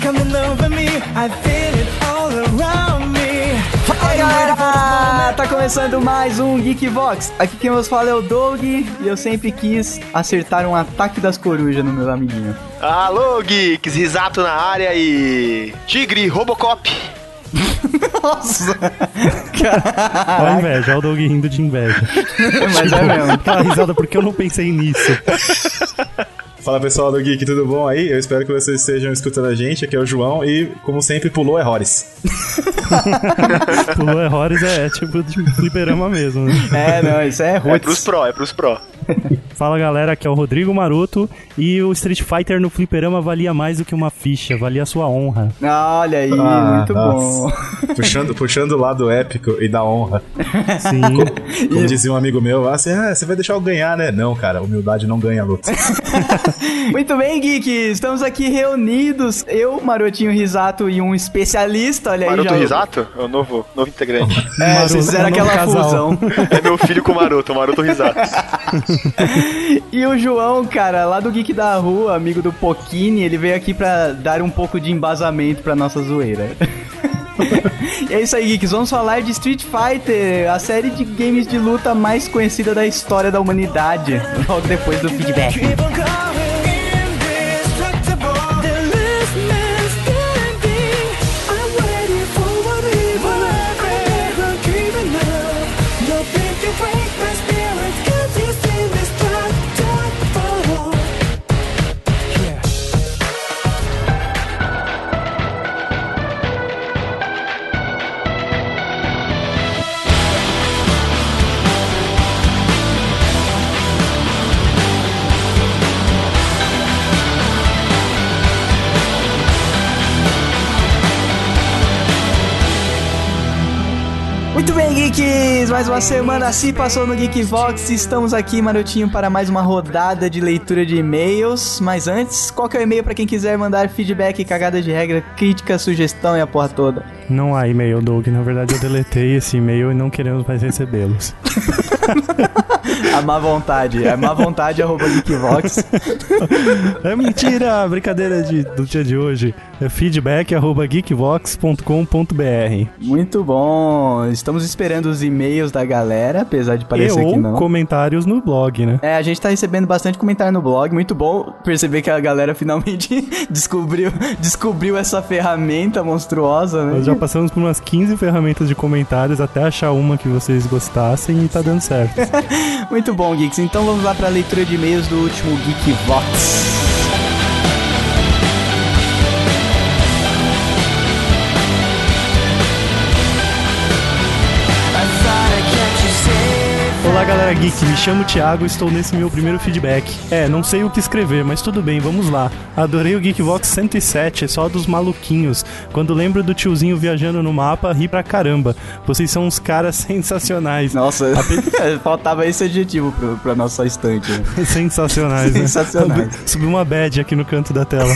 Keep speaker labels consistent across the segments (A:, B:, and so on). A: coming over me. I feel it all around me.
B: Fala galera! Tá começando mais um Geekbox. Aqui quem vos fala é o Doug e eu sempre quis acertar um ataque das corujas no meu amiguinho.
C: Alô, geeks, risato na área e. Tigre, Robocop.
B: Nossa!
D: Ó a inveja, ó o Doug rindo de inveja.
B: Mas é mesmo.
D: Aquela risada, porque eu não pensei nisso.
E: Fala pessoal do Geek, tudo bom aí? Eu espero que vocês estejam escutando a gente. Aqui é o João e, como sempre, pulou errores.
D: Pulou errores é, é tipo de fliperama mesmo. Né?
B: É, não, isso é
C: É pros
B: roots.
C: pró, é pros pró.
D: Fala galera, aqui é o Rodrigo Maroto e o Street Fighter no fliperama valia mais do que uma ficha, valia a sua honra.
B: Olha aí,
E: Ah,
B: muito
E: nossa.
B: bom.
E: Puxando, puxando o lado épico e da honra.
D: Sim.
E: Como dizia um amigo meu, assim, ah, você vai deixar eu ganhar, né? Não, cara, humildade não ganha luta.
B: Muito bem, Geek, estamos aqui reunidos. Eu, Marotinho Risato e um especialista, olha aí.
C: Maroto
B: já-
C: risato? É o novo, novo integrante.
B: É,
D: Maroto,
B: vocês fizeram
D: é o novo
B: aquela
D: casal.
B: fusão.
C: É meu filho com o maroto, o maroto risato.
B: E o João, cara, lá do Geek da Rua, amigo do Pochini, ele veio aqui pra dar um pouco de embasamento pra nossa zoeira. E é isso aí, geeks. Vamos falar de Street Fighter, a série de games de luta mais conhecida da história da humanidade. Logo depois do feedback.
A: Keep on coming, indestructible. The last man standing. I'm waiting for one evil act. I'm giving up. Nothing can break my spirit. Can't you see me indestructible? Yeah.
B: Muito bem, geeks! Mais uma semana se passou no Geekvox. Estamos aqui, Marotinho, para mais uma rodada de leitura de e-mails. Mas antes, qual que é o e-mail pra quem quiser mandar feedback, cagada de regra, crítica, sugestão e a porra toda?
D: Não há e-mail, Doug. Na verdade, eu deletei esse e-mail e não queremos mais recebê-los.
B: A má vontade. É má vontade, arroba Geekvox.
D: É mentira! Brincadeira de- do dia de hoje. É feedback.geekvox.com.br.
B: Muito bom. Estamos esperando os e-mails da galera, apesar de
D: E
B: parecer que
D: ou
B: não.
D: comentários no blog, né?
B: É, a gente tá recebendo bastante comentário no blog, muito bom perceber que a galera finalmente descobriu, descobriu essa ferramenta monstruosa, né?
D: Nós já passamos por umas 15 ferramentas de comentários até achar uma que vocês gostassem e tá dando certo.
B: Muito bom, Geeks. Então vamos lá pra leitura de e-mails do último Geekbox.
D: Olá galera geek, me chamo Thiago e estou nesse meu primeiro feedback. É, não sei o que escrever, mas tudo bem, vamos lá. Adorei o Geekbox 107, é só dos maluquinhos. Quando lembro do tiozinho viajando no mapa, ri pra caramba. Vocês são uns caras sensacionais.
B: Nossa, é, faltava esse adjetivo pro, pra nossa estante. né?
D: Sensacionais, né?
B: Sensacionais.
D: Subiu uma bad aqui no canto da tela.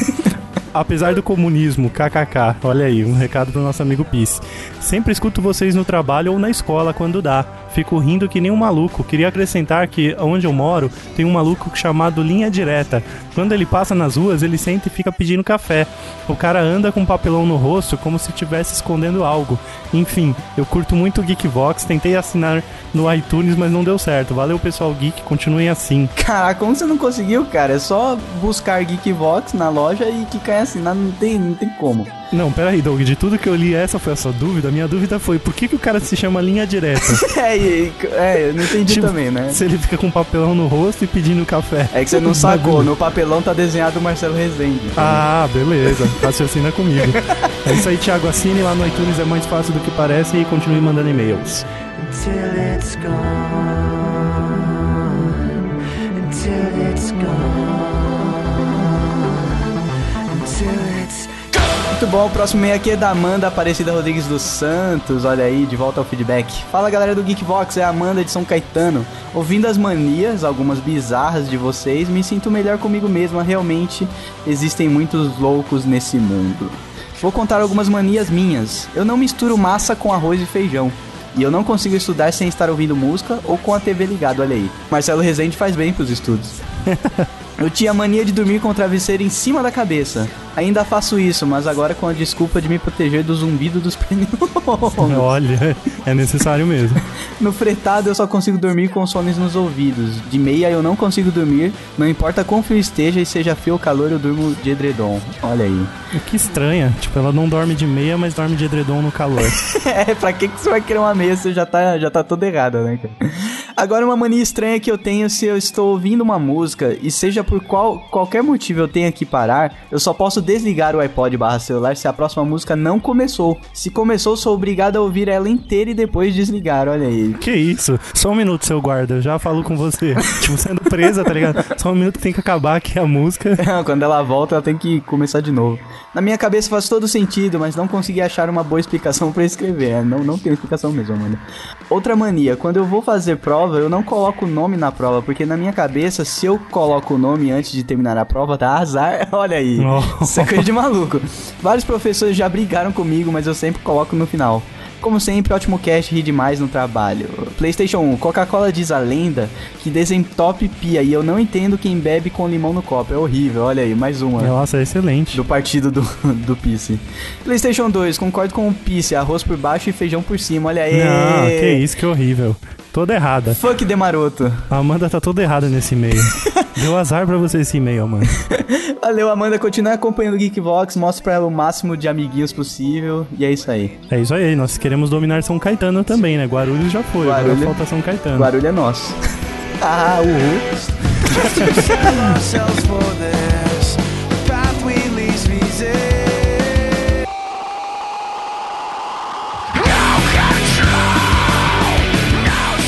D: Apesar do comunismo, kkk, olha aí, um recado pro nosso amigo Pisse. Sempre escuto vocês no trabalho ou na escola quando dá. Fico rindo que nem um maluco. Queria acrescentar que onde eu moro tem um maluco chamado Linha Direta. Quando ele passa nas ruas, ele senta e fica pedindo café. O cara anda com um papelão no rosto como se estivesse escondendo algo. Enfim, eu curto muito o Geekvox, tentei assinar no iTunes, mas não deu certo. Valeu pessoal geek, continuem assim.
B: Caraca, como você não conseguiu, cara? É só buscar Geekbox na loja e que cai assim, não tem, não tem como.
D: Não, peraí, Doug, de tudo que eu li, essa foi a sua dúvida. A minha dúvida foi por que, que o cara se chama linha direta?
B: É, e- é, eu não entendi
D: Tipo,
B: também, né?
D: Se ele fica com um papelão no rosto e pedindo café.
B: É que você não sacou, no papelão tá desenhado o Marcelo Rezende.
D: Ah, beleza. Raciocina comigo. É isso aí, Thiago. Assine lá no iTunes, é mais fácil do que parece e continue mandando e-mails.
A: Until it's gone. Until it's gone. Until it's
B: Muito bom, o próximo meio aqui é da Amanda Aparecida Rodrigues dos Santos, olha aí, de volta ao feedback. Fala galera do Geekbox, é a Amanda de São Caetano. Ouvindo as manias, algumas bizarras de vocês, me sinto melhor comigo mesma, realmente existem muitos loucos nesse mundo. Vou contar algumas manias minhas. Eu não misturo massa com arroz e feijão. E eu não consigo estudar sem estar ouvindo música ou com a TV ligada, olha aí. Marcelo Rezende faz bem pros estudos. Eu tinha mania de dormir com o travesseiro em cima da cabeça. Ainda faço isso, mas agora com a desculpa de me proteger do zumbido dos pernilongos.
D: Olha, é necessário mesmo.
B: No fretado eu só consigo dormir com os fones nos ouvidos. De meia eu não consigo dormir, não importa quão frio esteja e seja frio ou calor, eu durmo de edredom. Olha aí.
D: Que estranha. Tipo, ela não dorme de meia, mas dorme de edredom no calor.
B: É, pra que, que você vai querer uma meia se já tá, já tá toda errada, né, cara? Agora, uma mania estranha que eu tenho se eu estou ouvindo uma música e seja por qual, qualquer motivo eu tenha que parar, eu só posso desligar o iPod barra celular se a próxima música não começou. Se começou, sou obrigado a ouvir ela inteira e depois desligar, olha aí.
D: Que isso? Só um minuto, seu guarda. Eu já falo com você. Tipo, sendo presa, tá ligado? Só um minuto que tem que acabar aqui a música.
B: Quando ela volta, ela tem que começar de novo. Na minha cabeça faz todo sentido, mas não consegui achar uma boa explicação pra escrever. É, Não, não tem explicação mesmo, mano. Outra mania, quando eu vou fazer prova, eu não coloco o nome na prova, porque na minha cabeça, se eu coloco o nome antes de terminar a prova, dá azar. Olha aí.
D: Nossa.
B: Isso é coisa de maluco. Vários professores já brigaram comigo, mas eu sempre coloco no final. Como sempre, ótimo cast, ri demais no trabalho. PlayStation 1, Coca-Cola diz a lenda que desentope pia e eu não entendo quem bebe com limão no copo. É horrível, olha aí, mais uma.
D: Nossa, é excelente.
B: Do partido do, do Pisse. PlayStation 2, concordo com o Pisse. Arroz por baixo e feijão por cima. Olha aí.
D: Não, que
B: É.
D: isso, que horrível. Toda errada.
B: Fuck de maroto.
D: A Amanda tá toda errada nesse e-mail. Deu azar pra você esse e-mail, Amanda.
B: Valeu, Amanda. Continue acompanhando o Geekvox. Mostre pra ela o máximo de amiguinhos possível. E é isso aí.
D: É isso aí, nós queremos dominar São Caetano também, né? Guarulhos já foi, agora
B: Guarulhos-
D: falta São Caetano.
B: Barulho é nosso. ah, uhul.
A: ourselves for this path we least resist.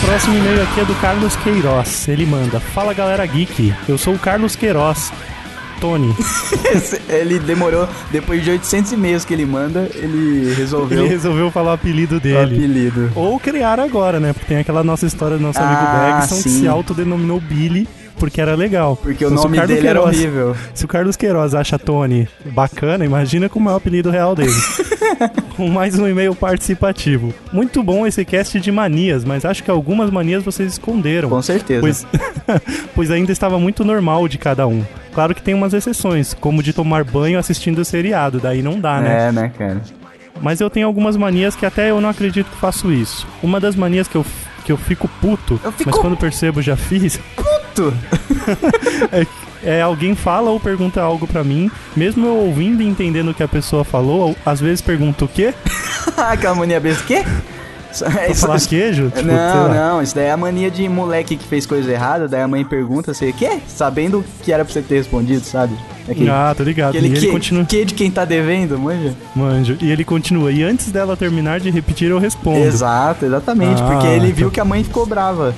D: Próximo e-mail aqui é do Carlos Queiroz. Ele manda: Fala galera geek, eu sou o Carlos Queiroz. Tony,
B: Esse- ele demorou, depois de 800 e-mails que ele manda, ele resolveu
D: ele resolveu falar o apelido
B: o
D: dele.
B: apelido.
D: Ou criar agora, né? Porque tem aquela nossa história do nosso
B: Ah,
D: amigo Bergson que
B: sim.
D: se autodenominou Billy porque era legal.
B: Porque o
D: Então, se
B: nome
D: Carlos
B: dele era
D: Queiroz-
B: horrível.
D: Se o Carlos Queiroz acha Tony bacana, imagina como é o apelido real dele. Com mais um e-mail participativo. Muito bom esse cast de manias, mas acho que algumas manias vocês esconderam.
B: Com certeza.
D: Pois, é, pois ainda estava muito normal de cada um. Claro que tem umas exceções, como de tomar banho assistindo o seriado, daí não dá, né?
B: É, né, cara?
D: Mas eu tenho algumas manias que até eu não acredito que faço isso. Uma das manias que eu, que eu fico puto,
B: Eu fico-
D: mas quando percebo já fiz,
B: Tu-
D: é alguém fala ou pergunta algo pra mim, mesmo eu ouvindo e entendendo o que a pessoa falou, às vezes pergunto o quê?
B: Aquela mania besta. Quê? Isso-
D: Pra
B: É isso-
D: falar queijo? Tipo, sei
B: Não,
D: lá.
B: não, isso daí é a mania de moleque que fez coisa errada, daí a mãe pergunta, você quê? Sabendo que era pra você ter respondido, sabe? Aquele,
D: Ah, tô ligado.
B: aquele
D: e ele
B: que,
D: continua.
B: que de quem tá devendo, manja?
D: Manjo. E ele continua. E antes dela terminar de repetir, eu respondo.
B: Exato, exatamente,
D: Ah,
B: porque ele
D: então-
B: viu que a mãe ficou brava.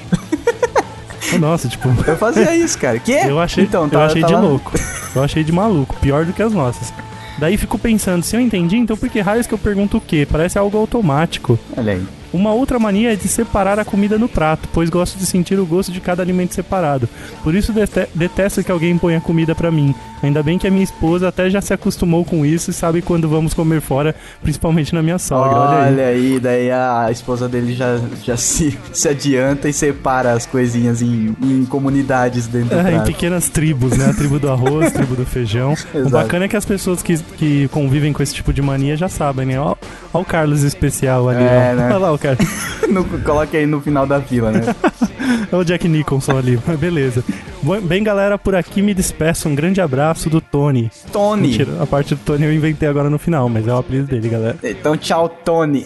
D: Nossa, tipo.
B: Eu fazia isso, cara. Quê?
D: Eu achei,
B: então,
D: eu
B: tá,
D: achei
B: tá
D: de
B: lá-
D: louco. Eu achei de maluco, pior do que as nossas. Daí fico pensando, se eu entendi, então por que raios que eu pergunto o quê? Parece algo automático.
B: Olha aí.
D: Uma outra mania é de separar a comida no prato, pois gosto de sentir o gosto de cada alimento separado. Por isso dete- detesto que alguém ponha comida pra mim. Ainda bem que a minha esposa até já se acostumou com isso e sabe quando vamos comer fora, principalmente na minha sogra. Olha aí.
B: Olha aí, daí a esposa dele já, já se, se adianta e separa as coisinhas em, em comunidades dentro do
D: É, em
B: prato.
D: pequenas tribos, né? A tribo do arroz, a tribo do feijão.
B: Exato.
D: O bacana é que as pessoas que, que convivem com esse tipo de mania já sabem, né? Ó, ó o Carlos especial ali,
B: É,
D: ó.
B: né?
D: Olha lá o cara.
B: Não coloque aí no final da fila, né?
D: Olha o Jack Nicholson ali. Mas Beleza. Bom, Bem, galera, por aqui me despeço. Um grande abraço do Tony.
B: Tony.
D: Mentira, a parte do Tony eu inventei agora no final, mas é o apelido dele, galera.
B: Então, tchau, Tony.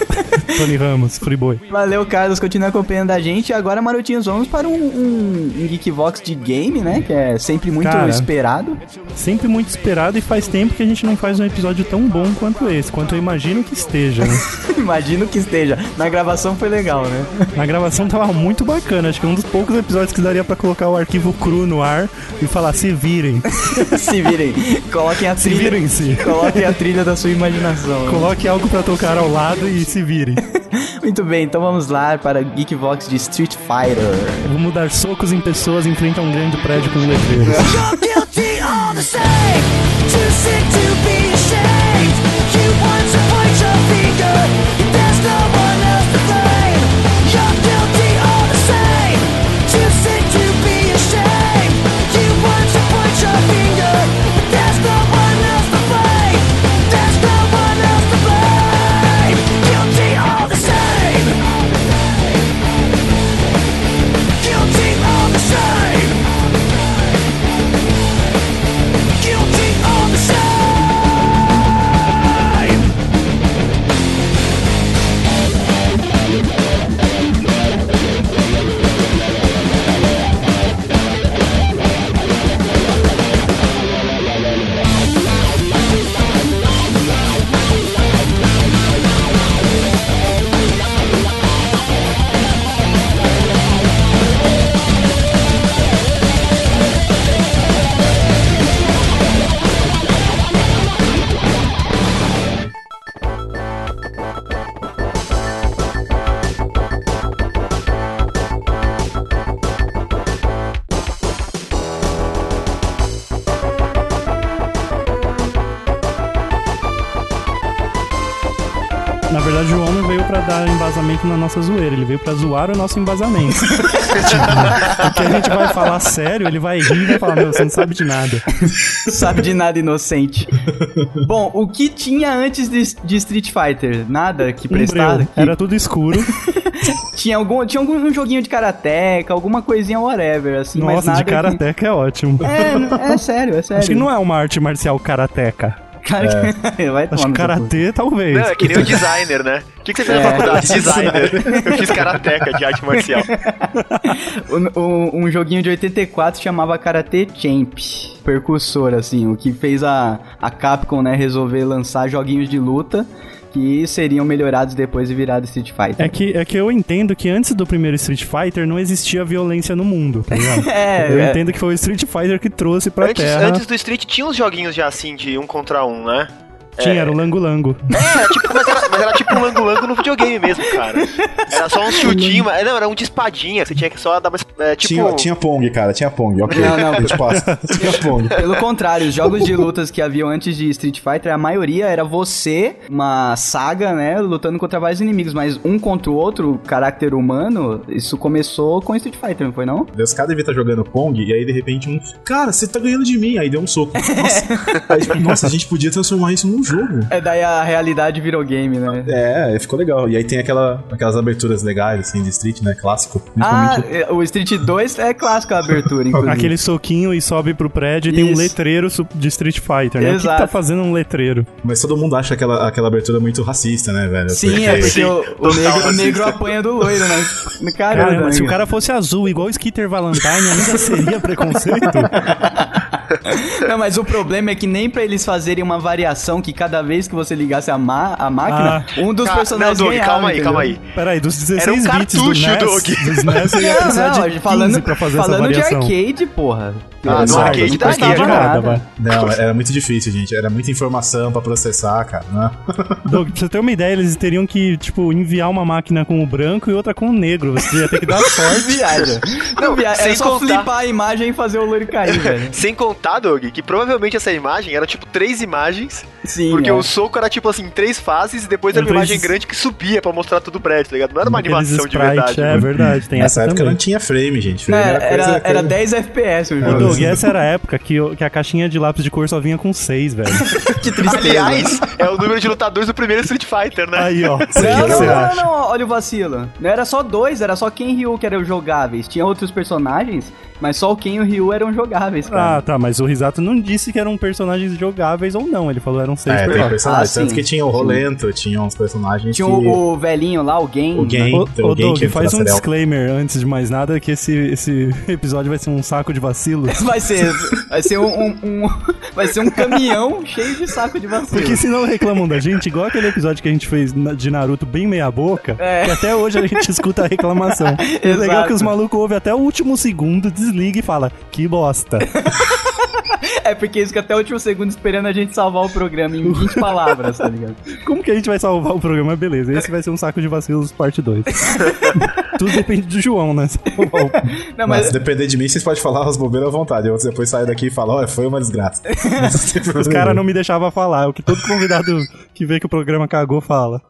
D: Tony Ramos, Friboi.
B: Valeu, Carlos. Continua acompanhando a gente. E agora, Marotinhos, vamos para um, um, um Geekvox de game, né? Que é sempre muito
D: Cara.
B: esperado.
D: Sempre muito esperado e faz tempo que a gente não faz um episódio tão bom quanto esse, quanto eu imagino que esteja, né?
B: Imagino que esteja. Na gravação foi legal, né?
D: A gravação tava muito bacana, acho que é um dos poucos episódios que daria pra colocar o arquivo cru no ar e falar se virem,
B: Se virem. Coloquem a
D: se
B: trilha.
D: virem-se.
B: Coloquem a trilha da sua imaginação. né?
D: Coloque algo pra tocar ao lado e se virem.
B: Muito bem, então vamos lá para Geekvox de Street Fighter.
D: Vamos dar socos em pessoas em frente a um grande prédio com letreiros.
A: guilty all the same. Too sick to be ashamed. You want to point your finger. There's no one else to blame. You're guilty all the same. Too sick to be ashamed. You want
D: Na verdade, o João não veio pra dar embasamento na nossa zoeira, ele veio pra zoar o nosso embasamento. tipo, o que a gente vai falar sério, ele vai rir e vai falar, meu, você não sabe de nada.
B: Sabe de nada inocente. Bom, o que tinha antes de, de Street Fighter? Nada que
D: Um
B: prestado?
D: breu. Era tudo escuro.
B: Tinha algum, tinha algum um joguinho de karateca, alguma coisinha whatever, assim, mas
D: Nossa,
B: nada
D: de
B: que-
D: karateca é ótimo.
B: É, n- é sério, é sério.
D: Acho que não é uma arte marcial karateca.
B: Cara, vai tomar
D: Acho que
B: no seu cu.
D: karatê, talvez.
C: Não, é que nem o designer, né? O que, que você fez na
B: É.
C: faculdade? Designer. Eu fiz karateca de arte marcial.
B: Um, um- um joguinho de 84 chamava Karate Champ, percussor, assim, o que fez a, a Capcom, né, resolver lançar joguinhos de luta que seriam melhorados depois e virado Street Fighter.
D: É que, é que eu entendo que antes do primeiro Street Fighter não existia violência no mundo, tá ligado?
B: É,
D: eu
B: é.
D: entendo que foi o Street Fighter que trouxe pra
C: Antes,
D: terra.
C: antes do Street tinha uns joguinhos já assim de um contra um, né?
D: Tinha, era o Lango Lango.
C: É, tipo, mas, era, mas era tipo um lango-lango no videogame mesmo, cara. Era só um chutinho, mas, não, era um de espadinha, você tinha que só dar uma. es- É, tipo,
E: Tinha, tinha Pong, cara, tinha Pong, ok.
B: Não, não.
E: A gente passa. Tinha Pong.
B: Pelo contrário, os jogos de lutas que haviam antes de Street Fighter, a maioria era você, uma saga, né, lutando contra vários inimigos, mas um contra o outro, caráter humano, isso começou com Street Fighter, não foi não?
E: Deus, cara devia estar jogando Pong, e aí de repente um. Cara, você tá ganhando de mim. Aí deu um soco. Nossa, Aí, tipo, nossa, a gente podia transformar isso num jogo.
B: É daí a realidade virou game, né?
E: É, ficou legal. E aí tem aquela, aquelas aberturas legais, assim, de street, né? Clássico.
B: Ah,
E: Principalmente.
B: é, o Street 2 é clássico a abertura, inclusive.
D: Aquele soquinho e sobe pro prédio e tem um
B: Uhum. Isso.
D: letreiro su- de Street Fighter, né? O que que,
B: Exato.
D: tá fazendo um letreiro?
E: Mas todo mundo acha aquela, aquela abertura muito racista, né, velho?
B: Sim, é porque
C: Sim,
B: o, o
C: total
B: negro, o
C: racista.
B: negro apanha do loiro, né? Caramba,
D: Caramba, se o
B: né?
D: cara fosse azul, igual o Skitter Valentine, ainda seria preconceito?
B: Não, mas o problema é que nem pra eles fazerem uma variação que cada vez que você ligasse a, ma- a máquina,
D: Ah.
B: um dos
C: ca-
B: personagens
C: Não, Doug,
B: ganhava,
C: calma aí,
B: entendeu?
C: calma aí.
D: Peraí, dos 16
C: Era um
D: bits do
C: cartucho,
D: NES,
C: Doug.
D: dos NES, eu ia precisar
B: Não, não,
D: de 15
B: falando,
D: pra fazer essa
B: falando de
D: variação. Tá
B: arcade, porra.
C: Ah,
E: no
B: Não,
E: arcade
B: não
C: daria,
B: custava
C: né?
B: nada.
D: vai.
E: Não, era muito difícil, gente. Era muita informação pra processar, cara. Né?
D: Doug, pra você ter uma ideia, eles teriam que, tipo, enviar uma máquina com o branco e outra com o negro. Você ia ter que dar sorte.
B: Viagem.
C: Não,
B: viagem. É
C: sem
B: só
C: contar-
B: flipar a imagem e fazer o loiro cair, velho.
C: Sem contar, Doug, que provavelmente essa imagem era tipo três imagens,
B: Sim.
C: porque
B: é.
C: o soco era tipo assim, três fases e depois
D: Era
C: era uma imagem
D: três-
C: grande que subia pra mostrar tudo o prédio, tá ligado? Não era uma
D: Aqueles
C: animação de
D: sprites,
C: verdade. né?
D: É verdade, tem
E: Nessa
D: essa
E: época
D: também.
E: não tinha frame, gente. Frame
B: É,
E: coisa-
B: era, era
E: coisa-
B: 10 FPS o
D: Ô,
B: jogo.
D: Doug, essa era a época que, o- que a caixinha de lápis de cor só vinha com 6, velho.
B: Que tristeza.
C: Aliás, é o número de lutadores do primeiro Street Fighter, né?
D: Aí,
B: Não,
D: ó.
B: não,
D: você
B: não, não,
D: acha?
B: não, olha o vacilo. Não era só dois, era só Ken e Ryu que eram jogáveis. Tinha outros personagens, mas só o Ken e o Ryu eram jogáveis, cara.
D: Ah, tá, mas o Risato não disse que eram personagens jogáveis ou não. Ele falou eram seis
E: É, tem
D: personagens.
E: personagens.
B: Ah,
E: Tanto
B: sim.
E: que tinha o Rolento, tinha uns personagens
B: Tinha
E: que...
B: o, o velhinho lá, o Gen.
E: O Gen.
D: Ô,
E: tem
D: ô,
E: alguém
D: Doug,
E: que assim, entra
D: faz
E: na
D: um
E: serial.
D: disclaimer antes de mais nada, que esse, esse episódio vai ser um saco de vacilos.
B: Vai ser, vai ser um, um- um- vai ser um caminhão cheio de saco de vacilo.
D: Porque senão reclamam da gente, igual aquele episódio que a gente fez na- de Naruto bem meia boca,
B: É.
D: que até hoje a gente escuta a reclamação. E o legal é que os malucos ouvem até o último segundo, desliga e fala, que bosta.
B: É porque isso que até o último segundo esperando a gente salvar o programa em 20 palavras, tá ligado?
D: Como que a gente vai salvar o programa? Beleza, esse vai ser um saco de vacilos parte 2. Tudo depende do João, né? Salvar o-
B: Não, é,
E: Mas,
B: mas
E: se depender de mim, vocês podem falar as bobeiras à vontade. Eu depois saio daqui e falo, olha, foi uma desgraça.
D: Os caras não me deixavam falar, é o que todo convidado que vê que o programa cagou fala.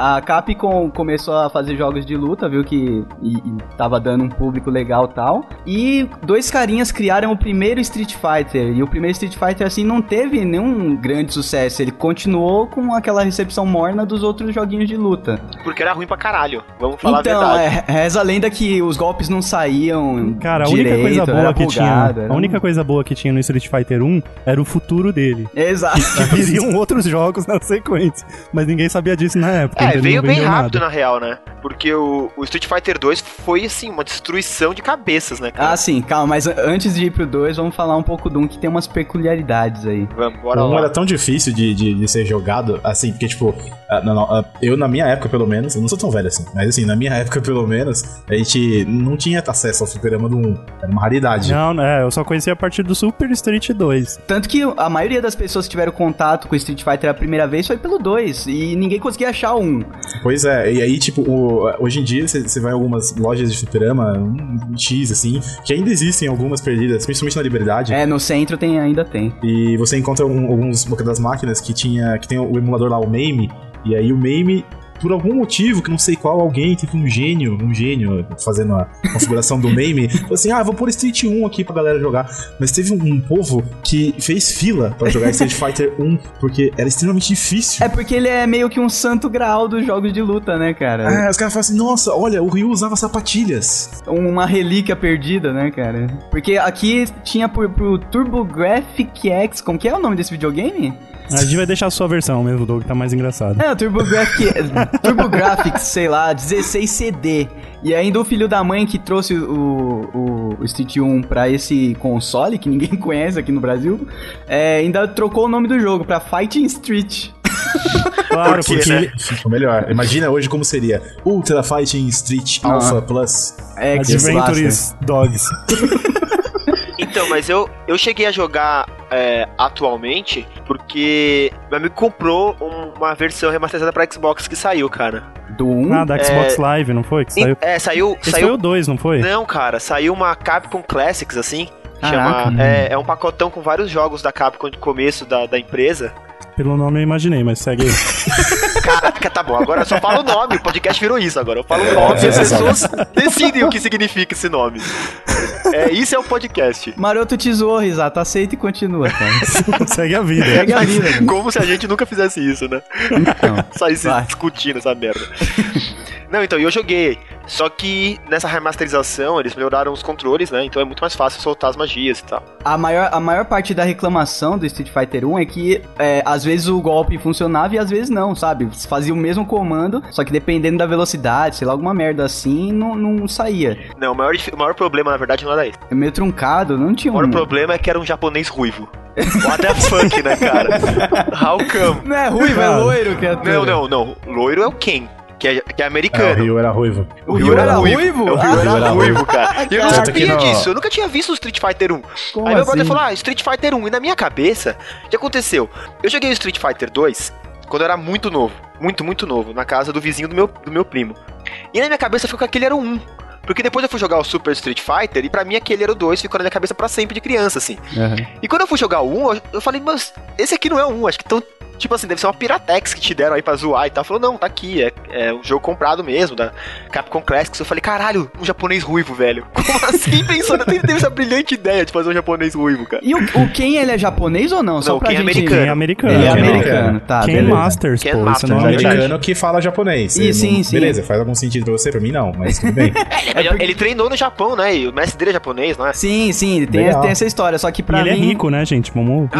B: a Capcom começou a fazer jogos de luta, viu que e, e tava dando um público legal e tal. E dois carinhas criaram o primeiro Street Fighter. E o primeiro Street Fighter, assim, não teve nenhum grande sucesso. Ele continuou com aquela recepção morna dos outros joguinhos de luta.
C: Porque era ruim pra caralho, vamos falar a
B: então,
C: verdade.
B: é, reza a lenda que os golpes não saíam.
D: Cara, a
B: direito,
D: única coisa boa
B: era
D: que
B: bugado,
D: tinha,
B: era
D: a
B: um-
D: única coisa boa que tinha no Street Fighter 1 era o futuro dele.
B: um Exato.
D: que viriam outros jogos na sequência. Mas ninguém sabia disso na
C: É,
D: época. então ele
C: veio
D: não
C: bem
D: vendeu
C: rápido,
D: nada.
C: na real, né? Porque o, o Street Fighter 2 foi, assim, uma destruição de cabeças, né, cara?
B: Ah, sim, calma, mas a- antes de ir pro 2, vamos falar um pouco do 1 que tem umas peculiaridades aí.
C: Vamos, bora
E: Um
C: lá.
E: era tão difícil de, de, de ser jogado, assim, porque, tipo, ah, não, não, ah, eu na minha época, pelo menos, eu não sou tão velho assim, mas assim, na minha época, pelo menos, a gente não tinha acesso ao fliperama do 1. Era uma
C: né?
E: raridade.
D: Não, não, é, eu só conheci a partir do Super Street 2.
B: Tanto que a maioria das pessoas que tiveram contato com Street Fighter a primeira vez foi pelo 2, e ninguém conseguia achar um. o 1. nenhum.
E: Pois é, e aí, tipo, o- hoje em dia você você vai em algumas lojas de fliperama, um X, assim, que ainda existem algumas perdidas, principalmente na Liberdade.
B: É, no centro tem, ainda tem.
E: E você encontra um- alguns das máquinas que tinha que tem o emulador lá, o MAME, e aí o MAME por algum motivo, que não sei qual, alguém teve um gênio, um gênio fazendo a configuração do MAME, falou assim: ah, eu vou pôr Street 1 aqui pra galera jogar. Mas teve um, um povo que fez fila pra jogar Street Fighter 1 porque era extremamente difícil.
B: É porque ele é meio que um santo graal dos jogos de luta, né, cara?
E: Ah, os caras falam assim: nossa, olha, o Ryu usava sapatilhas.
B: Uma relíquia perdida, né, cara? Porque aqui tinha pro, pro TurboGrafx, como que é o nome desse videogame?
D: A gente vai deixar a sua versão mesmo, Doug, tá mais engraçado.
B: É, o TurboGrafx, TurboGrafx, sei lá, 16 CD. E ainda o filho da mãe que trouxe o, o, o Street 1 pra esse console, que ninguém conhece aqui no Brasil, é, ainda trocou o nome do jogo pra Fighting Street.
D: Claro,
C: Porque,
D: porque
C: né?
D: ele-
E: Ficou melhor. Imagina hoje como seria Ultra Fighting Street
B: Ah.
E: Alpha Plus.
B: É, que se lasca.
D: Adventures Dogs.
C: Então, mas eu, eu cheguei a jogar é, atualmente porque meu amigo comprou um- uma versão remasterizada pra Xbox que saiu, cara.
B: Do 1?
D: Ah, da Xbox Live, não foi? Que
C: E-
D: saiu.
C: É, saiu.
D: Esse foi
C: Hum, saiu
D: o 2, não foi?
C: não, cara, saiu uma Capcom Classics, assim.
B: Caraca.
C: Chama, é, é um pacotão com vários jogos da Capcom de começo da, da empresa.
D: Pelo nome eu imaginei, mas segue aí.
C: Caraca, tá bom. Agora eu só falo o nome. O podcast virou isso agora. Eu falo o nome e as
E: é,
C: pessoas decidem o que significa esse nome. É, isso é o podcast.
B: Maroto te zoou, Risato. Aceita e continua, cara.
D: segue a vida.
B: Segue a vida.
E: né?
B: cara.
C: Como se a gente nunca fizesse isso, né?
B: Então,
C: Sair se
B: Vai.
C: discutindo essa merda. Não, então, eu joguei. Só que nessa remasterização eles melhoraram os controles, né? Então é muito mais fácil soltar as magias e tal.
B: a, maior, a maior parte da reclamação do Street Fighter 1 é que é, às vezes o golpe funcionava e às vezes não, sabe? Você Fazia o mesmo comando, só que dependendo da velocidade, sei lá, alguma merda assim, não, não saía.
C: Não, o maior, dif- o maior problema, na verdade, não era isso.
B: É meio truncado, não tinha
C: O maior
B: um.
C: problema é que era um japonês ruivo. What the fuck, né, cara? How come?
B: Não é ruim, é
D: Cara.
B: loiro, criatura.
C: Não, não, não. Loiro é o Ken, que é, que é
E: É, o
C: americano.
E: Ryu era ruivo.
B: O Ryu era ruivo?
C: É, O
B: Ah,
C: Ryu era
E: tá.
C: ruivo, cara. E eu não
E: Caraca.
C: sabia
E: Aqui no-
C: disso. Eu nunca tinha visto o Street Fighter 1.
B: Como
C: Aí meu brother
B: assim?
C: falou, ah, Street Fighter 1. E na minha cabeça, o que aconteceu? Eu joguei o Street Fighter 2 quando eu era muito novo. Muito, muito novo. Na casa do vizinho do meu, do meu primo. E na minha cabeça ficou que aquele era um. o 1. Porque depois eu fui jogar o Super Street Fighter e pra mim aquele era o 2, ficou na minha cabeça pra sempre de criança, assim. E quando eu fui jogar o 1, eu- eu falei, mas esse aqui não é o 1, acho que tão. Tipo assim, deve ser uma Piratex que te deram aí pra zoar e tal. Falou, não, tá aqui, é, é um jogo comprado mesmo, da Capcom Classics. Eu falei, caralho, um japonês ruivo, velho. Como assim pensou? Não teve essa brilhante ideia de fazer um japonês ruivo, cara.
B: E o, o Ken, ele é japonês ou não? Só
C: Não, o
B: pra
C: Ken é
B: gente...
C: americano.
D: Quem é americano.
B: Ele é
E: Ken é
B: americano,
E: americano.
B: tá,
D: Quem
B: beleza.
D: Masters,
C: Quem
D: pô.
C: Masters,
D: esse nome
E: Um
D: é
C: verdade.
E: americano que fala japonês.
B: Ih,
E: Não-
B: Ah, sim, sim.
E: Beleza, faz algum sentido pra você, pra mim não, mas tudo bem.
C: Ele, É, ele- ele treinou no Japão, né? E o mestre dele é japonês, não é?
B: Sim, sim, tem,
E: Legal.
B: tem essa história, só que
D: E
B: pra
D: ele é
B: mim...
D: rico, né, gente? Momo.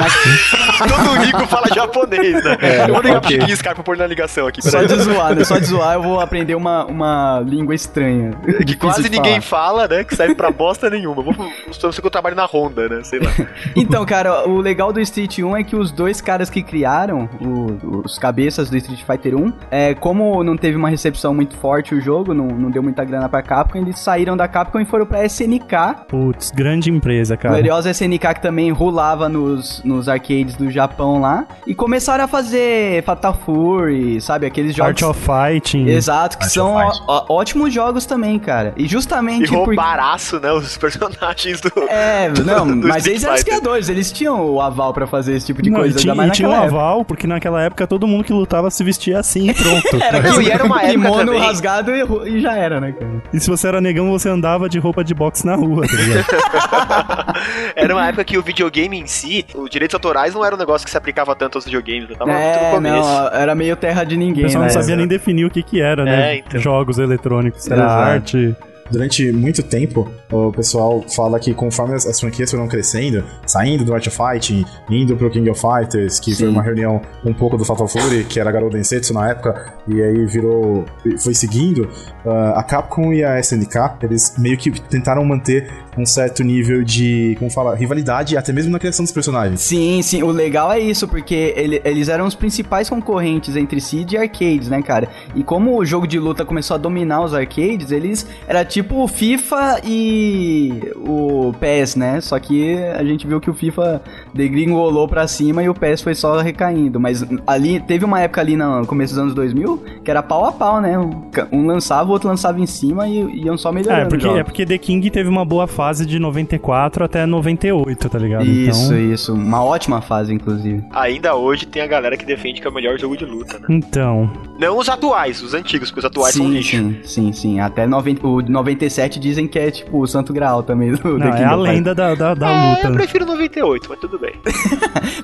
C: Todo rico fala japonês, né? eu vou ligar
E: ok.
C: pro Chiquinho, cara, pra pôr na ligação aqui.
B: Só
C: peraí.
B: de zoar, né? Só de zoar eu vou aprender uma, uma língua estranha.
C: Que
B: Difícil
C: quase
B: de
C: ninguém
B: falar.
C: fala, né? Que serve pra bosta nenhuma. Vou pro que eu trabalho na Honda, né? Sei lá.
B: Então, cara, o legal do Street 1 é que os dois caras que criaram o- os cabeças do Street Fighter 1, é, como não teve uma recepção muito forte o jogo, não, não deu muita grana pra Capcom, eles saíram da Capcom e foram pra SNK.
D: Putz, grande empresa, cara.
B: Gloriosa SNK que também rolava nos, nos arcades do Japão lá. E começaram a fazer Fatal Fury, sabe? Aqueles jogos.
D: Art of Fighting.
B: Exato, que
E: Art
B: são
E: of
B: ó-
E: Fight.
B: ó- ótimos jogos também, cara. E
C: E
B: justamente por
C: roubaraço, né? Os personagens do.
B: Tipo É, não,
C: do
B: mas
C: Street
B: eles eram os
C: Fighter.
B: criadores, eles tinham o aval pra fazer esse tipo de
D: Não,
B: coisa,
D: e tinha,
B: ainda mais
D: e tinha um
B: naquela época.
D: aval, porque naquela época todo mundo que lutava se vestia assim e pronto.
C: Não, e era uma época
B: Kimono
C: também.
B: rasgado e, ru- e já era, né, cara?
D: E se você era negão, você andava de roupa de boxe na rua, tá ligado?
C: Era uma época que o videogame em si, os direitos autorais não era um negócio que se aplicava tanto aos videogames, né? Tava muito no
B: é,
C: começo.
B: não, era meio terra de
D: O
B: ninguém,
D: pessoal não
B: né?
D: sabia nem definir o que que era, né?
C: É, então.
D: Jogos eletrônicos, era
B: Exato.
D: arte.
E: Durante muito tempo, o pessoal fala que conforme as, as franquias foram crescendo, saindo do Art of Fighting, indo pro King of Fighters, que foi
B: Sim.
E: uma reunião um pouco do Fatal Fury, que era Garou Densetsu na época, e aí virou. foi seguindo, ah, a Capcom e a SNK, eles meio que tentaram manter um certo nível de, como fala, rivalidade, até mesmo na criação dos personagens.
B: Sim, sim, o legal é isso, porque ele- eles eram os principais concorrentes entre si de arcades, né, cara? E como o jogo de luta começou a dominar os arcades, eles era ti- tipo o FIFA e o PES, né? Só que a gente viu que o FIFA degringolou pra cima e o PES foi só recaindo. Mas ali teve uma época ali no começo dos anos 2000 que era pau a pau, né? Um ca- Um lançava, o outro lançava em cima e iam só melhorando.
D: É, porque,
B: os
D: é
B: jogos.
D: porque The King teve uma boa fase de 94 até 98, tá ligado?
B: Isso,
D: Então,
B: isso. Uma ótima fase, inclusive.
C: Ainda hoje tem a galera que defende que é o melhor jogo de luta, né?
D: então
C: Não os atuais, os antigos, porque os atuais são
B: sim,
C: lixo.
B: sim, sim, sim. Até 90, o 97 dizem que é tipo o santo graal também do
D: não,
B: The
D: é
B: Kingdom
D: a
B: Hearts.
D: lenda da, da, da
C: É,
D: luta.
C: eu
D: né?
C: prefiro 98, mas tudo bem.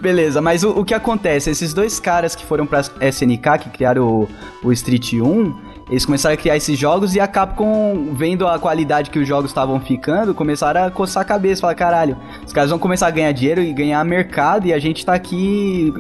B: Beleza, mas o, o que acontece? Esses dois caras que foram pra SNK, que criaram o, o Street 1, eles começaram a criar esses jogos e a Capcom, vendo a qualidade que os jogos estavam ficando, começaram a coçar a cabeça, falar, caralho, os caras vão começar a ganhar dinheiro e ganhar mercado e a gente tá aqui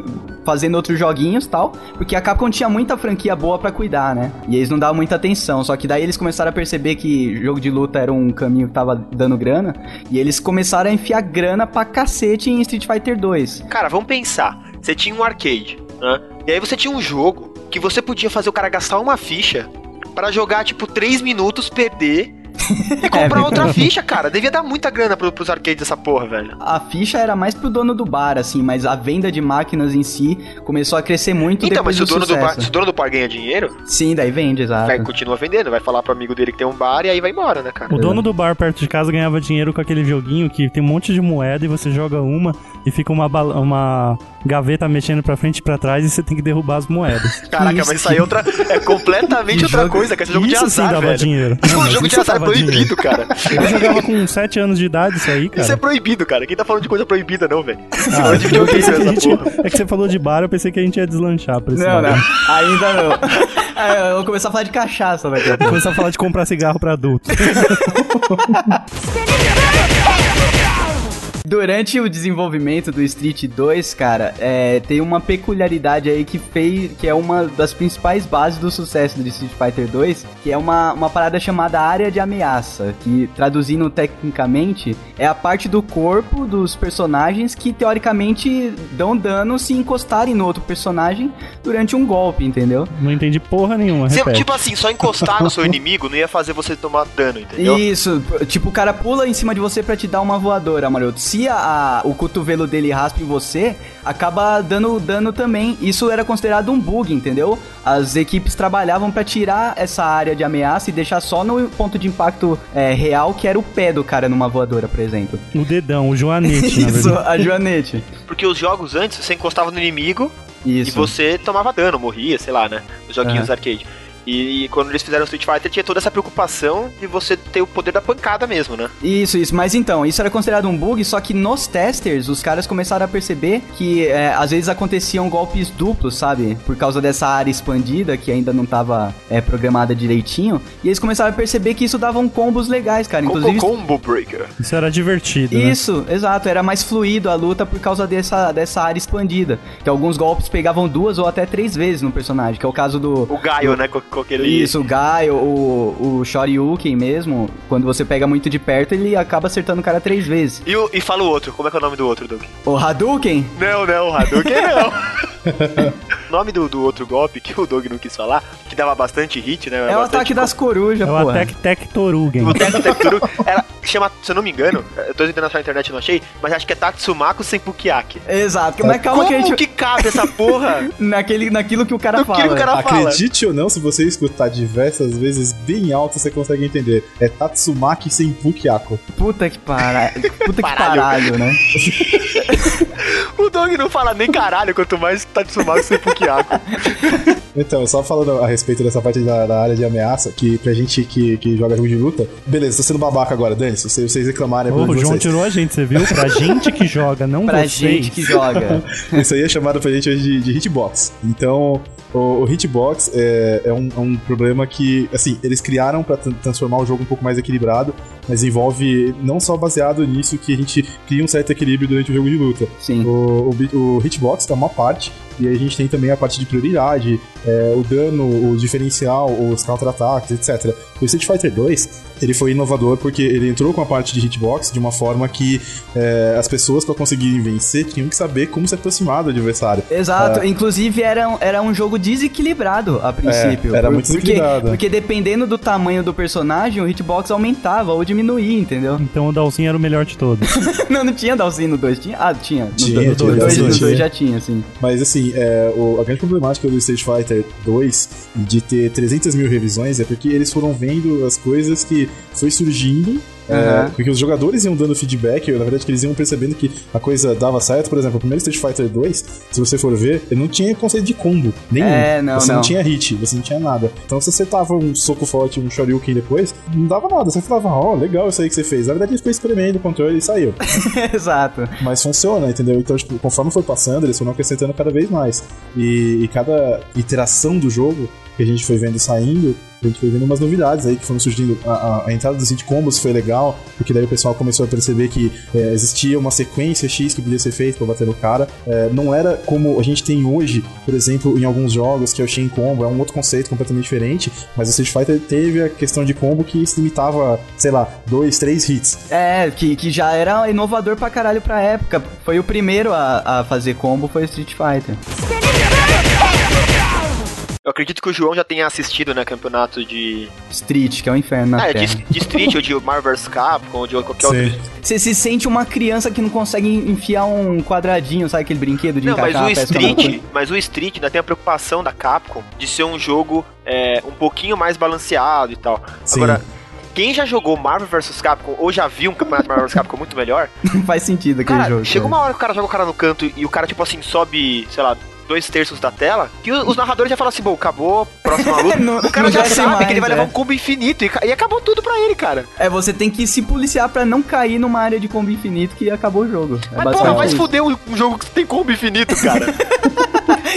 B: fazendo outros joguinhos e tal, porque a Capcom tinha muita franquia boa pra cuidar, né? E eles não davam muita atenção, só que daí eles começaram a perceber que jogo de luta era um caminho que tava dando grana, e eles começaram a enfiar grana pra cacete em Street Fighter 2.
C: Cara, vamos pensar. Você tinha um arcade, né? E aí você tinha um jogo que você podia fazer o cara gastar uma ficha pra jogar, tipo, 3 minutos, perder
D: É,
C: e comprar outra ficha, cara. Devia dar muita grana pro, pros arcades essa porra, velho.
B: A ficha era mais pro dono do bar, assim, mas a venda de máquinas em si começou a crescer muito
D: é
C: então, mas
B: depois
C: se o, dono do bar,
B: sucesso.
C: se o dono do bar ganha dinheiro,
B: Sim, daí vende,
C: vai,
B: exato.
C: continua vendendo, vai falar pro amigo dele que tem um bar e aí vai embora, né, cara?
D: O dono do bar perto de casa ganhava dinheiro com aquele joguinho que tem um monte de moeda e você joga uma e fica uma, bala- uma gaveta mexendo pra frente e pra trás e você tem que derrubar as moedas.
C: Caraca,
B: isso
C: mas isso aí é outra. É completamente
B: Que
C: outra
B: jogo-
C: coisa, cara. Esse jogo de
D: isso sim
C: azar,
D: dava
C: velho.
D: dinheiro. Não,
C: O
D: mas
C: jogo de
D: isso
C: azar é
D: dava dinheiro. é
C: proibido, cara.
D: Eu jogava com 7 anos de idade isso aí, cara.
C: Isso é proibido, cara. Quem tá falando de coisa proibida, não, velho?
D: Ah,
C: Onde que eu
D: eu pensei
C: vi
D: que a
C: essa
D: gente- é que você falou de bar, eu pensei que a gente ia deslanchar pra esse
B: Não,
D: lado.
B: não, ainda não. É, eu vou começar a falar de cachaça daqui a pouco.
D: Começar a falar de comprar cigarro pra adulto.
B: Durante o desenvolvimento do Street 2, cara, é, tem uma peculiaridade aí que fez, que é uma das principais bases do sucesso do Street Fighter 2, que é uma, uma parada chamada área de ameaça, que traduzindo tecnicamente é a parte do corpo dos personagens que teoricamente dão dano se encostarem no outro personagem durante um golpe, entendeu?
D: Não entendi porra nenhuma,
C: Se-
D: repete.
C: tipo assim, só encostar no seu inimigo não ia fazer você tomar dano, entendeu?
B: Isso, tipo, o cara pula em cima de você pra te dar uma voadora, maroto. Se a, a- o cotovelo dele raspa em você, acaba dando dano também. Isso era considerado um bug, entendeu? As equipes trabalhavam pra tirar essa área de ameaça e deixar só no ponto de impacto é, real, que era o pé do cara numa voadora, por exemplo.
D: O dedão, o joanete, na
B: Isso,
D: verdade.
B: a Joanete.
C: Porque os jogos antes, você encostava no inimigo
B: Isso. É.
C: e você tomava dano, morria, sei lá, né? Os joguinhos arcade. E, quando eles fizeram Street Fighter, tinha toda essa preocupação de você ter o poder da pancada mesmo, né?
B: Isso, isso. Mas então, isso era considerado um bug, só que nos testers, os caras começaram a perceber que é, às vezes aconteciam golpes duplos, sabe? Por causa dessa área expandida que ainda não tava é, programada direitinho. E eles começaram a perceber que isso dava um combos legais, cara. Inclusive.
C: Combo, combo Breaker.
D: Isso era divertido, né?
B: Isso, exato, era mais fluido a luta por causa dessa, dessa área expandida. Que alguns golpes pegavam duas ou até três vezes no personagem, que é o caso do,
C: O Gaio, né? Com, com aquele.
B: isso, o Gai, o, o Shoryuken mesmo, quando você pega muito de perto, ele acaba acertando o cara três vezes.
C: E, o- e fala o outro, como é que é o nome do outro, Doug?
B: O Hadouken?
C: Não, não, Hadouken não. o nome do, do outro golpe que o Doug não quis falar, que dava bastante hit, né?
B: É, o ataque das corujas,
D: É o
B: porra.
D: Attack Tech Torugen.
C: O Teto Tetsuru, ela chama, se eu não me engano, eu tô tentando achar na internet e não achei, mas acho que é Tatsumako Senpukiaki.
B: Exato, mas calma
C: Como
B: que a gente...
C: cabe essa porra?
B: Naquele, naquilo que o cara
C: No que
B: fala.
C: o cara fala?
E: Acredite ou não, se você escutar diversas vezes bem alto, você consegue entender. É Tatsumaki Senpuki Ako.
B: Puta que paralho. Puta que
C: Paralho.
B: paralho, né?
C: O Dog não fala nem caralho, quanto mais Tatsumako Senpukiaki.
E: Então, só falando a respeito dessa parte da, da área de ameaça, que pra gente que, que joga jogo de luta, beleza, tô sendo babaca agora, Dani, se vocês, vocês reclamarem é
D: Ô,
E: problema
D: o
E: de
D: João
E: vocês.
D: tirou a gente, você viu? Pra gente que joga, não
B: Pra
D: vocês.
B: gente que joga.
E: Isso aí é chamado pra gente hoje de, de hitbox. Então, o, o hitbox é, é um, é um problema que, assim, eles criaram pra tran- transformar o jogo um pouco mais equilibrado, mas envolve não só baseado nisso que a gente cria um certo equilíbrio durante o jogo de luta.
B: Sim.
E: O, o bi- o hitbox tá uma parte, e aí a gente tem também a parte de prioridade, é, o dano, o diferencial, os contra-ataques, etc. O Street Fighter 2, ele foi inovador porque ele entrou com a parte de hitbox de uma forma que é, as pessoas, para conseguirem vencer, tinham que saber como se aproximar do adversário.
B: Exato, inclusive era um, era um jogo desequilibrado a princípio.
E: É, era muito
B: porque,
E: desequilibrado.
B: porque dependendo do tamanho do personagem, o hitbox aumentava ou diminuía, entendeu?
D: Então o Dalsin era o melhor de todos.
B: Não, não tinha Dalsin no 2, tinha? Ah, tinha. No dois- no
E: Tinha, tinha
B: dois-
E: Dalsin,
B: no dois
E: tinha.
B: já tinha, sim.
E: Mas assim, é, o- a grande problemática do Street Fighter 2 e de ter 300 mil revisões é porque eles foram vendo as coisas que foi surgindo. é,
B: Uhum.
E: porque os jogadores iam dando feedback, na verdade que eles iam percebendo que a coisa dava certo. Por exemplo, o primeiro Street Fighter 2, se você for ver, ele não tinha conceito de combo nenhum.
B: É, não,
E: você não.
B: não.
E: tinha hit, você não tinha nada. Então se você tava um soco forte, um shoryuken depois, não dava nada. Você falava, ó, legal isso aí que você fez. Na verdade ele ficou espremendo o controle e saiu.
B: Exato.
E: Mas funciona, entendeu? Então, tipo, conforme foi passando, eles foram acrescentando cada vez mais. E, e cada iteração do jogo que a gente foi vendo saindo, a gente foi vendo umas novidades aí que foram surgindo. A, a- a entrada dos hit combos foi legal, porque daí o pessoal começou a perceber que é, existia uma sequência X que podia ser feita pra bater no cara. É, não era como a gente tem hoje, por exemplo, em alguns jogos, que é o Shin Combo, é um outro conceito completamente diferente, mas o Street Fighter teve a questão de combo que se limitava, sei lá, dois, três hits.
B: É, que, que já era inovador pra caralho pra época. Foi o primeiro a, a fazer combo, foi Street Fighter.
C: Eu acredito que o João já tenha assistido, né, campeonato de.
B: Street, que é o inferno na
C: Ah,
B: Terra.
C: de, de Street ou de Marvel vs Capcom ou de qualquer
E: Sim.
C: outro.
B: Você se sente uma criança que não consegue enfiar um quadradinho, sabe aquele brinquedo de
C: Não, mas
B: encaixar
C: o
B: é uma peça na outra?
C: Street. Mas o Street ainda tem a preocupação da Capcom de ser um jogo é, um pouquinho mais balanceado e tal.
E: Sim.
C: Agora, quem já jogou Marvel vs Capcom ou já viu um campeonato Marvel vs Capcom muito melhor,
B: Não faz sentido aquele
C: Cara,
B: jogo.
C: chega
B: cara.
C: uma hora que o cara joga o cara no canto e o cara, tipo assim, sobe, sei lá, dois terços da tela, que o- os narradores já falam assim, bom, acabou, próxima luta.
B: Não-
C: o cara
B: não
C: já
B: desce
C: sabe
B: mais,
C: que ele vai
B: é.
C: levar um combo infinito e, ca- e acabou tudo pra ele, cara.
B: É, você tem que se policiar pra não cair numa área de combo infinito que acabou o jogo. É
C: Mas, porra,
B: basicamente
C: vai se
B: isso.
C: fuder um, um jogo que tem combo infinito, cara.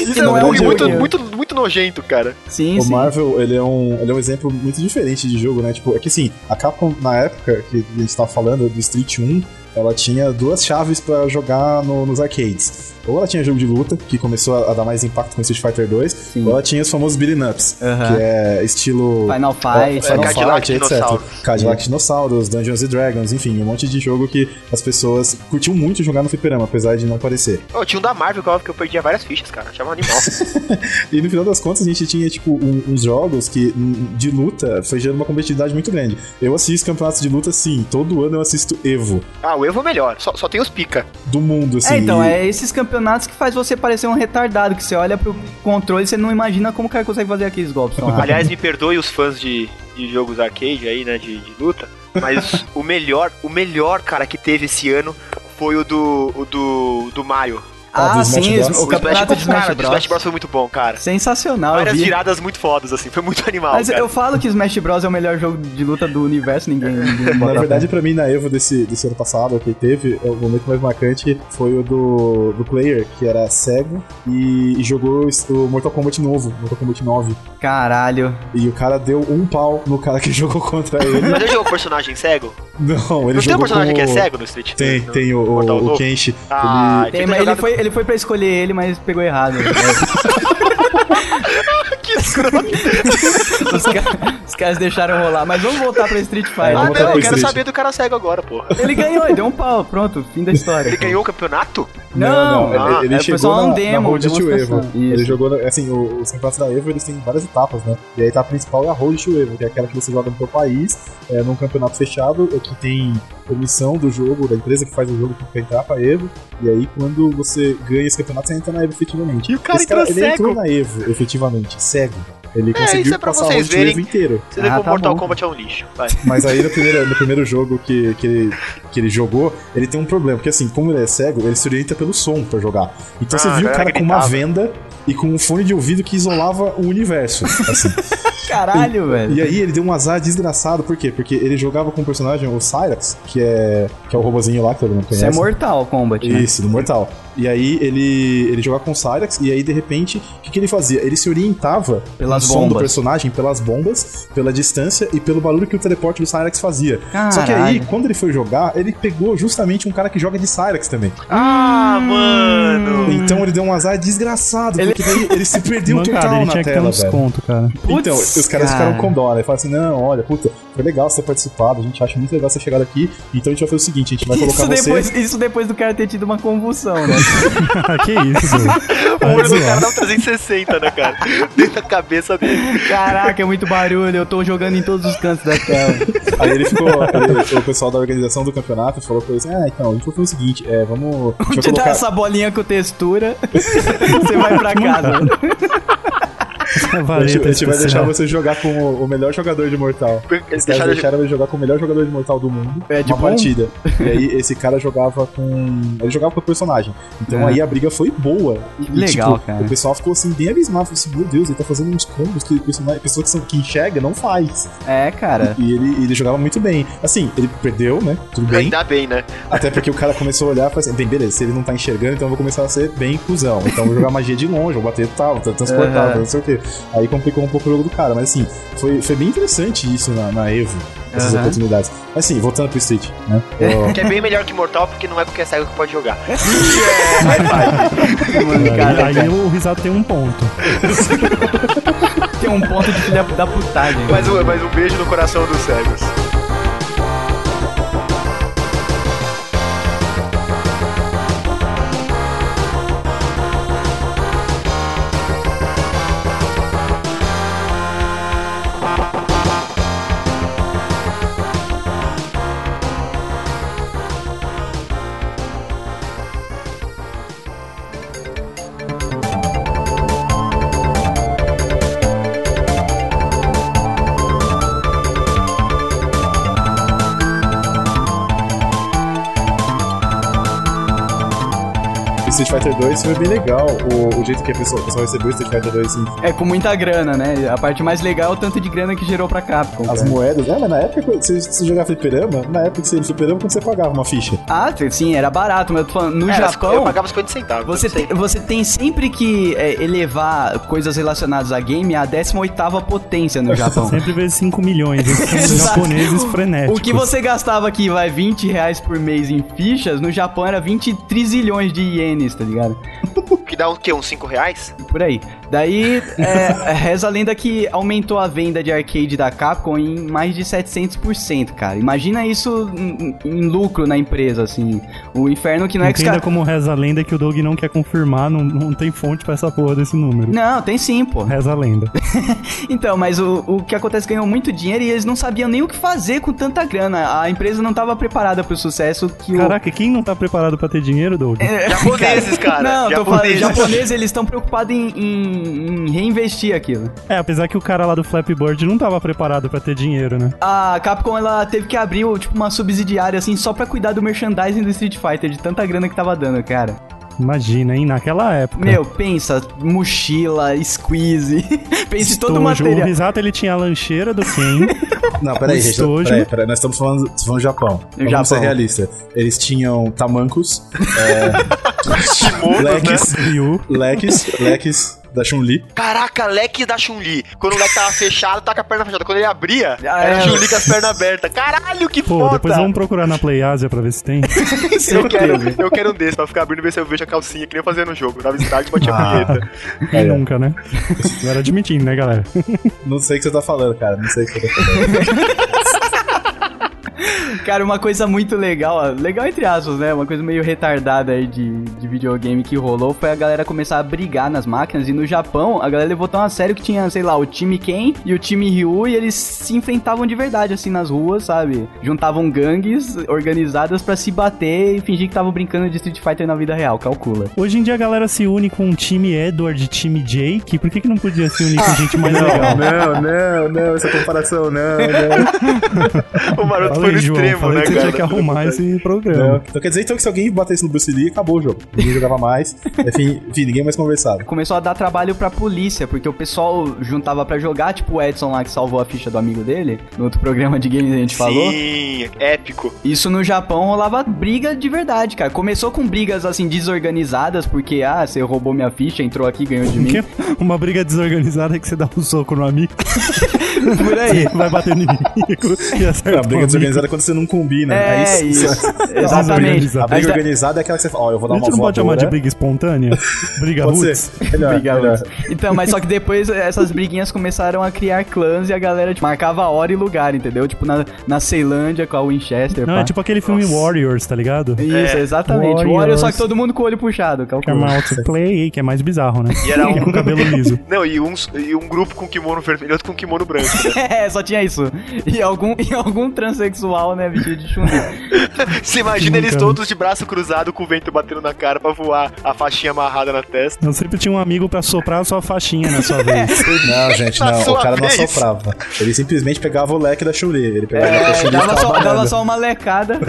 C: Isso
B: Que
C: é,
B: não é um
C: muito, muito,
B: jogo.
C: muito, muito nojento, cara.
B: Sim,
E: O
B: sim.
E: Marvel, ele é, um, ele é um exemplo muito diferente de jogo, né? Tipo, é que assim, a Capcom, na época que a gente tava falando do Street 1, ela tinha duas chaves pra jogar no- nos arcades. Ou ela tinha jogo de luta, que começou a, a dar mais impacto com Street Fighter 2,
B: Sim.
E: ou ela tinha os famosos beating ups,
B: Aham.
E: que é estilo...
B: Final Fight.
C: É,
E: Final
C: Cadillac
E: Fight, etc.
C: Dinossauros.
E: Cadillac Dinossauros, Dungeons and Dragons, enfim, um monte de jogo que as pessoas curtiam muito jogar no fliperama, apesar de não parecer.
C: Ô, tinha um da Marvel que eu, que eu perdia várias fichas, cara. Achava um animal.
E: E no final das contas a gente tinha, tipo, um- uns jogos que hum, de luta foi gerando uma competitividade muito grande. Eu assisto campeonatos de luta, sim. Todo ano eu assisto Evo
C: ah, o Evo é melhor. Só, só tem os pica.
E: do mundo, assim.
B: É, então,
E: e-
B: é esses campeonatos que faz você parecer um retardado, que você olha pro controle e você não imagina como o cara consegue fazer aqueles golpes. tão rápido.
C: Aliás, me perdoe os fãs de, de jogos arcade aí, né? De, de luta. Mas o melhor, o melhor, cara, que teve esse ano foi o do. o do. do Mario.
E: Ah,
B: ah,
E: do
B: sim,
E: Smash Bros.
B: o campeonato de
C: cara,
B: Smash
C: do Smash Bros
B: Bros.
C: foi muito bom, cara.
B: Sensacional, eu
C: Várias
B: vi.
C: viradas muito fodas, assim, foi muito animal.
B: Mas
C: cara.
B: eu falo que Smash Bros é o melhor jogo de luta do universo, ninguém. ninguém bota
E: Na
B: fé.
E: verdade, pra mim, na Evo desse, desse ano passado, que teve, o momento mais marcante foi o do, do player, que era cego, e, e jogou o Mortal Kombat novo, Mortal Kombat 9.
B: Caralho.
C: É
E: E o cara deu um pau no cara que jogou contra ele.
C: Mas eu jogo personagem cego?
E: Não,
C: não
E: ele
C: tem um
E: jogou
C: personagem
E: com
C: que é
E: o-
C: cego no Street?
E: Tem,
C: no-
E: tem
C: no
E: o,
C: Mortal
E: o,
C: Kombat?
E: o Kenshi.
C: Ah,
E: ele-
B: Tem,
C: Ele
B: mas ele
C: jogado-
B: foi, ele foi pra escolher ele, mas pegou errado.
C: Que escroto.
B: Os, ca- os caras deixaram rolar. Mas vamos voltar pra Street Fighter.
E: É,
C: Ah,
E: vamos
B: Vamos
E: voltar
C: não, eu
E: pro
C: quero
E: Street.
C: saber do cara cego agora, porra.
B: Ele ganhou, ele deu um pau, pronto, fim da história.
C: Ele ganhou o campeonato?
B: Não,
E: Não,
C: não,
E: ele, ele
B: é, foi
E: chegou
B: só
E: na,
B: um
E: na
B: demo,
E: Road to
B: demonstração.
E: Evo. Ele
B: Isso.
E: jogou, na- assim, o- os campeonatos da Evo, eles têm várias etapas, né? E aí tá a principal é a Road to Evo, que é aquela que você joga no seu país, é, num campeonato fechado, é que tem permissão do jogo, da empresa que faz o jogo pra entrar pra Evo, e aí quando você ganha esse campeonato, você entra na Evo efetivamente.
C: E o cara
E: Esse
C: entrou
E: ele
C: cego.
E: entrou na Evo, efetivamente, cego. Ele
C: isso
E: conseguiu
C: é pra
E: passar o
C: vocês
E: Road to Evo
C: verem.
E: inteiro.
C: Você levou
B: Ah, tá
C: Mortal
B: bom.
C: Kombat é um lixo. Vai.
E: Mas aí no primeiro, no primeiro jogo que, que, ele, que ele jogou, ele tem um problema. Porque assim, como ele é cego, ele se orienta pelo som pra jogar.
C: Ah,
E: Então você
C: a
E: viu o
C: galera
E: cara com uma
C: gritava.
E: venda e com um fone de ouvido que isolava o universo. assim.
B: Caralho, velho.
E: e aí ele deu um azar desgraçado. Por quê? Porque ele jogava com um o personagem, o Cyrax, que é, que é o robozinho lá que todo mundo
B: Isso
E: conhece.
B: é Mortal Kombat. né?
E: Isso, do Mortal. E aí ele, ele jogava com o Cyrax, e aí de repente, o que, que ele fazia? Ele se orientava
B: Pelas
E: no som do
B: bombas.
E: personagem, pelas bombas, pela distância e pelo barulho que o teleporte do Cyrax fazia. Só que aí,
B: Caralho.
E: quando ele foi jogar, ele pegou justamente um cara que joga de Cyrax também.
C: Ah, mano!
E: Então ele deu um azar desgraçado, porque daí ele se perdeu
D: Mano, cara,
E: total
D: ele
E: na
D: tinha que ter um
E: tela, velho.
D: desconto, cara.
E: então,
B: Putz,
E: os caras ficaram
B: cara.
E: com dó, né? Falaram assim, não, olha, puta, foi legal você ter participado, a gente acha muito legal você ter chegado aqui, então a gente vai fazer o seguinte, a gente vai colocar
B: Isso
E: você...
B: depois, isso depois do cara ter tido uma convulsão, né?
D: Ah, que isso, velho.
C: O
B: tá
C: olho do cara
D: Vai
C: dá um 360, né, cara? Dentro da cabeça dele.
B: Caraca, é muito barulho, eu tô jogando em todos os cantos da tela.
E: Aí ele ficou. ele- o pessoal da organização do campeonato falou pra ele assim: Ah, então, a gente vai fazer o seguinte, é, vamos. a
B: Te
E: gente vai
B: dá
E: colocar-
B: tá essa bolinha com textura, você vai pra casa.
D: zoar.
E: a gente, a
D: Vareta
E: gente vai deixar
D: especial.
E: você jogar com o, o melhor jogador de Mortal. Os caras
C: Deixaram-
E: deixaram ele jogar com o melhor jogador de Mortal do mundo.
B: É, de
E: uma
B: bom?
E: partida. E aí esse cara jogava com. Ele jogava com o personagem. Então
B: É.
E: aí a briga foi boa. E,
B: Que legal, cara.
E: O pessoal ficou assim, bem abismado. Falou assim: Meu Deus, ele tá fazendo uns combos que o personagem, a pessoa que, são- que enxerga não faz.
B: É, cara.
E: E ele, ele jogava muito bem. Assim, ele perdeu, né? Tudo
B: É,
E: bem.
C: Ainda bem, né?
E: Até porque o cara começou a olhar e falou assim: bem, beleza, se ele não tá enxergando, então eu vou começar a ser bem cuzão. Então eu vou jogar magia de longe, vou bater tal, tra- transportar,
B: Aham.
E: não sei o quê. Aí complicou um pouco o jogo do cara, mas assim, foi, foi bem interessante isso na, na Evo, essas
B: Aham.
E: oportunidades. Mas assim, voltando pro Street, né? Eu-
C: Que é bem melhor que Mortal, porque não é porque é cego que pode jogar.
B: Mano,
D: Aí-
B: cara,
D: Aí o risado tem um ponto.
B: tem um ponto de filha da putagem.
C: Mais um, mais um beijo no coração dos cegos.
E: o Street Fighter 2 foi bem legal, o, o jeito que a pessoa, o pessoal recebeu o Street Fighter 2, assim,
B: É com muita grana, né? A parte mais legal é o tanto de grana que gerou pra Capcom.
E: as
B: cara.
E: moedas. É, mas na época, quando você, você jogava fliperama, na época que você ia no fliperama, quando você pagava uma ficha.
B: Ah, sim, era barato, mas eu tô falando, no
C: Era, Eu
B: Japão.
C: pagava 50 centavos.
B: Você
C: não sei.
B: tem, você tem sempre que é, elevar coisas relacionadas a game à 18 potência no Japão.
D: Sempre vezes 5 milhões. Eles são
B: Exato.
D: japoneses frenéticos.
B: O que você gastava aqui, vai, 20 reais por mês em fichas, no Japão era 20 trilhões de ienes, tá ligado?
C: Que dá o quê? Uns 5 reais?
B: Por aí. Daí, é, reza a lenda que aumentou a venda de arcade da Capcom em mais de 700%, cara. Imagina isso em, em- em lucro na empresa, assim. O inferno que não é que os
D: Entenda
B: caras...
D: como reza a lenda que o Doug não quer confirmar, não, não tem fonte pra essa porra desse número.
B: Não, tem sim, pô.
D: Reza a lenda.
B: Então, mas o, o que acontece é que ganhou muito dinheiro e eles não sabiam nem o que fazer com tanta grana. A empresa não tava preparada pro sucesso que o.
D: Caraca, quem não tá preparado pra ter dinheiro, Doug?
C: Japoneses, cara.
B: É, Não, tô falando,
C: japoneses.
B: japoneses eles estão preocupados em, em- em reinvestir aquilo.
D: É, apesar que o cara lá do Flappy Bird não tava preparado pra ter dinheiro, né?
B: A Capcom ela teve que abrir tipo uma subsidiária assim só pra cuidar do merchandising do Street Fighter de tanta grana que tava dando, cara.
D: Imagina, hein? Naquela época.
B: Meu, pensa, mochila, squeeze, pensa em todo o
D: Estojo. O
B: material.
D: Risato, ele tinha a lancheira do Ken.
E: Não, peraí,
D: O
E: gente.
D: estojo.
E: Peraí, peraí, nós estamos falando, estamos falando do Japão. Vamos
B: Japão.
E: ser realista. Eles tinham tamancos, é,
C: Kimonos, né?
E: leques,
D: Ryu.
E: leques, leques da Chun-Li.
C: Caraca, leque da Chun-Li. Quando o leque tava fechado, tá com a perna fechada. Quando ele abria,
B: Ah,
C: era
B: é.
C: a Chun-Li com as pernas abertas. Caralho, que
D: Pô,
C: foda!
D: depois vamos procurar na Play Asia pra ver se tem.
C: eu, quero, eu quero um desse pra ficar abrindo e ver se eu vejo a calcinha que nem eu fazia no jogo. Na cidade batia
E: Ah.
C: a punheta.
D: E nunca, né? Agora admitindo, né, galera?
E: Não sei o que você tá falando, cara. Não sei o que você tá falando.
B: Cara, uma coisa muito legal, ó, legal entre aspas, né? Uma coisa meio retardada aí de, de videogame que rolou foi a galera começar a brigar nas máquinas. E no Japão, a galera levou tão a sério que tinha, sei lá, o time Ken e o time Ryu, e eles se enfrentavam de verdade, assim, nas ruas, sabe? Juntavam gangues organizadas pra se bater e fingir que estavam brincando de Street Fighter na vida real, calcula.
D: Hoje em dia a galera se une com um time Edward e time Jake. Por que, que não podia se
C: Ah.
D: unir com gente mais legal?
E: Não, não, não, essa comparação, não, não.
C: O maroto
D: Fala
C: foi no
D: João.
C: extremo,
D: Falei
C: né,
D: que você
C: cara?
D: tinha que arrumar esse programa.
E: Então, então quer dizer então que se alguém batesse no Bruce Lee, acabou o jogo. Ninguém jogava mais. Enfim, enfim, ninguém é mais conversava.
B: Começou a dar trabalho pra polícia, porque o pessoal juntava pra jogar, tipo o Edson lá que salvou a ficha do amigo dele, no outro programa de games que a gente falou.
C: Sim, épico.
B: Isso no Japão rolava briga de verdade, cara. Começou com brigas assim desorganizadas, porque ah, você roubou minha ficha, entrou aqui, ganhou de mim.
D: Que- Uma briga desorganizada que você dá um soco no amigo,
B: Por aí.
D: vai bater no inimigo e acerta
E: A briga
D: o amigo.
E: desorganizada é quando você não combina.
B: É,
E: Aí-
B: isso.
E: A briga,
B: Exatamente.
E: a
B: Aí
E: briga
B: tá-
E: organizada é aquela que você fala, ó, eu vou
D: A
E: dar
D: gente
E: uma
D: não pode chamar
E: voadora.
D: de briga espontânea? Briga
E: Pode
D: roots?
E: ser. Melhor,
D: é
B: Briga
E: melhor.
B: muito. Então, mas só que depois essas briguinhas começaram a criar clãs e a galera tipo, marcava a hora e lugar, entendeu? Tipo na, na Ceilândia com a Winchester.
D: Não,
B: pá.
D: é tipo aquele filme Warriors, tá ligado?
B: Isso, exatamente.
D: Warriors.
B: Warrior, só que todo mundo com o olho puxado,
D: Que é uma
B: calcula.
D: autoplay, que é mais bizarro, né?
C: E era
D: Que é com
C: um.
D: cabelo liso.
C: Não, e um, e um grupo com kimono vermelho e outro com kimono branco.
B: É, só tinha isso. E algum, e algum transexual, né, vestido de chumbo.
C: Você imagina eles
D: Nunca.
C: todos de braço cruzado com o vento batendo na cara pra voar a faixinha amarrada na testa.
D: Eu sempre tinha um amigo pra soprar a sua faixinha na sua
C: É.
D: vez.
E: Não, gente,
C: Na
E: não.
C: sua
E: O cara
C: vez.
E: não assoprava. Ele simplesmente pegava o leque da chulé. Ele pegava o leque da
B: É,
E: chulé e
B: dava,
E: ficava
B: só, dava
E: banando.
B: só uma lecada.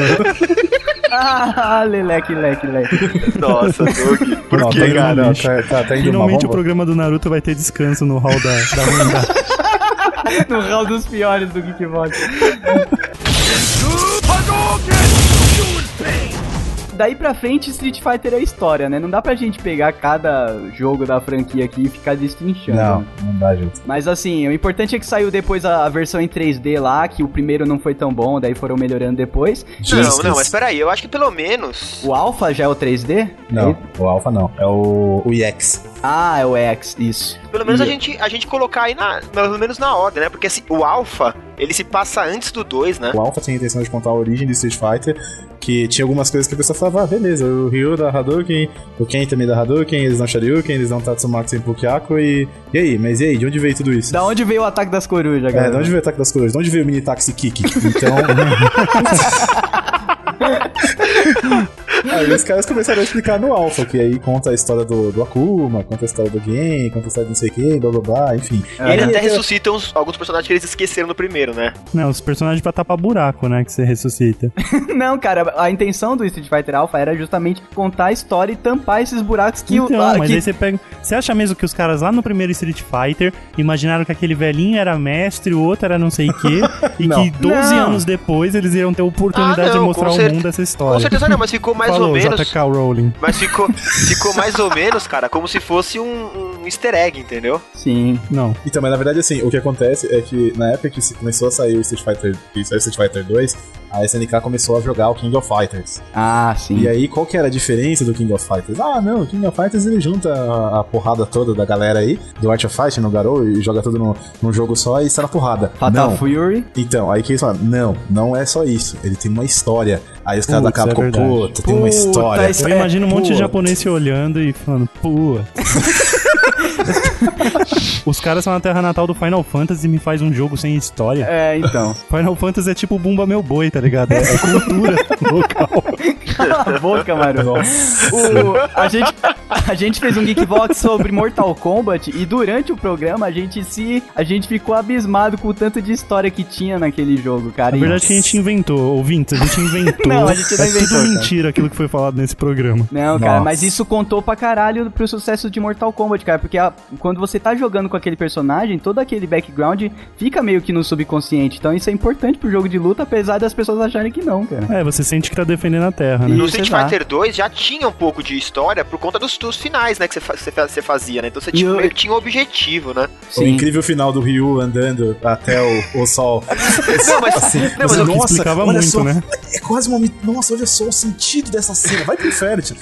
B: ah, leleque, leque, leque.
C: Nossa, Doug. Por
E: Não,
C: que,
E: tá,
C: cara?
E: não, tá, tá, tá indo uma
D: Finalmente o
E: bomba.
D: programa do Naruto vai ter descanso no hall da, da ruindade.
B: No rol dos piores do Geekbox. Daí pra frente, Street Fighter é história, né? Não dá pra gente pegar cada jogo da franquia aqui e ficar destrinchando.
E: Não, não dá, gente.
B: Mas assim, o importante é que saiu depois a a versão em 3D lá, que o primeiro não foi tão bom, daí foram melhorando depois.
C: Não,
E: Jesus.
C: não, mas peraí, eu acho que pelo menos.
B: O Alpha já é o 3D?
E: Não, o Alpha não. É o, o EX.
B: Ah, é o X, isso.
C: Pelo menos a
B: E-
C: gente, a gente colocar aí na. Pelo menos na ordem, né? Porque assim, o Alpha, ele se passa antes do 2, né?
E: O Alpha tinha a intenção de contar a origem do Street Fighter, que tinha algumas coisas que a pessoa falava, ah, beleza, o Ryu da Hadouken, o Ken também da Hadouken, eles dão Shoryuken, eles dão Tatsumaki sem Pukyako e... E aí, mas e aí, de onde veio tudo isso?
B: Da onde veio o ataque das corujas,
E: É,
B: galera?
E: de onde veio o ataque das cores? De onde veio o mini taxi kick? Então. aí os caras começaram a explicar no Alpha, que aí conta a história do, do Akuma, conta a história do Gen, conta a história de não sei quem, blá blá blá, enfim.
C: E ele
E: Aí
C: até
E: aquela-
C: ressuscita uns- alguns personagens que eles esqueceram no primeiro, né?
D: Não, os personagens pra tapar buraco, né? Que você ressuscita.
B: Não, cara, a intenção do Street Fighter Alpha era justamente contar a história e tampar esses buracos que o.
D: então,
B: ah,
D: mas
B: que-
D: aí você pega. Você acha mesmo que os caras lá no primeiro Street Fighter imaginaram que aquele velhinho era mestre, o outro era não sei o quê, e
E: Não.
D: que 12
B: Não.
D: anos depois eles iriam ter a oportunidade
C: Ah, não,
D: de mostrar
C: com
D: ao
C: cer-
D: mundo essa história.
C: Com certeza não, mas ficou mais
D: Falou, tá
C: ou menos.
D: JK Rowling.
C: Mas ficou, ficou mais ou menos, cara, como se fosse um, um easter egg, entendeu?
B: Sim.
D: Não.
E: Então, mas na verdade, assim, o que acontece é que na época que se começou a sair o Street Fighter, que saiu o Street Fighter 2, a SNK começou a jogar o King of Fighters.
B: Ah, sim.
E: E aí, qual que era a diferença do King of Fighters? Ah, não, o King of Fighters ele junta a, a porrada toda da galera aí, do Art of Fight no Garou, e joga tudo num num jogo só e sai na porrada.
D: Ah, tá,
B: Fatal
E: não.
B: Fury.
E: Então, aí que eles falam, não, não é só isso, ele tem uma história. Aí os caras da
D: Putz, é
E: Capcom,
D: verdade.
E: puta, tem uma
B: Puta,
E: história.
B: isso
D: Eu
B: É,
D: imagino um monte de
E: putz.
D: japonês se olhando e falando, pô. Os caras são na terra natal do Final Fantasy e me faz um jogo sem história.
B: É, então.
D: Final Fantasy é tipo Bumba Meu Boi, tá ligado? É cultura local.
B: Cala a boca, Maru. O- a, gente, a gente fez um Geekbox sobre Mortal Kombat e durante o programa a gente se. A gente ficou abismado com o tanto de história que tinha naquele jogo, cara.
D: Na
B: E-
D: verdade, que a gente inventou, ouvintes, a gente inventou.
B: Não, a gente não
D: é
B: inventou,
D: tudo
B: cara.
D: mentira aquilo que foi falado nesse programa.
B: Não, cara,
E: Nossa.
B: mas isso contou pra caralho pro sucesso de Mortal Kombat, cara, porque a- quando você tá jogando com aquele personagem, todo aquele background fica meio que no subconsciente, então isso é importante pro jogo de luta, apesar das pessoas acharem que não, cara.
D: É, você sente que tá defendendo a terra, né?
B: Isso,
C: No Street
B: exato.
C: Fighter 2 já tinha um pouco de história por conta dos, dos finais, né? Que você fa- você fa- você fazia, né? Então você
B: E
C: tinha,
B: eu-
C: meio que tinha um objetivo, né?
E: O incrível final do Ryu andando até o, o sol.
C: Não, mas-
E: Assim,
C: não, mas
E: você,
C: o
D: que explicava
E: olha
D: muito,
E: só,
D: né?
E: É quase uma. mi- Nossa, olha só o sentido dessa cena. Vai pro inferno, tio.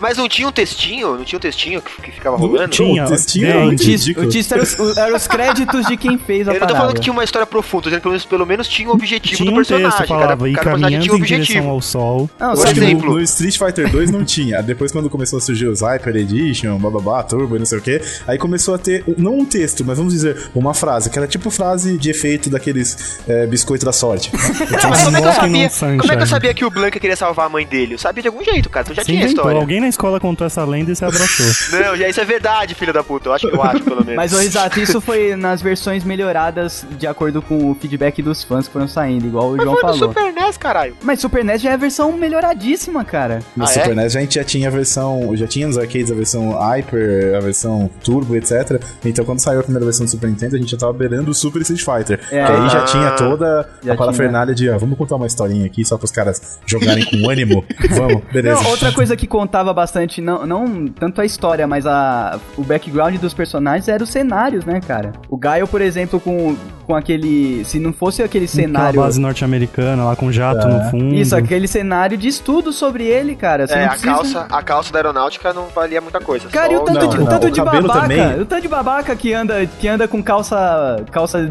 C: Mas não tinha um textinho? Não tinha um textinho que, que ficava
E: Não
C: rolando?
D: tinha,
E: O textinho
D: tem.
E: era
B: O
E: muito
B: tis- o
E: um ridículo.
B: tis era os, o- era os créditos de quem fez a
C: Eu não tô
B: parada.
C: falando que tinha uma história profunda, tô dizendo que pelo menos, pelo menos tinha um objetivo
D: Tinha
C: do
D: um texto,
C: personagem. Cada,
D: falava, e
C: cada personagem tinha
D: caminhando
C: um
D: em direção
C: objetivo.
D: ao sol.
B: Não,
E: Eu acho
B: sabe-
E: que no-
C: exemplo.
E: no, Street Fighter 2 não tinha. Depois, quando começou a surgir os Hyper Edition, bababá, Turbo e não sei o que, aí começou a ter, não um texto, mas vamos dizer, uma frase, que era tipo frase de efeito daqueles é, biscoito da sorte.
C: Não, mas como é que eu
D: um Walking on
C: sabia? Como é que eu
D: Sunshine.
C: sabia que o Blanca queria salvar a mãe dele? Eu sabia de algum jeito, cara. Então já
D: Você
C: tinha a
D: inventou,
C: história.
D: alguém na escola contou essa lenda e se abraçou.
C: Não, já isso é verdade, filho da puta. Eu acho que eu acho, pelo menos.
B: Mas, ô Risato, isso foi nas versões melhoradas de acordo com o feedback dos fãs que foram saindo, igual o
C: Mas
B: João
C: foi
B: falou.
C: no Super NES, caralho.
B: Mas Super NES já é a versão melhoradíssima, cara.
E: No
C: Ah,
E: Super
C: é?
E: NES a gente já tinha a versão. Já tinha nos arcades a versão Hyper, a versão Turbo, etc. Então quando saiu a primeira versão do Super Nintendo, a gente já tava beirando o Super Street Fighter.
B: É.
E: Que aí
C: Ah.
E: já tinha toda
B: tinha.
E: a parafernália de, ah, vamos contar uma historinha aqui só pros caras jogarem com ânimo. Vamos, beleza.
B: Não, outra coisa que contava bastante, não, não tanto a história, mas a, o background dos personagens era os cenários, né, cara? O Gaio, por exemplo, com, com aquele. Se não fosse
E: Um
B: aquele cenário.
D: Aquela base norte-americana lá com jato no fundo.
B: Isso, aquele cenário de estudo sobre ele, cara. Você
C: É,
B: não
C: a
B: precisa...
C: calça, a calça da aeronáutica não valia muita coisa.
B: Cara, e o
C: só-
B: tanto,
E: Não,
B: de, o
E: não,
B: tanto
E: o
B: de
E: cabelo
B: babaca,
E: também.
B: o tanto de babaca que anda, que anda com calça, calça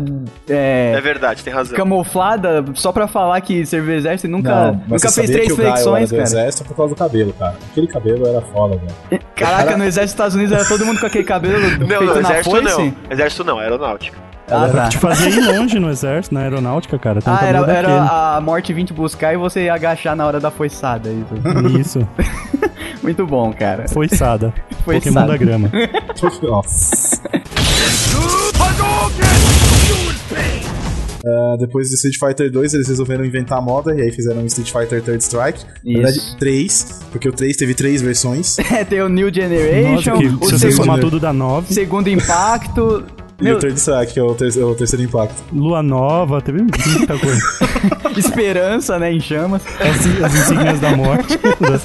B: é,
C: É verdade, tem razão.
B: camuflada só pra falar que serviu exército e nunca,
E: Não, mas
B: nunca fez
E: você sabia
B: três
E: que o Gaio era
B: flexões,
E: do
B: cara.
E: exército por causa do cabelo, cara. Aquele cabelo era foda, velho.
B: Caraca, no exército dos Estados Unidos era todo mundo com aquele cabelo
C: Não,
B: feito
C: não,
B: na
C: exército
B: foice.
C: não. Exército não, aeronáutica.
B: Ah, tá.
D: Te fazia ir longe no exército, na aeronáutica, cara.
E: Então tá
D: Tem um
B: Ah, era,
D: cabelo
B: era
D: daquele.
B: a morte vir te buscar e você agachar na hora da foiçada. Isso.
D: Isso,
B: Muito bom, cara.
D: foiçada.
B: Foiçada.
D: Pokémon da grama.
E: Nossa. Ah, depois do Street Fighter 2, eles resolveram inventar a moda e aí fizeram o Street Fighter Third Strike. Na
B: Isso.
E: verdade, 3, porque o 3 teve três versões.
B: É, tem o New
D: Nossa,
B: Generation,
D: que
B: o
D: se você
B: segundo,
D: somar tudo da 9,
B: segundo Impacto.
E: E
B: Meu,
E: o Third Strike, que é o, ter- é o terceiro impacto.
D: lua nova, teve muita coisa.
B: Esperança, né, em chamas.
D: As, as insígnias da morte.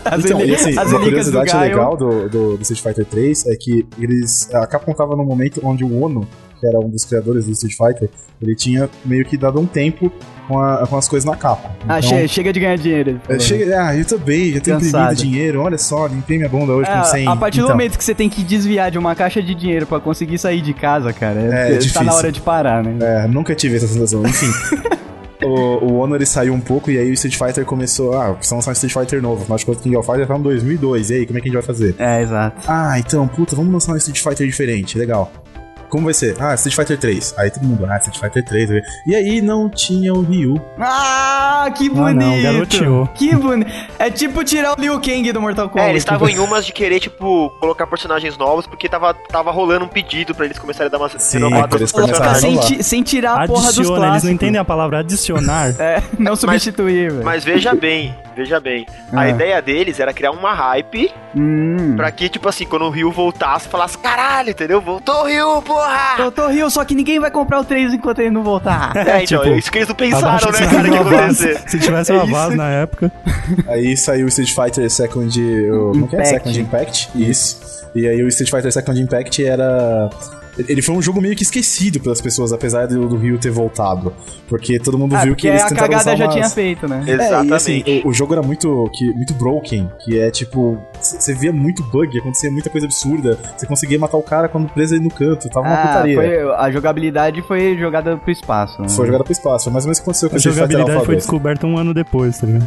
B: As,
E: Então,
B: eli-
E: e assim,
B: as
E: uma
B: relíquias do
E: curiosidade
B: Gaio.
E: legal do, do, do Street Fighter 3 é que eles. A Capcom tava num momento onde o Ono, que era um dos criadores do Street Fighter, ele tinha meio que dado um tempo com, a- com as coisas na Capcom.
B: Ah,
E: Então,
B: che- chega de ganhar dinheiro. ele
E: É,
B: falou.
E: chega, ah, eu também, já tenho
B: Cansado.
E: imprimido dinheiro, olha só, limpei minha bunda hoje com 100.
B: É, a partir do
E: Então,
B: momento que você tem que desviar de uma caixa de dinheiro pra conseguir sair de casa, cara,
E: É,
B: tá
E: difícil.
B: na hora de parar, né?
E: É, nunca tive essa sensação, enfim. o, o Honor ele saiu um pouco e aí o Street Fighter começou, ah, precisamos lançar um Street Fighter novo, mas quando o King of Fighters já tá em 2002, e aí, como é que a gente vai fazer?
B: É, exato.
E: Ah, então, puta, vamos lançar um Street Fighter diferente, legal. Como vai ser? Ah, Street Fighter 3. Aí todo mundo, ah, Street Fighter 3. E aí não tinha o Ryu.
B: Ah, que
D: não,
B: bonito!
D: garoteou.
B: que bonito! É tipo tirar o Liu Kang do Mortal Kombat.
C: É, eles estavam em umas de querer, tipo, colocar personagens novos, porque tava, tava rolando um pedido pra eles começarem a dar umas
E: Sim,
C: renovadas
E: pra
C: nos
E: eles começarem a
B: Colocar
C: personagens.
E: renovar.
B: sem, ti- sem tirar a porra dos
D: Adiciona, eles
B: clássicos.
D: não entendem a palavra adicionar.
B: É, não substituir, velho.
C: Mas veja bem, veja bem. A
B: Ah.
C: ideia deles era criar uma hype
B: Hum.
C: pra que, tipo assim, quando o Ryu voltasse, falasse, caralho, entendeu? Voltou o Ryu, porra!
B: Doutor Rio, só que ninguém vai comprar o 3 enquanto ele não voltar.
C: É, então,
D: Tipo,
C: isso que eles não
D: Abaixo
C: pensaram, né,
D: se
C: cara, que ia
D: tivesse uma vaz-
C: acontecer.
D: Se tivesse
C: É
D: uma
C: isso.
D: vaz na época.
E: Aí saiu o Street Fighter Second. o- Como que é?
B: Impact.
E: Second Impact? Isso. E aí o Street Fighter Second Impact era. Ele foi um jogo meio que esquecido pelas pessoas, apesar do, do Ryu ter voltado. Porque todo mundo
B: Ah,
E: viu que
B: porque
E: eles
B: a
E: tentaram
B: cagada
E: usar
B: já
E: umas-
B: tinha feito, né?
E: É,
C: Exatamente.
E: e assim, o, o jogo era muito, que, muito broken, que é tipo, c- você via muito bug, acontecia muita coisa absurda, você conseguia matar o cara quando preso ele no canto, tava É uma
B: Ah,
E: putaria. Foi,
B: foi, a jogabilidade foi jogada pro espaço. Né?
E: jogada pro espaço, foi mais ou menos o que aconteceu
D: A
E: com o Street Fighter
D: jogabilidade
E: Alpha
D: foi
E: 2.
D: descoberta um ano depois, tá ligado?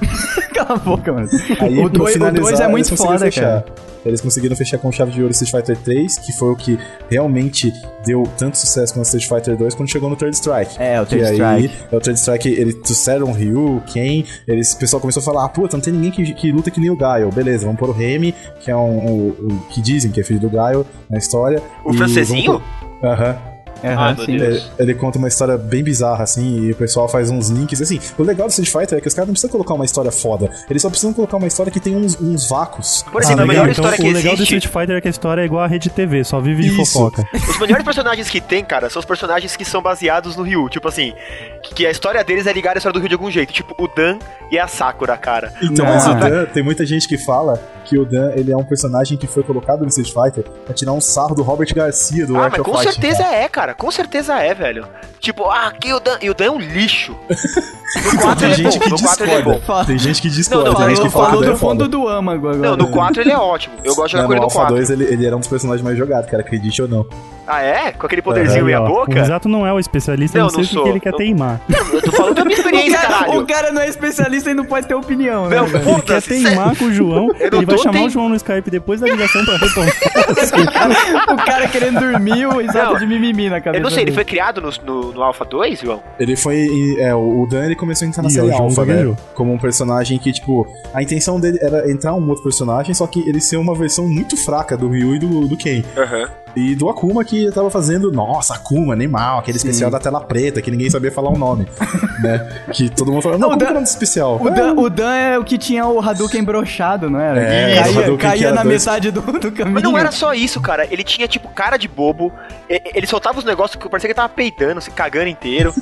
B: Cala a boca, mano.
E: Aí,
B: O
E: pra
B: dois- o
E: finalizar,
B: dois é
E: eles
B: muito
E: conseguiram
B: foda,
E: fechar. Eles conseguiram fechar com chave de ouro Street Fighter 3, que foi o que realmente deu tanto sucesso com o Street Fighter 2 quando chegou no Third Strike.
B: É, o
E: Que
B: Third
E: aí,
B: Strike.
E: é o Third Strike, eles trouxeram o Ryu, Ken, eles, o pessoal começou a falar, ah, puta, não tem ninguém que, que luta que nem o Gaio. Beleza, vamos pôr o Remy, que é um, um- um- que dizem que é filho do Gaio na história.
C: O
E: e
C: francesinho?
E: vamos pôr- Aham.
B: Aham,
C: Ah, meu
B: sim.
C: Deus.
E: Ele, ele conta uma história bem bizarra, assim, e o pessoal faz uns links. Assim, o legal do Street Fighter é que os caras não precisam colocar uma história foda. Eles só precisam colocar uma história que tem uns, uns tá vácuos.
C: Por exemplo, a
D: legal.
C: melhor história
D: então,
C: que
D: o legal do
C: existe-
D: Street Fighter é que a história é igual a rede TV, só vive de
E: Isso.
D: fofoca.
C: Os melhores personagens que tem, cara, são os personagens que são baseados no Ryu. Tipo assim, que- que a história deles é ligada à história do Ryu de algum jeito. Tipo, o Dan e a Sakura, cara.
E: Então,
B: Não.
E: mas o Dan, tem muita gente que fala que o Dan ele é um personagem que foi colocado no Street Fighter pra tirar um sarro do Robert Garcia do
C: ah,
E: Art
C: mas
E: of
C: com
E: Fighting,
C: certeza
E: cara.
C: é, cara. Com certeza é, velho. Tipo, ah, aqui o Dan. E o Dan é um lixo. No 4
E: Tem
C: ele é
E: gente
C: bom.
E: que
C: No 4 ele é bom.
B: Fala-
E: discorda. Tem gente que discorda.
C: não,
E: tem gente
B: Falou,
E: que fala
B: falou
E: que o Dan
B: do
E: é foda.
B: fundo do âmago agora.
C: Não, no 4 ele é ótimo. Eu gosto de jogar
E: Não,
C: com ele
E: no
C: no
E: Alpha
C: 4.
E: 2 ele, ele era um dos personagens mais jogados, cara, acredite ou não.
C: Ah, é? Com aquele poderzinho
D: Aí,
C: meia
D: ó, O
C: boca?
D: Risato não é o especialista, eu
C: Não,
D: não, sei
C: não
D: o que
C: sou.
D: que ele quer
C: Eu-
D: teimar.
C: Eu tô falando da minha
B: O
C: experiência,
B: cara,
C: caralho.
B: o cara não é especialista e não pode ter opinião, né?
C: Não,
B: velho?
D: Ele quer
C: foda-se. cê-
D: teimar com o João,
C: não
D: ele vai
C: tô
D: chamar
C: teim-
D: o João no Skype depois da ligação pra responder.
B: o cara querendo dormir, o exato
C: Não.
B: de mimimi na cabeça.
C: Eu não sei, ele
B: dele.
C: foi criado no, no, no Alpha 2, João?
E: Ele foi. e, É, o Dan ele começou a entrar na
D: Ih,
E: série
D: ó, o João tá
E: Alpha, né?
D: gaguejou.
E: Como um personagem que, tipo, a intenção dele era entrar um outro personagem, só que ele ser uma versão muito fraca do Ryu e do, do Ken.
C: Aham.
E: E do Akuma que eu tava fazendo, nossa, Akuma, animal, aquele especial da tela preta, que ninguém sabia falar o nome. né? Que todo mundo falava, não,
B: Não, o
E: como
B: Dan-
E: que é o nome desse especial?
B: O Dan, o Dan é o que tinha o Hadouken brochado, não era?
E: É,
B: caía
E: o Hadouken que
B: caía
E: era
B: na
E: dois-
B: metade do, do caminho.
C: Mas não era só isso, cara. Ele tinha, tipo, cara de bobo. E- Ele soltava os negócios que parecia que ele tava peidando, se cagando inteiro.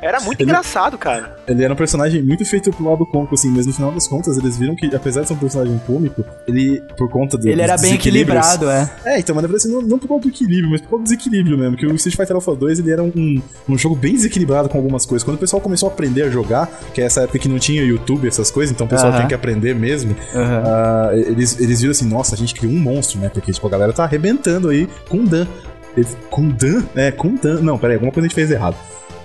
C: Era muito
E: Ele-
C: engraçado, cara.
E: Ele era um personagem muito feito pro lado cômico, assim, mas no final das contas eles viram que, apesar de ser um personagem cômico, ele, por conta do,
B: Ele era
E: dos
B: bem
E: desequilíbrios-
B: equilibrado, é.
E: É, então, mas na verdade, assim, não, não por causa do equilíbrio, mas por causa do desequilíbrio mesmo. Que o Street Fighter Alpha 2 ele era um, um jogo bem desequilibrado com algumas coisas. Quando o pessoal começou a aprender a jogar, que é essa época que não tinha YouTube, essas coisas, então o pessoal
B: Aham.
E: tem que aprender mesmo.
B: é. Aham.
E: ah, eles, eles viram assim, nossa, a gente criou um monstro, né? Porque, tipo, a galera tá arrebentando aí com o Dan. Ele- Com o Dan? É, com o Dan. Não, peraí, alguma coisa a gente fez errado.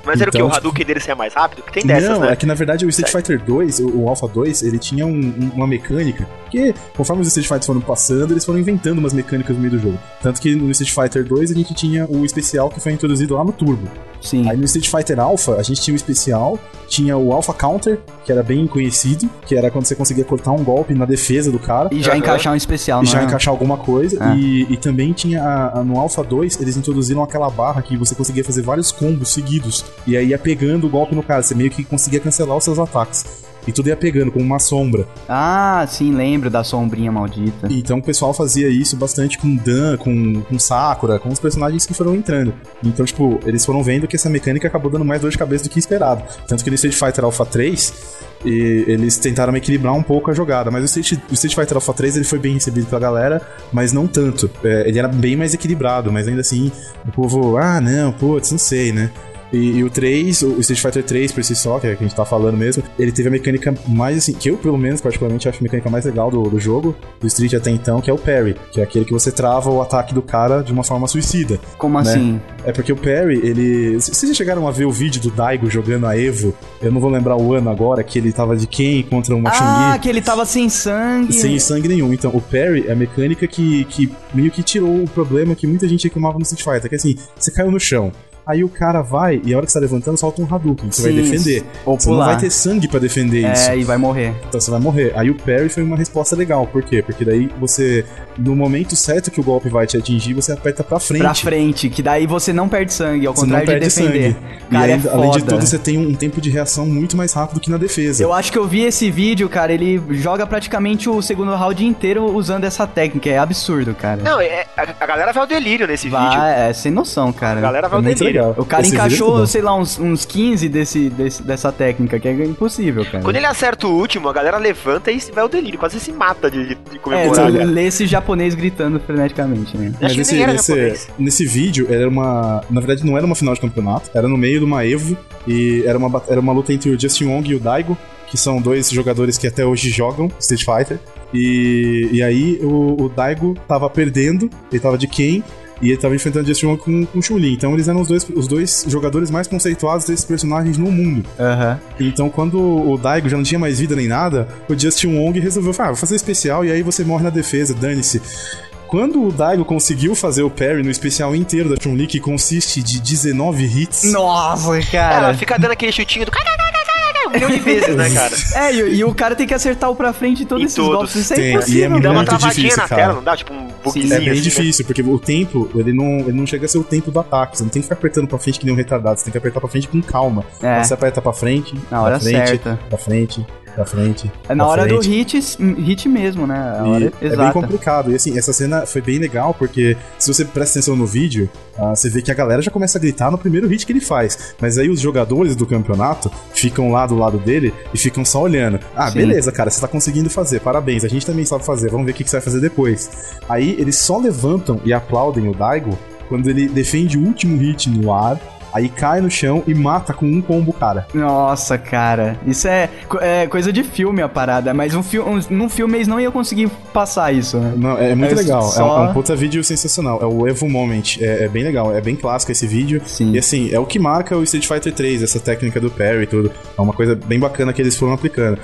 C: Mas era o que?
E: Então,
C: O Hadouken dele ser mais rápido? Que tem dessas,
E: não,
C: né?
E: é que na verdade o Street Fighter 2, o, o Alpha 2, ele tinha um- um- uma mecânica que, conforme os Street Fighters foram passando, eles foram inventando umas mecânicas no meio do jogo. Tanto que no Street Fighter 2 a gente tinha o especial que foi introduzido lá no Turbo.
B: Sim.
E: Aí no Street Fighter Alpha, a gente tinha o especial, tinha o Alpha Counter, que era bem conhecido, que era quando você conseguia cortar um golpe na defesa do cara.
B: E já
C: Aham.
B: encaixar um especial,
E: E
B: não
E: já
B: é?
E: encaixar alguma coisa.
B: Ah.
E: E, e também tinha a- a- no Alpha 2, eles introduziram aquela barra que você conseguia fazer vários combos seguidos. E aí ia pegando o golpe no cara. Você meio que conseguia cancelar os seus ataques. E tudo ia pegando, como uma sombra.
B: Ah, sim, lembro da sombrinha maldita.
E: Então o pessoal fazia isso bastante com Dan, com, com Sakura, com os personagens que foram entrando. Então, tipo, eles foram vendo que essa mecânica acabou dando mais dor de cabeça do que esperado. Tanto que no Street Fighter Alpha 3, e- eles tentaram equilibrar um pouco a jogada. Mas o Street, o Street Fighter Alpha 3 ele foi bem recebido pela galera, mas não tanto. É, ele era bem mais equilibrado, mas ainda assim, o povo, ah, não, putz, não sei, né? E, e o 3, o Street Fighter 3 por si só, que, é, que a gente tá falando mesmo, ele teve a mecânica mais assim, que eu pelo menos particularmente acho a mecânica mais legal do, do jogo, do Street até então, que é o parry, que é aquele que você trava o ataque do cara de uma forma suicida.
B: Como
E: Né?
B: assim?
E: É porque o parry, ele. C- Vocês já chegaram a ver o vídeo do Daigo jogando a Evo? Eu não vou lembrar o ano agora, que ele tava de quem contra uma
B: Ah,
E: Chun-Li.
B: que ele tava sem sangue.
E: Sem sangue nenhum. Então, o parry é a mecânica que, que meio que tirou o problema que muita gente reclamava no Street Fighter, que assim, você caiu no chão. Aí o cara vai, e a hora que você tá levantando, solta um Hadouken. Você
B: Sim,
E: vai defender.
B: Ou
E: Você não
B: pular.
E: vai ter sangue pra defender isso.
B: É, e vai morrer.
E: Então você vai morrer. Aí o parry foi uma resposta legal. Por quê? Porque daí você, no momento certo que o golpe vai te atingir, você aperta pra frente.
B: Pra frente, que daí você não perde sangue, ao
E: Você não
B: contrário de
E: perde
B: defender.
E: sangue.
B: Cara,
E: e
B: é
E: ainda- além de
B: foda.
E: tudo, você tem um tempo de reação muito mais rápido que na defesa.
B: Eu acho que eu vi esse vídeo, cara, ele joga praticamente o segundo round inteiro usando essa técnica. É absurdo, cara.
C: Não, é- a, a galera vai ao delírio nesse vídeo.
B: Vai, é sem noção, cara.
C: A galera vai
E: é
C: ao
E: muito
C: delírio.
E: legal.
B: O cara
E: Esse vídeo é muito
B: encaixou,
E: bom.
B: sei lá, uns, uns 15 desse, desse- dessa técnica, que é impossível, cara.
C: Quando ele acerta o último, a galera levanta e vai ao delírio. Quase se mata de, de
B: É,
C: comemorar.
B: tu
C: cara.
B: lê esse japonês gritando freneticamente, né?
C: Acho
E: Mas
C: que
E: esse,
C: nem era
E: nesse-
C: japonês.
E: nesse vídeo, era uma. Na verdade, não era uma final de campeonato, era no meio de uma Evo e era uma, bat- era uma luta entre o Justin Wong e o Daigo, que são dois jogadores que até hoje jogam Street Fighter. E, e aí o, o Daigo tava perdendo, ele tava de quem? E ele tava enfrentando o Justin Wong com, com o Chun-Li. Então eles eram os dois, os dois jogadores mais conceituados desses personagens no mundo.
B: Aham.
E: Então, quando o Daigo já não tinha mais vida nem nada, o Justin Wong resolveu falar, ah, vou fazer especial e aí você morre na defesa, dane-se. Quando o Daigo conseguiu fazer o parry no especial inteiro da Chun-Li, que consiste de 19 hits,
B: Nossa,
C: Ela
B: cara.
C: fica dando aquele chutinho do... Um milhão de vezes, né, cara?
B: É, e, e o cara tem que acertar o pra frente em todos
C: Em
B: esses
C: todos.
B: golpes. Isso é
E: Tem, e é
B: impossível,
C: E dá uma
E: Muito
C: travadinha
E: difícil,
C: na
E: cara.
C: tela, não dá? Tipo um bugzinho.
E: é bem
C: assim, né?
E: difícil, porque o tempo, ele não, ele não chega a ser o tempo do ataque. Você não tem que ficar apertando pra frente que nem um retardado, você tem que apertar pra frente com calma.
B: É,
E: Você aperta pra frente,
B: na hora
E: pra frente,
B: certa.
E: pra frente, pra frente.
B: É na
E: pra
B: hora do
E: frente.
B: hit, hit mesmo, né? A
E: E
B: hora
E: é bem
B: exata.
E: complicado. E assim, essa cena foi bem legal, porque se você presta atenção no vídeo, ah, você vê que a galera já começa a gritar no primeiro hit que ele faz. Mas aí os jogadores do campeonato ficam lá do lado dele e ficam só olhando. Ah,
B: Sim.
E: beleza, cara, você tá conseguindo fazer, parabéns. A gente também sabe fazer, vamos ver o que que você vai fazer depois. Aí eles só levantam e aplaudem o Daigo quando ele defende o último hit no ar. Aí cai no chão e mata com um combo o cara.
B: Nossa, cara. Isso é, co- é coisa de filme a parada, mas um fi um, num filme eles não iam conseguir passar isso, né?
E: Não, é, é muito
B: É
E: legal. É
B: só-
E: um- É, um, puta vídeo sensacional. É o Evo Moment. É, é bem legal, é bem clássico esse vídeo.
B: Sim.
E: E assim, é o que marca o Street Fighter 3, essa técnica do parry e tudo. É uma coisa bem bacana que eles foram aplicando.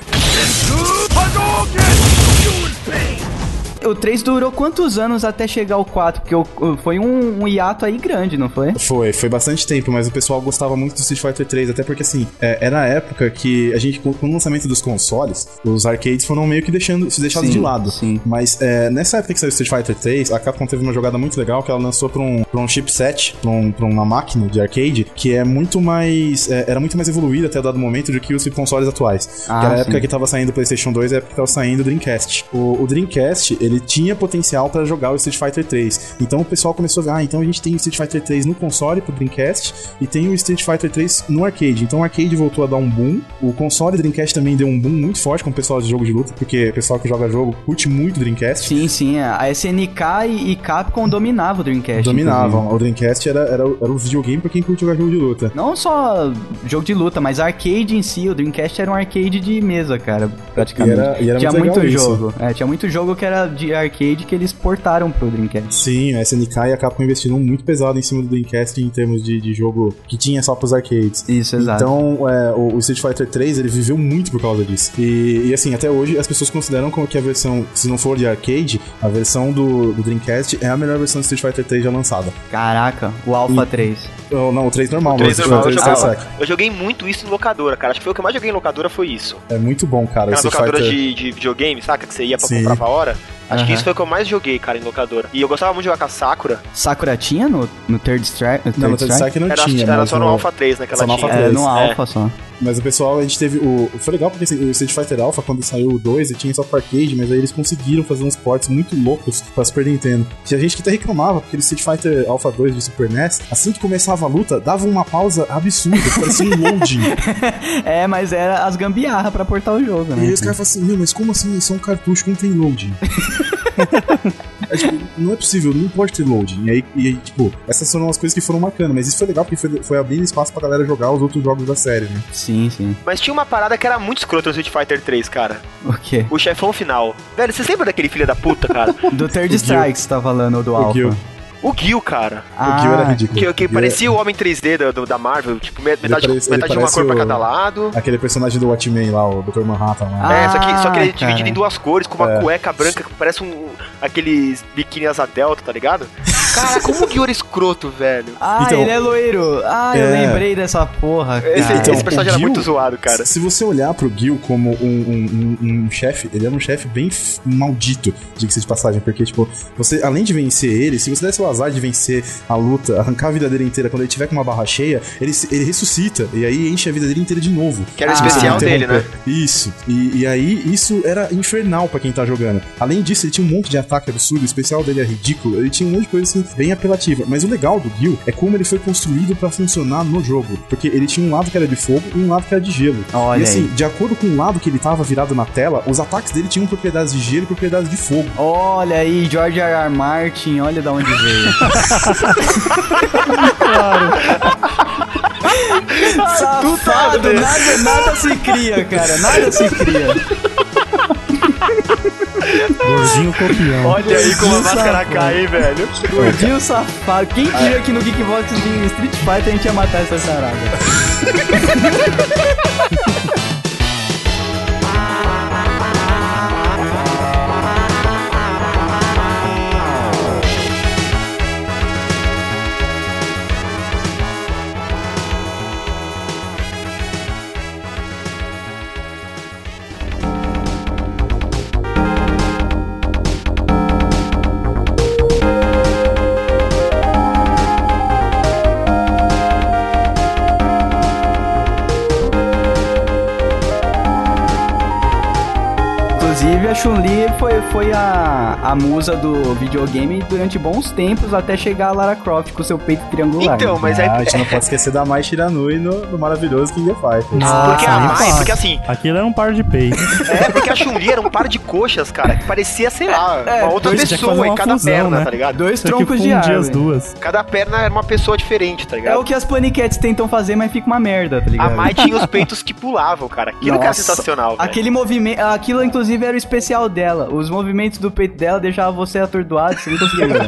B: O 3 durou quantos anos até chegar ao 4? Porque o- o- foi um, um hiato aí grande, não foi?
E: Foi, foi bastante tempo, mas o pessoal gostava muito do Street Fighter 3, até porque assim, é, era a época que a gente, com com o lançamento dos consoles, os arcades foram meio que deixando, se deixados
B: Sim,
E: de lado.
B: sim.
E: Mas é, nessa época que saiu Street Fighter 3, a Capcom teve uma jogada muito legal que ela lançou pra um, pra um chipset, pra, um- pra uma máquina de arcade, que é muito mais. é, era muito mais evoluída até dado momento do que os consoles atuais.
B: Ah,
E: que era a
B: sim.
E: época que tava saindo o PlayStation 2 e a época que tava saindo o Dreamcast. O, o Dreamcast, ele tinha potencial pra jogar o Street Fighter 3. Então o pessoal começou a ver, ah, então a gente tem o Street Fighter 3 no console pro Dreamcast e tem o Street Fighter 3 no arcade. Então o arcade voltou a dar um boom. O console Dreamcast também deu um boom muito forte com o pessoal de jogo de luta, porque o pessoal que joga jogo curte muito o Dreamcast.
B: Sim, sim. é. A SNK e, e Capcom dominavam o Dreamcast.
E: Dominavam.
B: é inclusive.
E: O Dreamcast era, era, o- era o videogame pra quem curte jogar jogo de luta.
B: Não só jogo de luta, mas arcade em si. O Dreamcast era um arcade de mesa, cara,
E: E
B: praticamente.
E: era, e era
B: tinha
E: muito,
B: muito
E: legal isso.
B: jogo. É, tinha muito jogo que era de arcade que eles portaram pro Dreamcast.
E: Sim, a SNK e a Capcom investiram muito pesado em cima do Dreamcast em termos de, de jogo que tinha só pros arcades.
B: Isso, exato.
E: Então, é, o, o Street Fighter 3 ele viveu muito por causa disso. E, e, assim, até hoje as pessoas consideram como que a versão, se não for de arcade, a versão do, do Dreamcast é a melhor versão do Street Fighter 3 já lançada.
B: Caraca, o Alpha 3.
E: Ou, não, o 3 normal,
C: Três
E: mas o
C: normal,
E: Street
C: eu
E: Fighter 3
C: jogava.
E: Strike.
C: Eu joguei muito isso em locadora, cara. Acho que foi o que eu mais joguei em locadora foi isso.
E: É muito bom, cara. o
C: Aquelas
E: Street
C: locadoras
E: Fighter.
C: de, de videogame, saca? Que você ia pra
E: Sim.
C: comprar pra hora. Acho que
B: Aham.
C: isso foi o que eu mais joguei, cara, em locadora. E eu gostava muito de jogar com a Sakura.
B: Sakura tinha no, no Third Strike? No
E: Não,
B: Third
E: no Third
B: Strike?
E: Strike não
C: né? Era,
E: tinha.
C: era
E: mas
C: só no
E: no-
C: Alpha 3, né? Que
E: só
C: ela
E: no
C: tinha.
E: Alpha
B: É,
E: 3.
B: no
C: É.
B: Alpha só.
E: Mas o pessoal, a gente teve o. Foi legal porque o Street Fighter Alpha, quando saiu o 2, ele tinha só pra arcade, mas aí eles conseguiram fazer uns ports muito loucos pra Super Nintendo. Tinha gente que até reclamava, porque o Street Fighter Alpha 2 de Super NES, assim que começava a luta, dava uma pausa absurda, que parecia um loading.
B: É, mas era as gambiarra pra portar o jogo,
E: e aí
B: né?
E: os caras falam assim: Meu, mas como assim? Isso é um cartucho que não tem loading. É, tipo, não é possível, não pode ter loading. E aí, e aí, tipo, essas foram as coisas que foram marcando, mas isso foi legal porque foi, foi abrindo espaço pra galera jogar os outros jogos da série, né?
B: Sim, sim.
C: Mas tinha uma parada que era muito escrota no Street Fighter 3, cara.
B: O quê?
C: O chefão final. Velho, vocês lembram daquele filho da puta, cara?
B: Do Third
E: O Gil.
B: Strike você tá falando, ou do Alpha? Ah.
E: Gil.
C: o Gil, cara.
E: o Gil era
C: Ah,
E: ridículo.
C: Que, que
E: O Gil era-
C: parecia o homem 3D da, do- da Marvel. Tipo, me- metade,
E: parece- ele
C: metade de uma
E: parece
C: cor pra
E: o-
C: cada lado.
E: Aquele personagem do Watchmen lá, o Dr. Manhattan lá.
B: Ah,
C: é, só que, só que ele é
B: cara.
C: dividido em duas cores, com uma
E: É.
C: cueca branca que parece um. aqueles biquíni asa delta, tá ligado? Cara, como o Gil era escroto, velho.
B: Ah,
E: Então-
B: ele é loiro. Ah, eu
E: É.
B: lembrei dessa porra, cara.
C: Esse,
E: Então,
C: esse personagem
E: o
C: era
E: Gil-
C: muito zoado, cara.
E: Se você olhar pro Gil como um, um- um- um chefe, ele era um chefe bem f- maldito, diga-se de passagem, porque, tipo, você, além de vencer ele, se você desse o azar de vencer a luta, arrancar a vida dele inteira, quando ele tiver com uma barra cheia, ele, se- ele ressuscita, e aí enche a vida dele inteira de novo. Então,
C: Que era o
B: Ah.
C: especial dele, né?
E: Isso. E, e aí, isso era infernal pra quem tá jogando. Além disso, ele tinha um monte de ataque absurdo, o especial dele é ridículo, ele tinha um monte de coisa assim, bem apelativa. Mas o legal do Gil é como ele foi construído pra funcionar no jogo. Porque ele tinha um lado que era de fogo e um lado que era de gelo.
B: Olha
E: e assim,
B: aí.
E: de acordo com o lado que ele tava virado na tela, os ataques dele tinham propriedades de gelo e propriedades de fogo.
B: Olha aí, George R. R. Martin, olha da onde veio. claro. Safado, nada, nada se cria, cara. Nada se cria.
D: Gordinho copião.
C: Olha aí como a máscara cai, hein, velho.
B: Gordinho safado. Quem diria que no Geekbox de Street Fighter a gente ia matar essa sarada? Inclusive, a Chun-Li foi, foi a, a musa do videogame durante bons tempos até chegar a Lara Croft com seu peito triangular.
C: Então, mas aí.
E: Ah, a gente não pode esquecer da Mai Shiranui no, no maravilhoso King of Fighters.
D: Nossa,
B: Ah,
C: porque a
D: aí
C: mais,
D: passa.
C: porque assim,
D: Aquilo era um par de peitos.
C: é porque a Chun-Li era um par de coxas, cara, que parecia, sei lá,
B: É,
C: uma outra
D: dois- tinha que fazer
C: pessoa em
D: uma
C: cada
D: fusão,
C: perna,
D: né?
C: tá ligado?
B: Dois
D: Só que
B: troncos de
D: fundia
B: árvore.
D: as duas.
C: Cada perna era uma pessoa diferente, tá
B: É
C: ligado?
B: o que as Paniquetes tentam fazer, mas fica uma merda, tá
C: A
B: ligado?
C: Mai tinha os peitos que pulavam, cara. Aquilo que era
B: Nossa,
C: sensacional, velho.
B: Aquele movimento. Aquilo, inclusive, era o especial dela. Os movimentos do peito dela deixavam você atordoado, você não conseguia ver.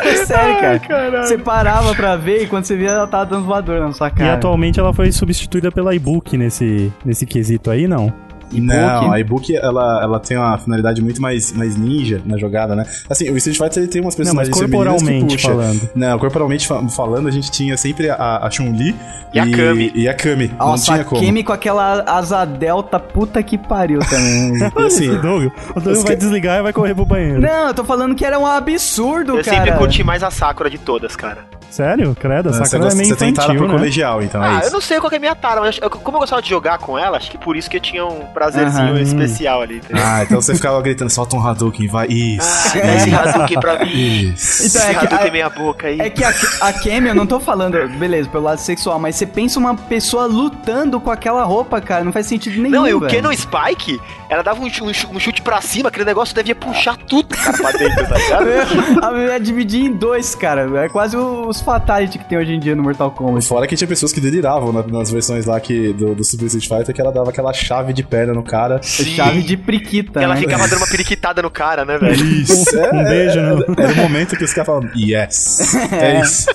B: É Sério, cara. você parava pra ver e quando você via, ela tava dando voador na sua
D: E
B: cara.
D: atualmente ela foi substituída pela e-book nesse, nesse quesito aí, não?
E: Não, a e-book ela, ela tem uma finalidade muito mais, mais ninja na jogada, né? Assim, o Street Fighter ele tem umas
D: Não, mas
E: personagens femininas
D: corporalmente
E: que puxa.
D: falando.
E: Não, corporalmente fa- falando, a gente tinha sempre a, a Chun-Li
C: E a Kami.
E: E a Kami.
B: Nossa,
E: não tinha
B: a
E: como.
B: Kemi com aquela asa delta, puta que pariu também.
E: E assim,
D: O Doug, o Doug
E: Os
D: vai
E: que-
D: desligar e vai correr pro banheiro.
B: não, eu tô falando que era um absurdo,
C: Eu
B: cara.
C: sempre curti mais a Sakura de todas, cara.
D: Sério? Credo, essa
E: você,
D: cara é
E: gosta,
D: meio
E: você tem tara pro
D: infantil, né?
E: colegial, então é
C: Ah, eu
E: isso.
C: não sei qual que é a minha tara, mas eu- como eu gostava de jogar com ela, acho que por isso que eu tinha um prazerzinho
B: Aham.
C: especial ali, entendeu?
E: Ah, então você ficava gritando, solta um Hadouken, vai. Isso.
C: Ah, dá esse Hadouken pra mim.
E: isso.
B: É. Então,
C: esse
B: é que-
C: Hadouken
B: a-
C: meia boca aí.
B: É que a, a Kemi, eu não tô falando, beleza, pelo lado sexual, mas você pensa uma pessoa lutando com aquela roupa, cara, não faz sentido nenhum.
C: Não, e o
B: velho.
C: Canon Spike, ela dava um, chu- um chu- um chute pra cima, aquele negócio devia puxar tudo, cara, pra dentro, tá ligado?
B: A mulher dividir em dois, cara. É quase os fatality que tem hoje em dia no Mortal Kombat.
E: Fora que tinha pessoas que deliravam na- nas versões lá que, do, do Super Street Fighter que ela dava aquela chave de perna no cara.
B: Chave de priquita,
C: Ela
B: né?
C: ficava dando uma periquitada no cara, né, velho?
E: Isso, é,
D: Um beijo,
E: é,
D: não.
E: Era o momento que os caras falavam, yes. É isso.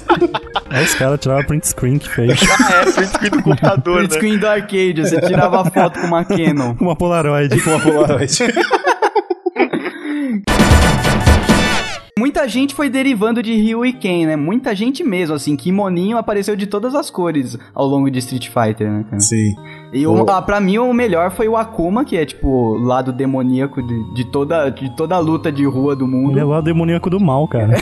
D: Aí É os caras tiraram print screen que fez.
C: Ah, é, print screen do computador,
B: Print
C: né?
B: screen do arcade, você tirava a foto com uma Canon.
D: Uma
C: É.
D: Polaroid.
E: Uma Polaroid.
B: Muita gente foi derivando de Ryu e Ken, né? Muita gente mesmo, assim, Kimoninho apareceu de todas as cores ao longo de Street Fighter, né, cara?
E: Sim.
B: E o,
E: O-
B: ah, pra mim o melhor foi o Akuma, que é tipo o lado demoníaco de, de toda, de toda a luta de rua do
D: Ele é o
B: mundo.
D: lado demoníaco do mal, cara.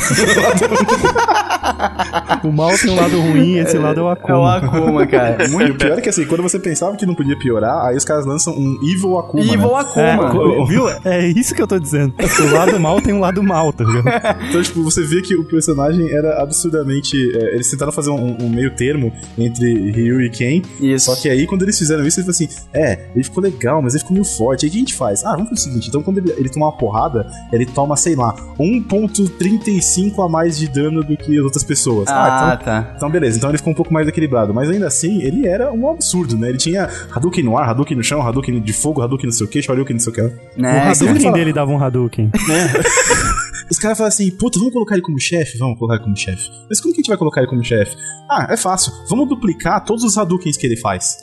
D: o mal tem um lado ruim, esse lado é o
B: É o
D: Akuma.
B: Akuma, cara.
E: E o pior é que assim, quando você pensava que não podia piorar, aí os caras lançam um Evil Akuma.
B: E
E: né?
B: vou Akuma.
D: É, viu? É isso que eu tô dizendo. O lado mal tem um lado mal, tá ligado?
E: Então, tipo, você vê que o personagem era absurdamente. é, eles tentaram fazer um, um meio termo entre Ryu e Ken.
B: Isso.
E: Só que aí, quando eles fizeram isso, eles falaram assim: é, ele ficou legal, mas ele ficou meio forte. Aí o que a gente faz? Ah, vamos fazer o seguinte: então, quando ele, ele toma uma porrada, ele toma, sei lá, 1,35 a mais de dano do que as outras pessoas. Ah,
B: Ah,
E: então.
B: tá.
E: Então, beleza, então ele ficou um pouco mais equilibrado. Mas ainda assim, ele era um absurdo, né? Ele tinha Hadouken no ar, Hadouken no chão, Hadouken de fogo, Hadouken no seu queixo, Hadouken no seu queixo.
D: o
B: Né?
E: cara.
D: Hadouken dele dava um Hadouken.
E: Os caras falam assim, puta, vamos colocar ele como chefe? Vamos colocar ele como chefe. Mas como que a gente vai colocar ele como chefe? Ah, é fácil. Vamos duplicar todos os Hadoukens que ele faz.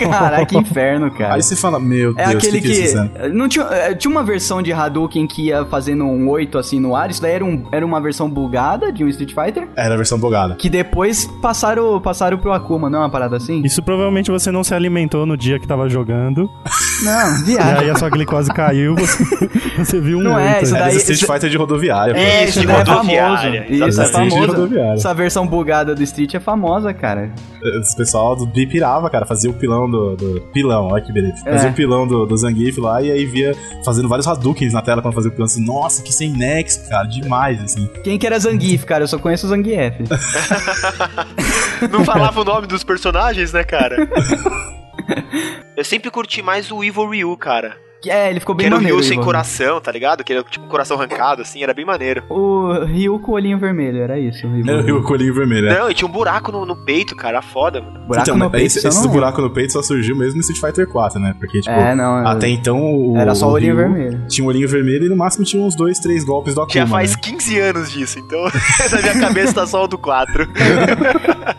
B: Caraca, que inferno, cara.
E: Aí você fala, meu
B: É
E: Deus, o
B: aquele
E: que, né?" que eles
B: que.
E: fizeram?
B: Não tinha, eh, tinha uma versão de Hadouken que ia fazendo um 8 assim no ar. Isso daí era, um, era uma versão bugada de um Street Fighter.
E: Era a versão bugada.
B: Que depois passaram, passaram pro Akuma, não é uma parada assim?
D: Isso provavelmente você não se alimentou no dia que tava jogando.
B: Não,
D: E
B: viagem.
D: aí a sua glicose caiu, você, você viu um
B: Ah. Não é,
D: oito.
B: isso
E: Era
B: daí-
E: Street Fighter de rodoviária. pô.
C: É,
B: Isso
C: de
B: daí é famoso.
C: rodoviária,
B: Isso é
E: exatamente. Street de
B: famoso.
E: rodoviária.
B: Essa versão bugada do Street é famosa, cara.
E: Esse pessoal do B pirava, cara. Fazia o pilão do... do- pilão, olha que beleza. Fazia
B: É.
E: o pilão do, do Zangief lá e aí via fazendo vários Hadoukens na tela quando fazia o pilão. Assim, Nossa, que sem nexo, cara. Demais, assim.
B: Quem que era Zangief, cara? Eu só conheço o Zangief.
C: Não falava o nome dos personagens, né, cara? Eu sempre curti mais o Evil Ryu, cara.
B: Que- É, ele ficou
C: Que
B: bem
C: era o
B: maneiro.
C: Ryu sem
B: Ivan.
C: coração, tá ligado? Que era tipo um coração arrancado, assim, era bem maneiro.
B: O Ryu com o olhinho vermelho, era isso. O Ryu.
E: E É, o colinho
B: É.
E: vermelho, né?
C: Não, e tinha um buraco no, no peito, cara, foda, mano.
B: Buraco no peito,
E: Então, esse,
B: só
E: esse
B: não
E: do buraco no peito só surgiu mesmo no Street Fighter 4, né? Porque, tipo,
B: É, não.
E: Até então o.
B: Era só o olhinho
E: Ryu
B: vermelho.
E: Tinha um olhinho vermelho e no máximo tinha uns dois, três golpes do Akuma.
C: Já faz
E: né?
C: 15 anos disso, então na minha cabeça tá só o do 4.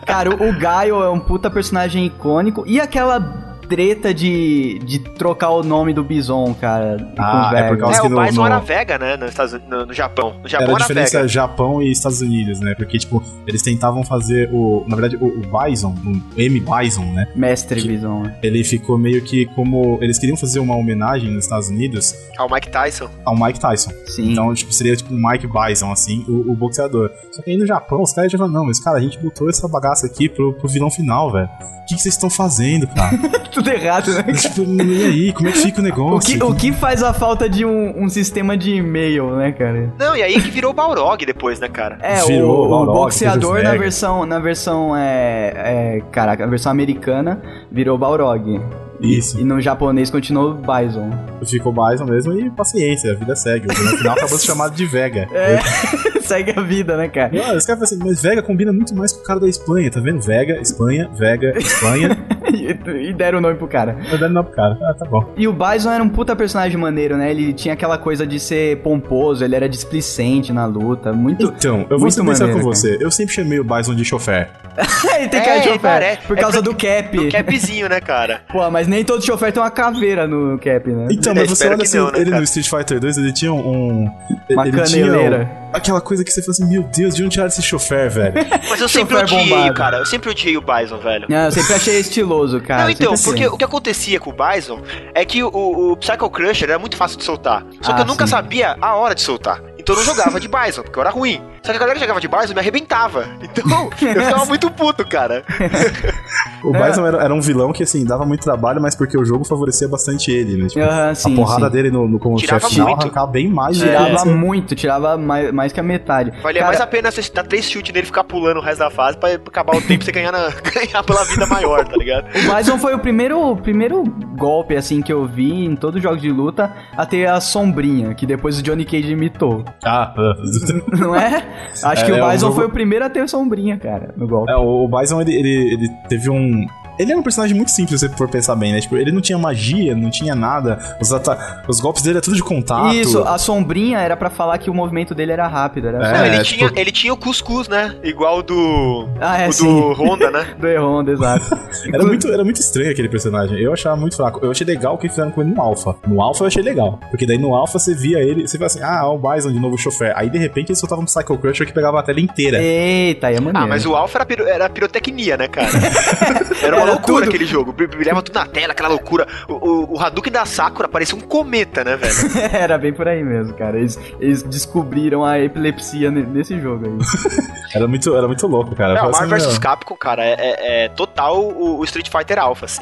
B: Cara, o o Gaio é um puta personagem icônico. E aquela treta de, de trocar o nome do Bison, cara.
E: Ah,
B: com o
E: é
B: Vega.
E: por causa-
C: É,
E: que
C: o
E: no-
C: Bison
E: no-
C: era Vega, né? nos Estados Unidos- No, no Japão. No Japão
E: Era a
C: era,
E: diferença
C: Vega.
E: Japão e Estados Unidos, né? Porque, tipo, eles tentavam fazer o. Na verdade, o, o Bison, o M. Bison, né?
B: Mestre Bison. né?
E: Ele ficou meio que como. Eles queriam fazer uma homenagem nos Estados Unidos
C: Ah, o Mike Tyson.
E: ao Mike Tyson.
B: Sim.
E: Então, tipo, seria tipo um Mike Bison, assim, o, o boxeador. Só que aí no Japão, os caras já falaram, não, mas cara, a gente botou essa bagaça aqui pro, pro vilão final, velho. O que que vocês estão fazendo, cara?
B: tudo errado, né?
E: Tipo, e aí, como é que fica o
B: O
E: negócio?
B: que, o que faz a falta de um, um sistema de e-mail, né, cara?
C: Não, e aí que virou Balrog depois, né, cara?
B: É,
E: Virou,
B: o, o
E: Balrog,
B: boxeador na
E: Schwarzenegger.
B: versão, na versão, é, é, caraca, na versão americana virou Balrog.
E: Isso.
B: E no japonês continuou Bison.
E: Ficou mais ou mesmo e paciência, a vida segue. No final acabou se chamado de Vega.
B: É. Segue a vida, né, cara?
E: Não, os caras falam assim, mas Vega combina muito mais com o cara da Espanha, tá vendo? Vega, Espanha, Vega, Espanha.
B: E e deram o nome pro cara.
E: Mas não pro cara. Ah, tá bom.
B: E o Bison era um puta personagem maneiro, né? Ele tinha aquela coisa de ser pomposo, ele era displicente na luta. Muito.
E: Então, eu vou
B: Muito
E: ser sincero
B: maneiro,
E: com
B: cara.
E: você. Eu sempre chamei o Bison de chofer.
B: ele tem
C: É,
B: cara de
C: ele
B: chofer.
C: parece-
B: Por
C: é
B: causa
C: porque-
B: do cap.
C: Do capzinho, né, cara?
B: Pô, mas nem todo chofer tem uma caveira no cap, né?
E: Então,
C: É,
E: mas você
C: espero
E: olha
C: que
E: assim,
C: não, né,
E: ele
C: cara?
E: no Street Fighter 2, ele tinha um.
B: Uma
E: ele
B: caneleira.
E: Tinha um- aquela coisa que você fala assim, meu Deus, de onde tiraram esse chofer, velho?
C: Mas eu sempre
B: Chofer
C: odiei,
B: bombado.
C: cara. Eu sempre odiei o Bison, velho.
B: Não, Ah, eu sempre achei estiloso, cara.
C: Não, então,
B: sempre assim.
C: porque
B: achei.
C: o que acontecia com o Bison é que o, o Psycho Crusher era muito fácil de soltar. Só que
B: Ah,
C: eu nunca
B: sim.
C: sabia a hora de soltar. Então eu não jogava de Bison, porque eu era ruim. Só que a galera que jogava de Bison me arrebentava. Então eu ficava muito puto, cara.
E: O Bison era, era um vilão que, assim, dava muito trabalho, mas porque o jogo favorecia bastante ele, né? Tipo,
B: Aham, sim,
E: a porrada
B: sim.
E: dele no, no como
C: Tirava
E: chefe final
C: muito. É.
E: arrancava bem mais do que
B: Tirava
E: você-
B: muito, tirava mais, mais que a metade.
C: Valia
B: Cara,
C: mais a pena você dar três chutes nele e ficar pulando o resto da fase pra acabar o tempo e você ganhar, na- ganhar pela vida maior, tá ligado?
B: O Bison foi o primeiro, o primeiro golpe, assim, que eu vi em todo jogo de luta a ter a sombrinha, que depois o Johnny Cage imitou.
E: Ah,
B: Não é? Acho
E: É,
B: que o
E: é um
B: Bison
E: jogo-
B: foi o primeiro a ter sombrinha, cara, no golpe.
E: É, o o Bison, ele, ele, ele teve um. Ele era um personagem muito simples, se você for pensar bem, né? Tipo, ele não tinha magia, não tinha nada. Os, ata- os golpes dele era tudo de contato.
B: Isso, a sombrinha era pra falar que o movimento dele era rápido, era
E: É,
B: só-
C: Não, ele,
E: tipo-
C: tinha, ele tinha o cuscuz, né? Igual o do.
B: Ah, é
C: o
B: sim.
C: do Honda, né?
B: Do Honda, exato.
E: Era muito, era muito estranho aquele personagem. Eu achava muito fraco. Eu achei legal o que fizeram com ele no Alpha. No Alpha eu achei legal. Porque daí no Alpha você via ele, você fala assim, ah, o Bison de novo o chofer. Aí de repente ele soltava um Psycho Crusher que pegava a tela inteira.
B: Eita, aí é maneiro.
C: Ah, mas o Alpha era, piro- era pirotecnia, né, cara? Era uma
B: Era
C: loucura
B: tudo.
C: aquele jogo. bri- Brilhava tudo na tela, aquela loucura. O, o, o Hadouken da Sakura parecia um cometa, né, velho?
B: Era bem por aí mesmo, cara. Eles, eles descobriram a epilepsia ne- nesse jogo aí.
E: Era muito, era muito louco, cara. Eu
C: É, o
E: falava
C: Marvel
E: assim,
C: vs
E: "Não."
C: Capcom, cara, é, é- é total o, o Street Fighter Alpha, assim.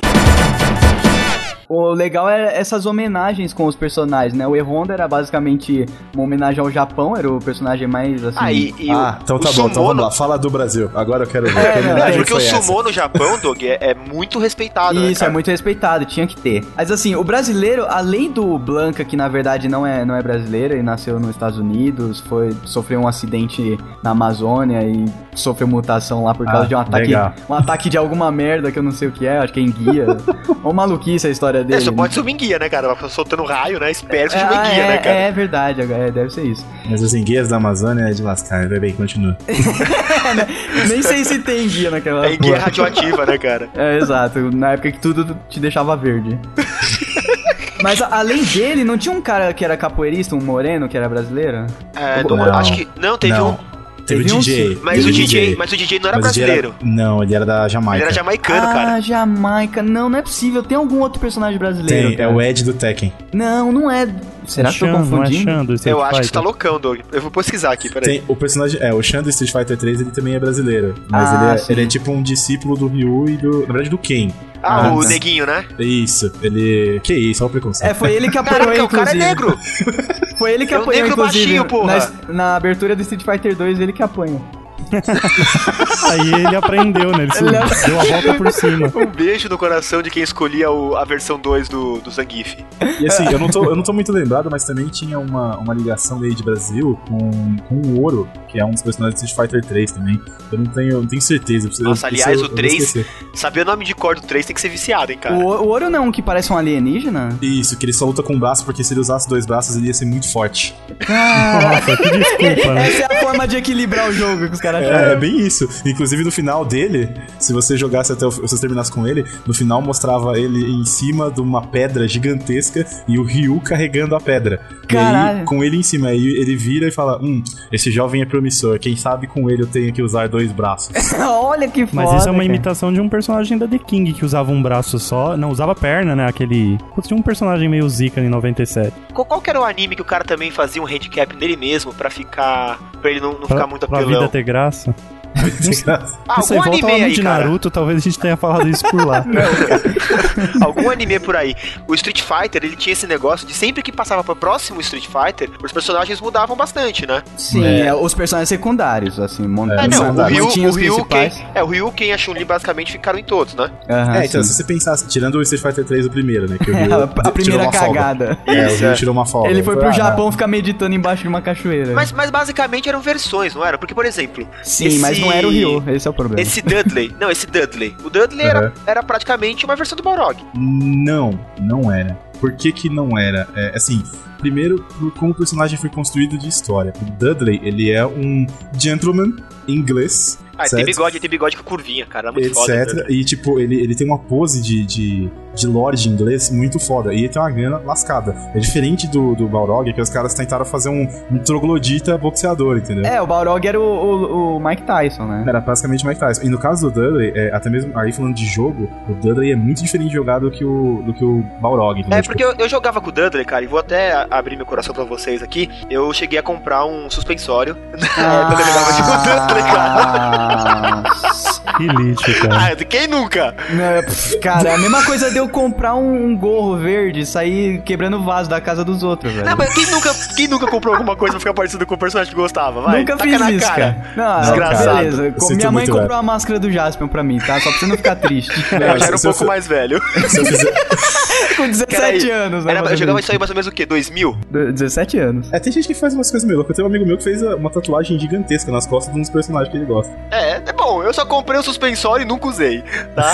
B: O legal era essas homenagens com os personagens, né? O E-Honda era basicamente uma homenagem ao Japão, era o personagem mais assim.
C: Ah, e, e
E: Ah,
C: o,
E: então
C: o
E: tá bom,
C: Sumono-
E: então vamos lá. Fala do Brasil. Agora eu quero ver.
B: É,
E: que
B: não,
E: homenagem
C: Porque o
E: foi essa?
C: sumô no Japão, Doug, é, é muito respeitado, né,
B: Isso, é
C: cara?
B: muito respeitado, tinha que ter. Mas assim, o brasileiro, além do Blanca, que na verdade não é, não é brasileiro, ele nasceu nos Estados Unidos, foi sofreu um acidente na Amazônia e sofreu mutação lá por causa
E: Ah,
B: de um ataque,
E: legal.
B: um ataque de alguma merda que eu não sei o que é, acho que é enguia. Ou maluquice a história dele.
C: É, só
B: né?
C: pode ser o Minguia, né, cara? Soltando raio, né? Espero que seja o
B: Ah,
C: Minguia,
B: é,
C: né, cara?
B: é verdade, é, deve ser isso.
E: Mas os enguias da Amazônia é de lascar. Vai bem, continua.
B: Nem sei se tem enguia naquela
C: É, Enguia
B: porra.
C: radioativa, né, cara?
B: É, exato. Na época que tudo te deixava verde. Mas a- além dele, não tinha um cara que era capoeirista, um moreno que era brasileiro?
C: É,
E: Não.
C: do- acho que. Não, teve
E: não.
C: um.
E: Teve,
B: Teve
E: o
B: um
E: DJ.
B: sim.
C: Mas
E: teve
C: o DJ, é mas o DJ não era
E: Mas o DJ
C: brasileiro.
E: Não, ele era da Jamaica.
C: Ele era jamaicano,
B: ah,
C: cara.
B: Jamaica. Não, não é possível. Tem algum outro personagem brasileiro?
E: Tem, é
C: né?
B: cara?
E: o Ed do Tekken.
B: Não, não é. Será que eu tô
D: Achando,
B: confundindo?
D: achando, Street
C: Eu acho que você tá
D: Fighter.
C: loucão, Doug. Eu vou pesquisar aqui, peraí.
E: Tem, o personagem, é, o Shan do Street Fighter 3, ele também é brasileiro. Mas
B: Ah,
E: ele, é,
B: sim.
E: ele é tipo um discípulo do Ryu e do. Na verdade, do Ken.
C: Ah,
E: Ah,
C: o
E: tá.
C: neguinho, né?
E: É Isso, ele. Que isso, olha o preconceito.
B: É, foi ele que apoiou,
C: Caraca, o
B: inclusive.
C: cara é negro!
B: Foi ele que
C: É um
B: apoiou,
C: negro
B: inclusive.
C: baixinho, porra.
B: Na, na abertura do Street Fighter 2, ele que apanha.
D: Aí ele aprendeu, né? Ele se-
B: Ele-
D: deu a volta por cima.
C: Um beijo no coração de quem escolhia o- a versão 2 do, do Zangief.
E: E assim, eu não, tô, eu não tô muito lembrado, mas também tinha uma, uma ligação aí de Brasil com, com o Ouro, que é um dos personagens do Street Fighter 3 também. Eu não tenho, eu não tenho certeza. eu preciso-
C: Nossa,
E: eu preciso-
C: aliás, o
E: eu vou
C: 3?
E: esquecer.
C: Saber o nome de cor do 3 tem que ser viciado, hein,
B: O,
C: cara.
B: o ouro não é um que parece um alienígena?
E: Isso, que ele só luta com um braço, porque se ele usasse dois braços, ele ia ser muito forte.
D: Nossa, que desculpa, né?
B: Essa é a forma de equilibrar o jogo que os caras
E: É, é bem isso. Inclusive no final dele, se você jogasse até o, se você terminasse com ele, no final mostrava ele em cima de uma pedra gigantesca e o Ryu carregando a pedra. E aí,
B: Caralho.
E: com ele em cima, aí ele vira e fala: Hum, esse jovem é promissor, quem sabe com ele eu tenho que usar dois braços.
B: Olha que foda.
D: Mas isso é uma
B: cara.
D: imitação de um personagem da The King que usava um braço só. Não, usava perna, né? Aquele. Putz, tinha um personagem meio zica em 97.
C: Qual, qual que era o anime que o cara também fazia um handicap nele mesmo pra ficar. pra ele não, não
D: Pra,
C: ficar muito
D: pra vida
C: apelão? Ah,
D: ter graça.
E: Tá Desgraça.
D: Não sei,
C: Algum
D: volta lá
C: anime
D: no
C: aí,
D: de
C: cara.
D: Naruto, talvez a gente tenha falado isso por lá.
C: Algum anime por aí. O Street Fighter, ele tinha esse negócio de sempre que passava pro próximo Street Fighter, os personagens mudavam bastante, né?
B: Sim, é, os personagens secundários, assim, mon-
E: É,
C: É, não, o
E: verdade.
C: Ryu,
B: mantinha
C: o
B: os
C: Ryu,
B: principais.
C: Ken, é, o Ryu, Ken e a Chun-Li basicamente ficaram em todos, né?
B: Aham,
E: É, então,
B: Ah, sim.
E: se você pensasse, tirando o Street Fighter 3, o primeiro, né? Que o
B: É,
E: Ryu
B: a,
E: tirou
B: a primeira
E: uma folga.
B: cagada.
E: É, o
C: Isso,
E: Ryu
C: é.
E: tirou uma folga.
B: Ele foi pro
E: Ah,
B: Japão ficar meditando embaixo de uma cachoeira.
C: Mas, mas basicamente eram versões, não era? Porque, por exemplo,
B: Sim, mas não era o Ryo, esse é o problema.
C: esse Dudley, não, esse Dudley, o Dudley
E: Uhum.
C: era, era praticamente uma versão do Balrog.
E: Não, não era. Por que, que não era? É, assim, primeiro, por como o personagem foi construído de história. O Dudley, ele é um gentleman inglês,
C: Ah, ele tem
E: Certo.
C: bigode, ele tem bigode com curvinha, cara, era muito foda.
E: etc.
C: Dudley.
E: e, tipo, ele, ele tem uma pose de, de, de lorde inglês muito foda. E ele tem uma grana lascada. É diferente do, do Balrog, que os caras tentaram fazer um, um troglodita boxeador, entendeu?
B: É, o Balrog era o, o- o Mike Tyson, né?
E: Era basicamente Mike Tyson. E no caso do Dudley, é, até mesmo aí falando de jogo, o Dudley é muito diferente de jogar do que o, do que o Balrog. entendeu?
C: É,
E: Tipo,
C: porque eu, eu jogava com o Dudley, cara, e vou até a- abrir meu coração pra vocês aqui. Eu cheguei a comprar um suspensório.
E: É,
C: quando eu jogava de
E: tá
C: Dudley, cara.
B: Nossa.
D: Que lixo, cara.
C: Ah, quem nunca?
B: Ah, Não, é- pff, cara, é a mesma coisa de eu comprar um, um gorro verde e sair quebrando o vaso da casa dos outros, velho.
C: Não, mas quem nunca, quem nunca comprou alguma coisa pra ficar parecendo com o personagem que gostava? Vai,
B: Nunca
C: taca
B: fiz
C: na
B: isso,
C: cara.
B: cara. Não,
C: Desgraçado.
B: beleza.
E: Eu
B: Com-
E: sinto
B: Minha mãe
E: muito,
B: comprou
E: velho.
B: a máscara do Jaspion pra mim, tá? Só pra você não ficar triste.
E: É,
C: Eu já era um
E: se eu
C: pouco
E: for-
C: mais velho.
E: se eu fizer-
B: Com 17
C: Peraí.
B: anos, né?
C: Era- eu
B: mais ou
C: jogava
B: menos.
C: isso aí mais ou menos o quê? 2000?
B: Do- 17 anos.
E: É, tem gente que faz umas coisas meio loucas. Eu tenho um amigo meu que fez ah, uma tatuagem gigantesca nas costas de um dos personagens que ele gosta.
C: É, é bom, eu só comprei o suspensório e nunca usei, tá?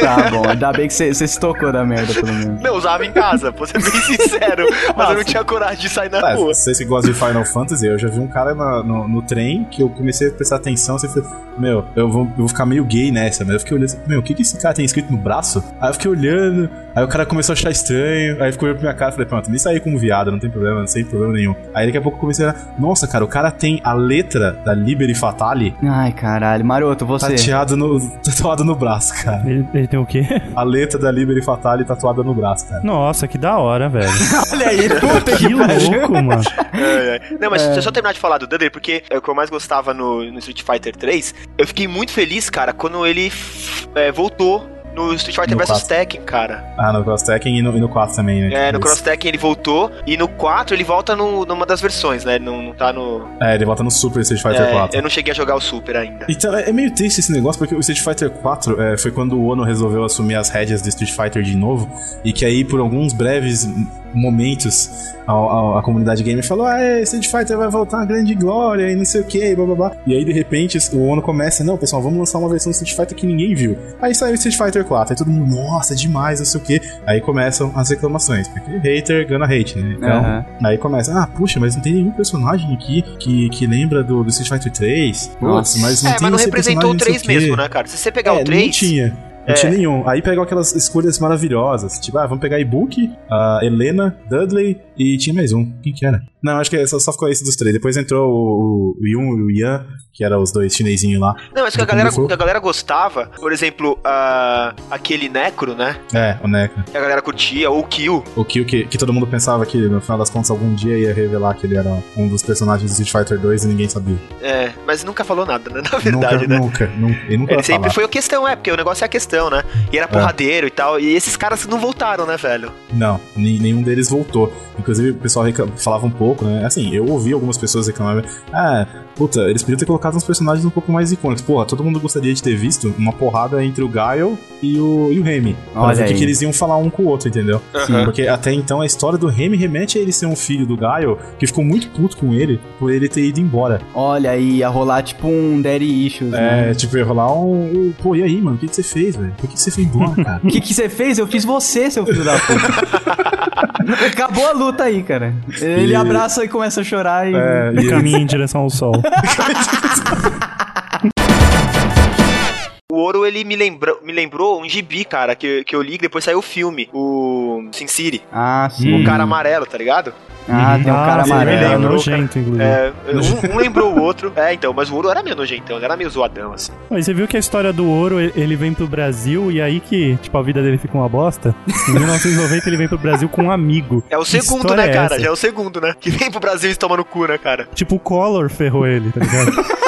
B: Tá bom, ainda bem que você você se tocou da merda, pelo menos.
C: Não, usava em casa, vou ser bem sincero. mas eu não tinha coragem de sair na
E: Ah,
C: rua.
E: vocês que gostam de Final Fantasy, eu já vi um cara na- no, no trem que eu comecei a prestar atenção. Você falou, meu, eu vou, eu vou ficar meio gay nessa. Mas eu fiquei olhando assim, meu, o que, que esse cara tem escrito no braço? Aí eu fiquei olhando, aí o cara começou a achar estranho. Aí ficou olhando pra minha cara e falei, pronto, me saí como um viado, não tem problema, não tem problema nenhum. Aí daqui a pouco eu comecei a. Nossa, cara, o cara tem a letra da Liberi Fatale
B: Ai, caralho. Maroto, você.
E: tateado no, tatuado no braço, cara.
D: Ele, ele tem o quê?
E: A letra da Liberi Fatale tatuada no braço, cara.
D: Nossa, que da hora, velho.
B: Olha aí, puta
D: Que louco, mano.
C: É, é. Não, mas deixa eu só terminar de falar do Dudley, porque é o que eu mais gostava no, no Street Fighter 3. Eu fiquei muito feliz, cara, quando ele f- é, voltou no Street Fighter
E: No
C: vs
E: clássico.
C: Tekken, cara.
E: Ah, no Cross Tekken e no, e no 4 também, né?
C: É, no
E: Isso.
C: Cross Tekken ele voltou, e no 4 ele volta no- numa das versões, né? Ele não, não tá no.
E: É, ele volta no Super Street Fighter
C: É,
E: 4.
C: eu não cheguei a jogar o Super ainda.
E: Então, é é meio triste esse negócio, porque o Street Fighter 4 é, foi quando o Ono resolveu assumir as rédeas do Street Fighter de novo, e que aí, por alguns breves m- momentos, a, a- a comunidade gamer falou, ah, é, Street Fighter vai voltar a grande glória, e não sei o que, e blá blá blá. E aí, de repente, o Ono começa, não, pessoal, vamos lançar uma versão do Street Fighter que ninguém viu. Aí saiu o Street Fighter 4, aí todo mundo, nossa, demais, não sei o que. Aí começam as reclamações, porque hater gana hate, né? Então,
B: Aham.
E: Aí começa, ah, puxa, mas não tem nenhum personagem aqui que, que lembra do, do Street Fighter 3.
B: Nossa.
E: Putz, mas não
C: é,
E: tem
C: mas não
E: esse
C: representou o
E: personagem, não
C: 3
E: sei quê."
C: mesmo, né, cara? Se você
E: É,
C: pegar o
E: não
C: 3.
E: tinha. Não
C: É.
E: tinha nenhum. Aí pegou aquelas escolhas maravilhosas. Tipo, ah, vamos pegar Ibuki, a Helena, Dudley e tinha mais um. Quem que era? Não, acho que é só, só ficou esse dos três. Depois entrou o, o Yun e o Yan, que eram os dois chinesinhos lá.
C: Não, mas que a
E: Não
C: galera,
E: começou.
C: que a galera gostava, por exemplo, ah, aquele Necro, né?
E: É, o Neca.
C: Que a galera curtia, ou o Kill.
E: O Kyo, que, que todo mundo pensava que no final das contas algum dia ia revelar que ele era um dos personagens do Street Fighter 2 e ninguém sabia.
C: É, mas nunca falou nada, né? Na verdade,
E: nunca,
C: né?
E: nunca, nunca. Ele nunca
C: Ele
E: vai
C: sempre
E: falar.
C: foi a questão, é, porque o negócio é a questão, né? E era porradeiro e tal. E esses caras não voltaram, né, velho?
E: Não, ni- nenhum deles voltou. Inclusive, o pessoal recla- falava um pouco, né? Assim, eu ouvi algumas pessoas reclamarem. Ah, puta, eles podiam ter colocado uns personagens um pouco mais icônicos. Porra, todo mundo gostaria de ter visto uma porrada entre o Gaio e o, e o Remy. Pra
B: Olha
E: ver o que
B: aí.
E: que eles iam falar um com o outro, entendeu?
C: Aham.
E: Porque até então a história do Remy remete a ele ser um filho do Gaio, que ficou muito puto com ele por ele ter ido embora.
B: Olha aí, ia rolar tipo um Daddy Issues, né?
E: É, tipo, ia rolar um. um, Pô, e aí, mano? O que, que você fez, velho? Por que, que você foi embora, cara?
B: O que, que você fez? Eu fiz você, seu filho da puta. Acabou a luta aí, cara. Ele
E: E-
B: abraça e começa a chorar e.
E: é, e
D: Caminha em direção ao sol.
C: O Ouro, ele me, lembra, me lembrou um gibi, cara, que, que eu li que depois saiu o filme, o Sin City.
B: Ah, sim.
C: O
E: Hum.
C: cara amarelo, tá ligado?
B: Ah, tem um cara
D: Ah, sim,
B: amarelo.
D: ele é
C: né?
D: nojento, inclusive.
C: É, um, um lembrou o outro. É, então, mas o Ouro era meio nojentão, ele era meio zoadão, assim.
D: Mas você viu que a história do ouro, e- ele vem pro Brasil e aí que, tipo, a vida dele fica uma bosta? Em 1990 ele vem pro Brasil com um amigo.
C: É o
D: Que
C: segundo,
D: história
C: né,
D: é
C: cara?
D: essa?
C: Já é o segundo, né? Que vem pro Brasil e toma no cu, né, cara?
D: Tipo, o Collor ferrou ele, tá ligado?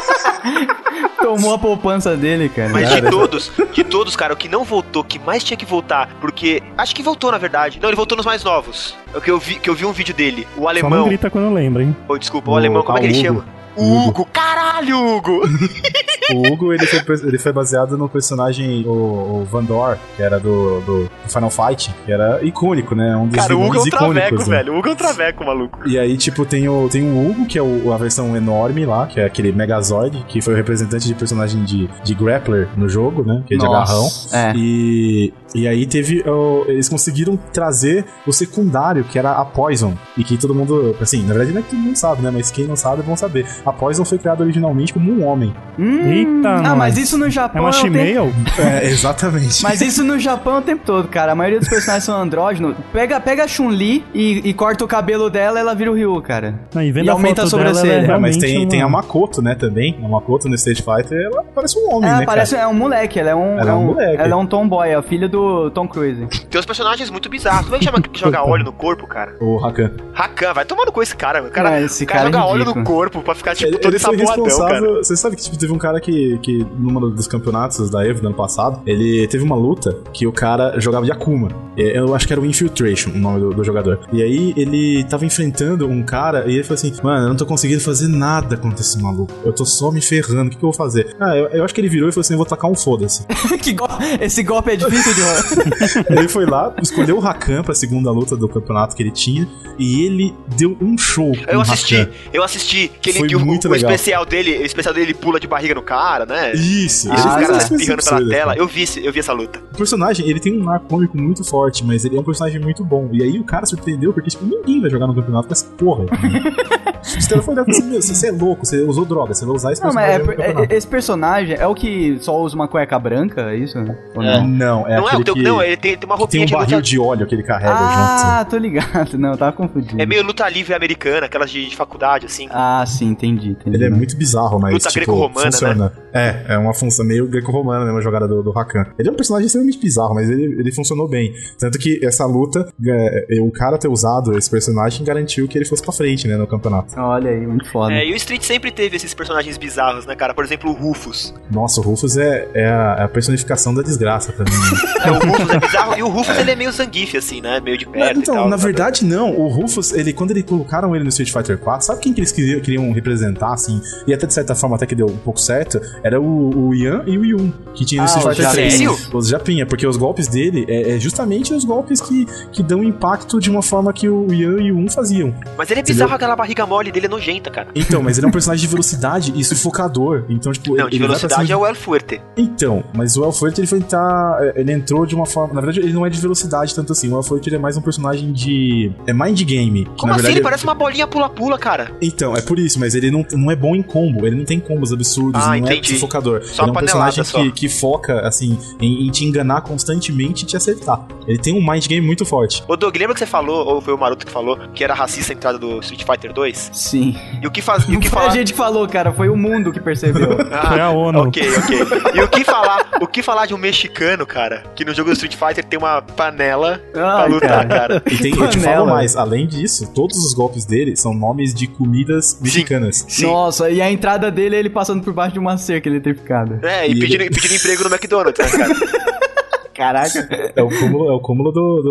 B: Tomou a poupança dele, cara.
C: Mas de todos, de todos, cara, o que não voltou, que mais tinha que voltar, porque. Acho que voltou, na verdade. Não, ele voltou nos mais novos. É o que eu vi, que eu vi um vídeo dele. O
D: Só não
C: alemão.
D: grita quando lembra, hein?
C: Ô, desculpa, o
E: O-
C: alemão, como é que ele
E: ah, o
C: chama? Hugo.
E: Hugo.
C: Caralho, Hugo!
E: O Hugo, ele foi, ele foi baseado no personagem, o, o Vandor, que era do, do Final Fight, que era icônico, né? Um dos
C: Cara, o Hugo é
E: vilões
C: um traveco,
E: icônicos, né?
C: velho. O Hugo é um traveco, maluco.
E: E aí, tipo, tem o, tem o Hugo, que é o- a versão enorme lá, que é aquele Megazord, que foi o representante de personagem de, de grappler no jogo, né? Que é de agarrão.
B: Nossa, É.
E: E, e aí teve. ó, eles conseguiram trazer o secundário, que era a Poison. E que todo mundo. Assim, na verdade não é que todo mundo sabe, né? Mas quem não sabe vão saber. A Poison foi criada originalmente como um homem.
B: Hum,
D: Eita,
B: ah,
D: nós.
B: mas isso no
D: É
B: Japão.
D: uma
B: o tempo-
D: Shemale?
E: É, exatamente.
B: Mas isso no Japão é o tempo todo, cara. A maioria dos personagens são andrógenos. Pega, pega a Chun-Li e, e corta o cabelo dela, ela vira o Ryu, cara.
D: Não, e vendo
B: E
D: a
B: aumenta
D: foto
B: a
D: dela,
B: sobrancelha.
D: ela é
E: É, mas
D: realmente
E: tem,
D: uma-
E: tem a Makoto, né, também. A Makoto no Street Fighter, ela parece um homem,
B: Ela
E: né,
B: parece,
E: cara?
B: é um moleque, ela é um,
E: Ela é um moleque.
B: ela é um tomboy, é o filho do Tom Cruise.
C: Tem uns personagens muito bizarros. Como é que chama que joga óleo no corpo, cara?
E: O Hakan.
C: Rakan, vai tomar no cu esse cara, meu. O cara,
E: Ah,
B: Não, esse
C: o cara,
B: cara é
C: joga óleo no
B: ridículo.
C: corpo pra ficar, tipo,
E: Ele-
C: todo
E: ele foi
C: saboadão, cara.
E: responsável. Você sabe que tipo, teve um cara que, que, numa dos campeonatos da EVO do ano passado, ele teve uma luta que o cara jogava de Akuma. É, Eu acho que era o Infiltration, o nome do, do jogador. E aí ele tava enfrentando um cara e ele falou assim: Mano, eu não tô conseguindo fazer nada contra esse maluco. Eu tô só me ferrando, o que, que eu vou fazer? Ah, eu, eu acho que ele virou e falou assim: Eu vou tacar um foda-se.
B: que go- Esse golpe é difícil de rolar.
E: ele foi lá, escolheu o Rakan pra segunda luta do campeonato que ele tinha e ele deu um show. com
C: Eu
E: o
C: assisti,
E: Rakan.
C: eu assisti que, ele,
E: Foi
C: que o,
E: muito
C: o
E: legal.
C: especial dele, o especial dele pula de barriga no cara, né?
E: Isso, é
C: E
E: ele
C: os
E: fez
B: Ah,
C: caras
E: umas coisas
C: espirrando pela
E: absurdas, cara.
C: tela. Eu vi, esse- eu vi essa luta.
E: O personagem, ele tem um ar cômico muito forte, mas ele é um personagem muito bom. E aí o cara surpreendeu, porque, tipo, ninguém vai jogar no campeonato com essa porra. né? Os caras foram olhar e falaram assim, meu, você é louco, você usou droga, você vai usar esse
B: Não, mas é
E: personagem
B: por-
E: no
B: é-
E: campeonato.
B: esse personagem é o que só usa uma cueca branca, é isso? Ou
C: É.
B: não?
E: Não, é
C: não é o
E: aquele
C: teu,
E: que,
C: não, ele tem, tem uma
E: que tem
C: roupinha
E: um
C: de
E: barril
C: luta,
E: de óleo que ele carrega junto. assim.
B: Ah, tô ligado. Não, eu tava confundindo.
C: É meio luta livre americana, aquelas de, de faculdade, assim.
B: Ah, sim, entendi, entendi.
E: Ele é muito bizarro, mas,
C: Luta
E: tipo,
C: greco-romana,
E: funciona. É, é uma função meio greco-romana, né, uma jogada do, do Hakan. Ele é um personagem extremamente bizarro, mas ele, ele funcionou bem. Tanto que essa luta, é, é, o cara ter usado esse personagem garantiu que ele fosse pra frente, né, no campeonato.
B: Olha aí, muito foda.
C: É, e o Street sempre teve esses personagens bizarros, né, cara? Por exemplo, o Rufus.
E: Nossa, o Rufus é, é a, é a personificação da desgraça também. né?
C: É, o Rufus é bizarro. E o Rufus, ele é meio Zangief, assim, né? Meio de perto e
E: então,
C: tal.
E: na
C: sabe?
E: verdade, não. O Rufus, ele, quando ele colocaram ele no Street Fighter 4, sabe quem que eles queriam, queriam representar, assim? E até de certa forma até que deu um pouco certo, era o, o Ian e o Yun, que tinha no
B: Ah,
E: Street
B: os
E: Fighter 3.
C: Japinhas.
E: Os Japinha, porque os golpes dele é, é justamente os golpes que, que dão impacto de uma forma que o Ian e o Yun faziam.
C: Mas ele é
E: Entendeu?
C: bizarro, aquela barriga mole dele é nojenta, cara.
E: Então, mas ele é um personagem de velocidade e sufocador. Então, tipo,
C: Não, de
E: ele vai pra cima
C: velocidade é o El Fuerte.
E: Então, mas o Alfred ele foi entrar. Ele entrou de uma forma. Na verdade, ele não é de velocidade tanto assim. O Alfred ele é mais um personagem de. É mind game. que,
C: Como
E: na
C: assim?
E: verdade, é
C: Ele parece uma bolinha pula-pula, cara.
E: Então, é por isso, mas ele não, não é bom em combo. Ele não tem combos absurdos,
C: Ah,
E: ele não
C: entendi.
E: é sufocador.
C: Só
E: ele é um
C: panelada
E: personagem
C: só.
E: Que, que foca, assim, em, em te enganar constantemente e te acertar. Ele tem um mind game muito forte.
C: Ô, Doug, lembra que você falou, ou foi o Maroto que falou, que era racista a entrada do Street Fighter 2?
B: Sim.
C: E o que faz... E o
B: Não
C: que
B: foi a
C: falar...
B: gente que falou, cara, foi o mundo que percebeu.
C: Ah,
D: Foi a ONU.
C: Ok, ok. E o que falar, o que falar de um mexicano, cara, que no jogo do Street Fighter tem uma panela pra
B: Ai,
C: lutar,
B: cara.
C: cara.
E: E tem, eu te
B: Panela.
E: falo mais, além disso, todos os golpes dele são nomes de comidas mexicanas.
C: Sim.
B: Nossa, e a entrada dele é ele passando por baixo de uma cerca eletrificada.
C: É, e
E: E-
C: pedindo, e pedindo emprego no McDonald's, né, cara?
B: Caraca.
E: É o cúmulo, é o cúmulo do,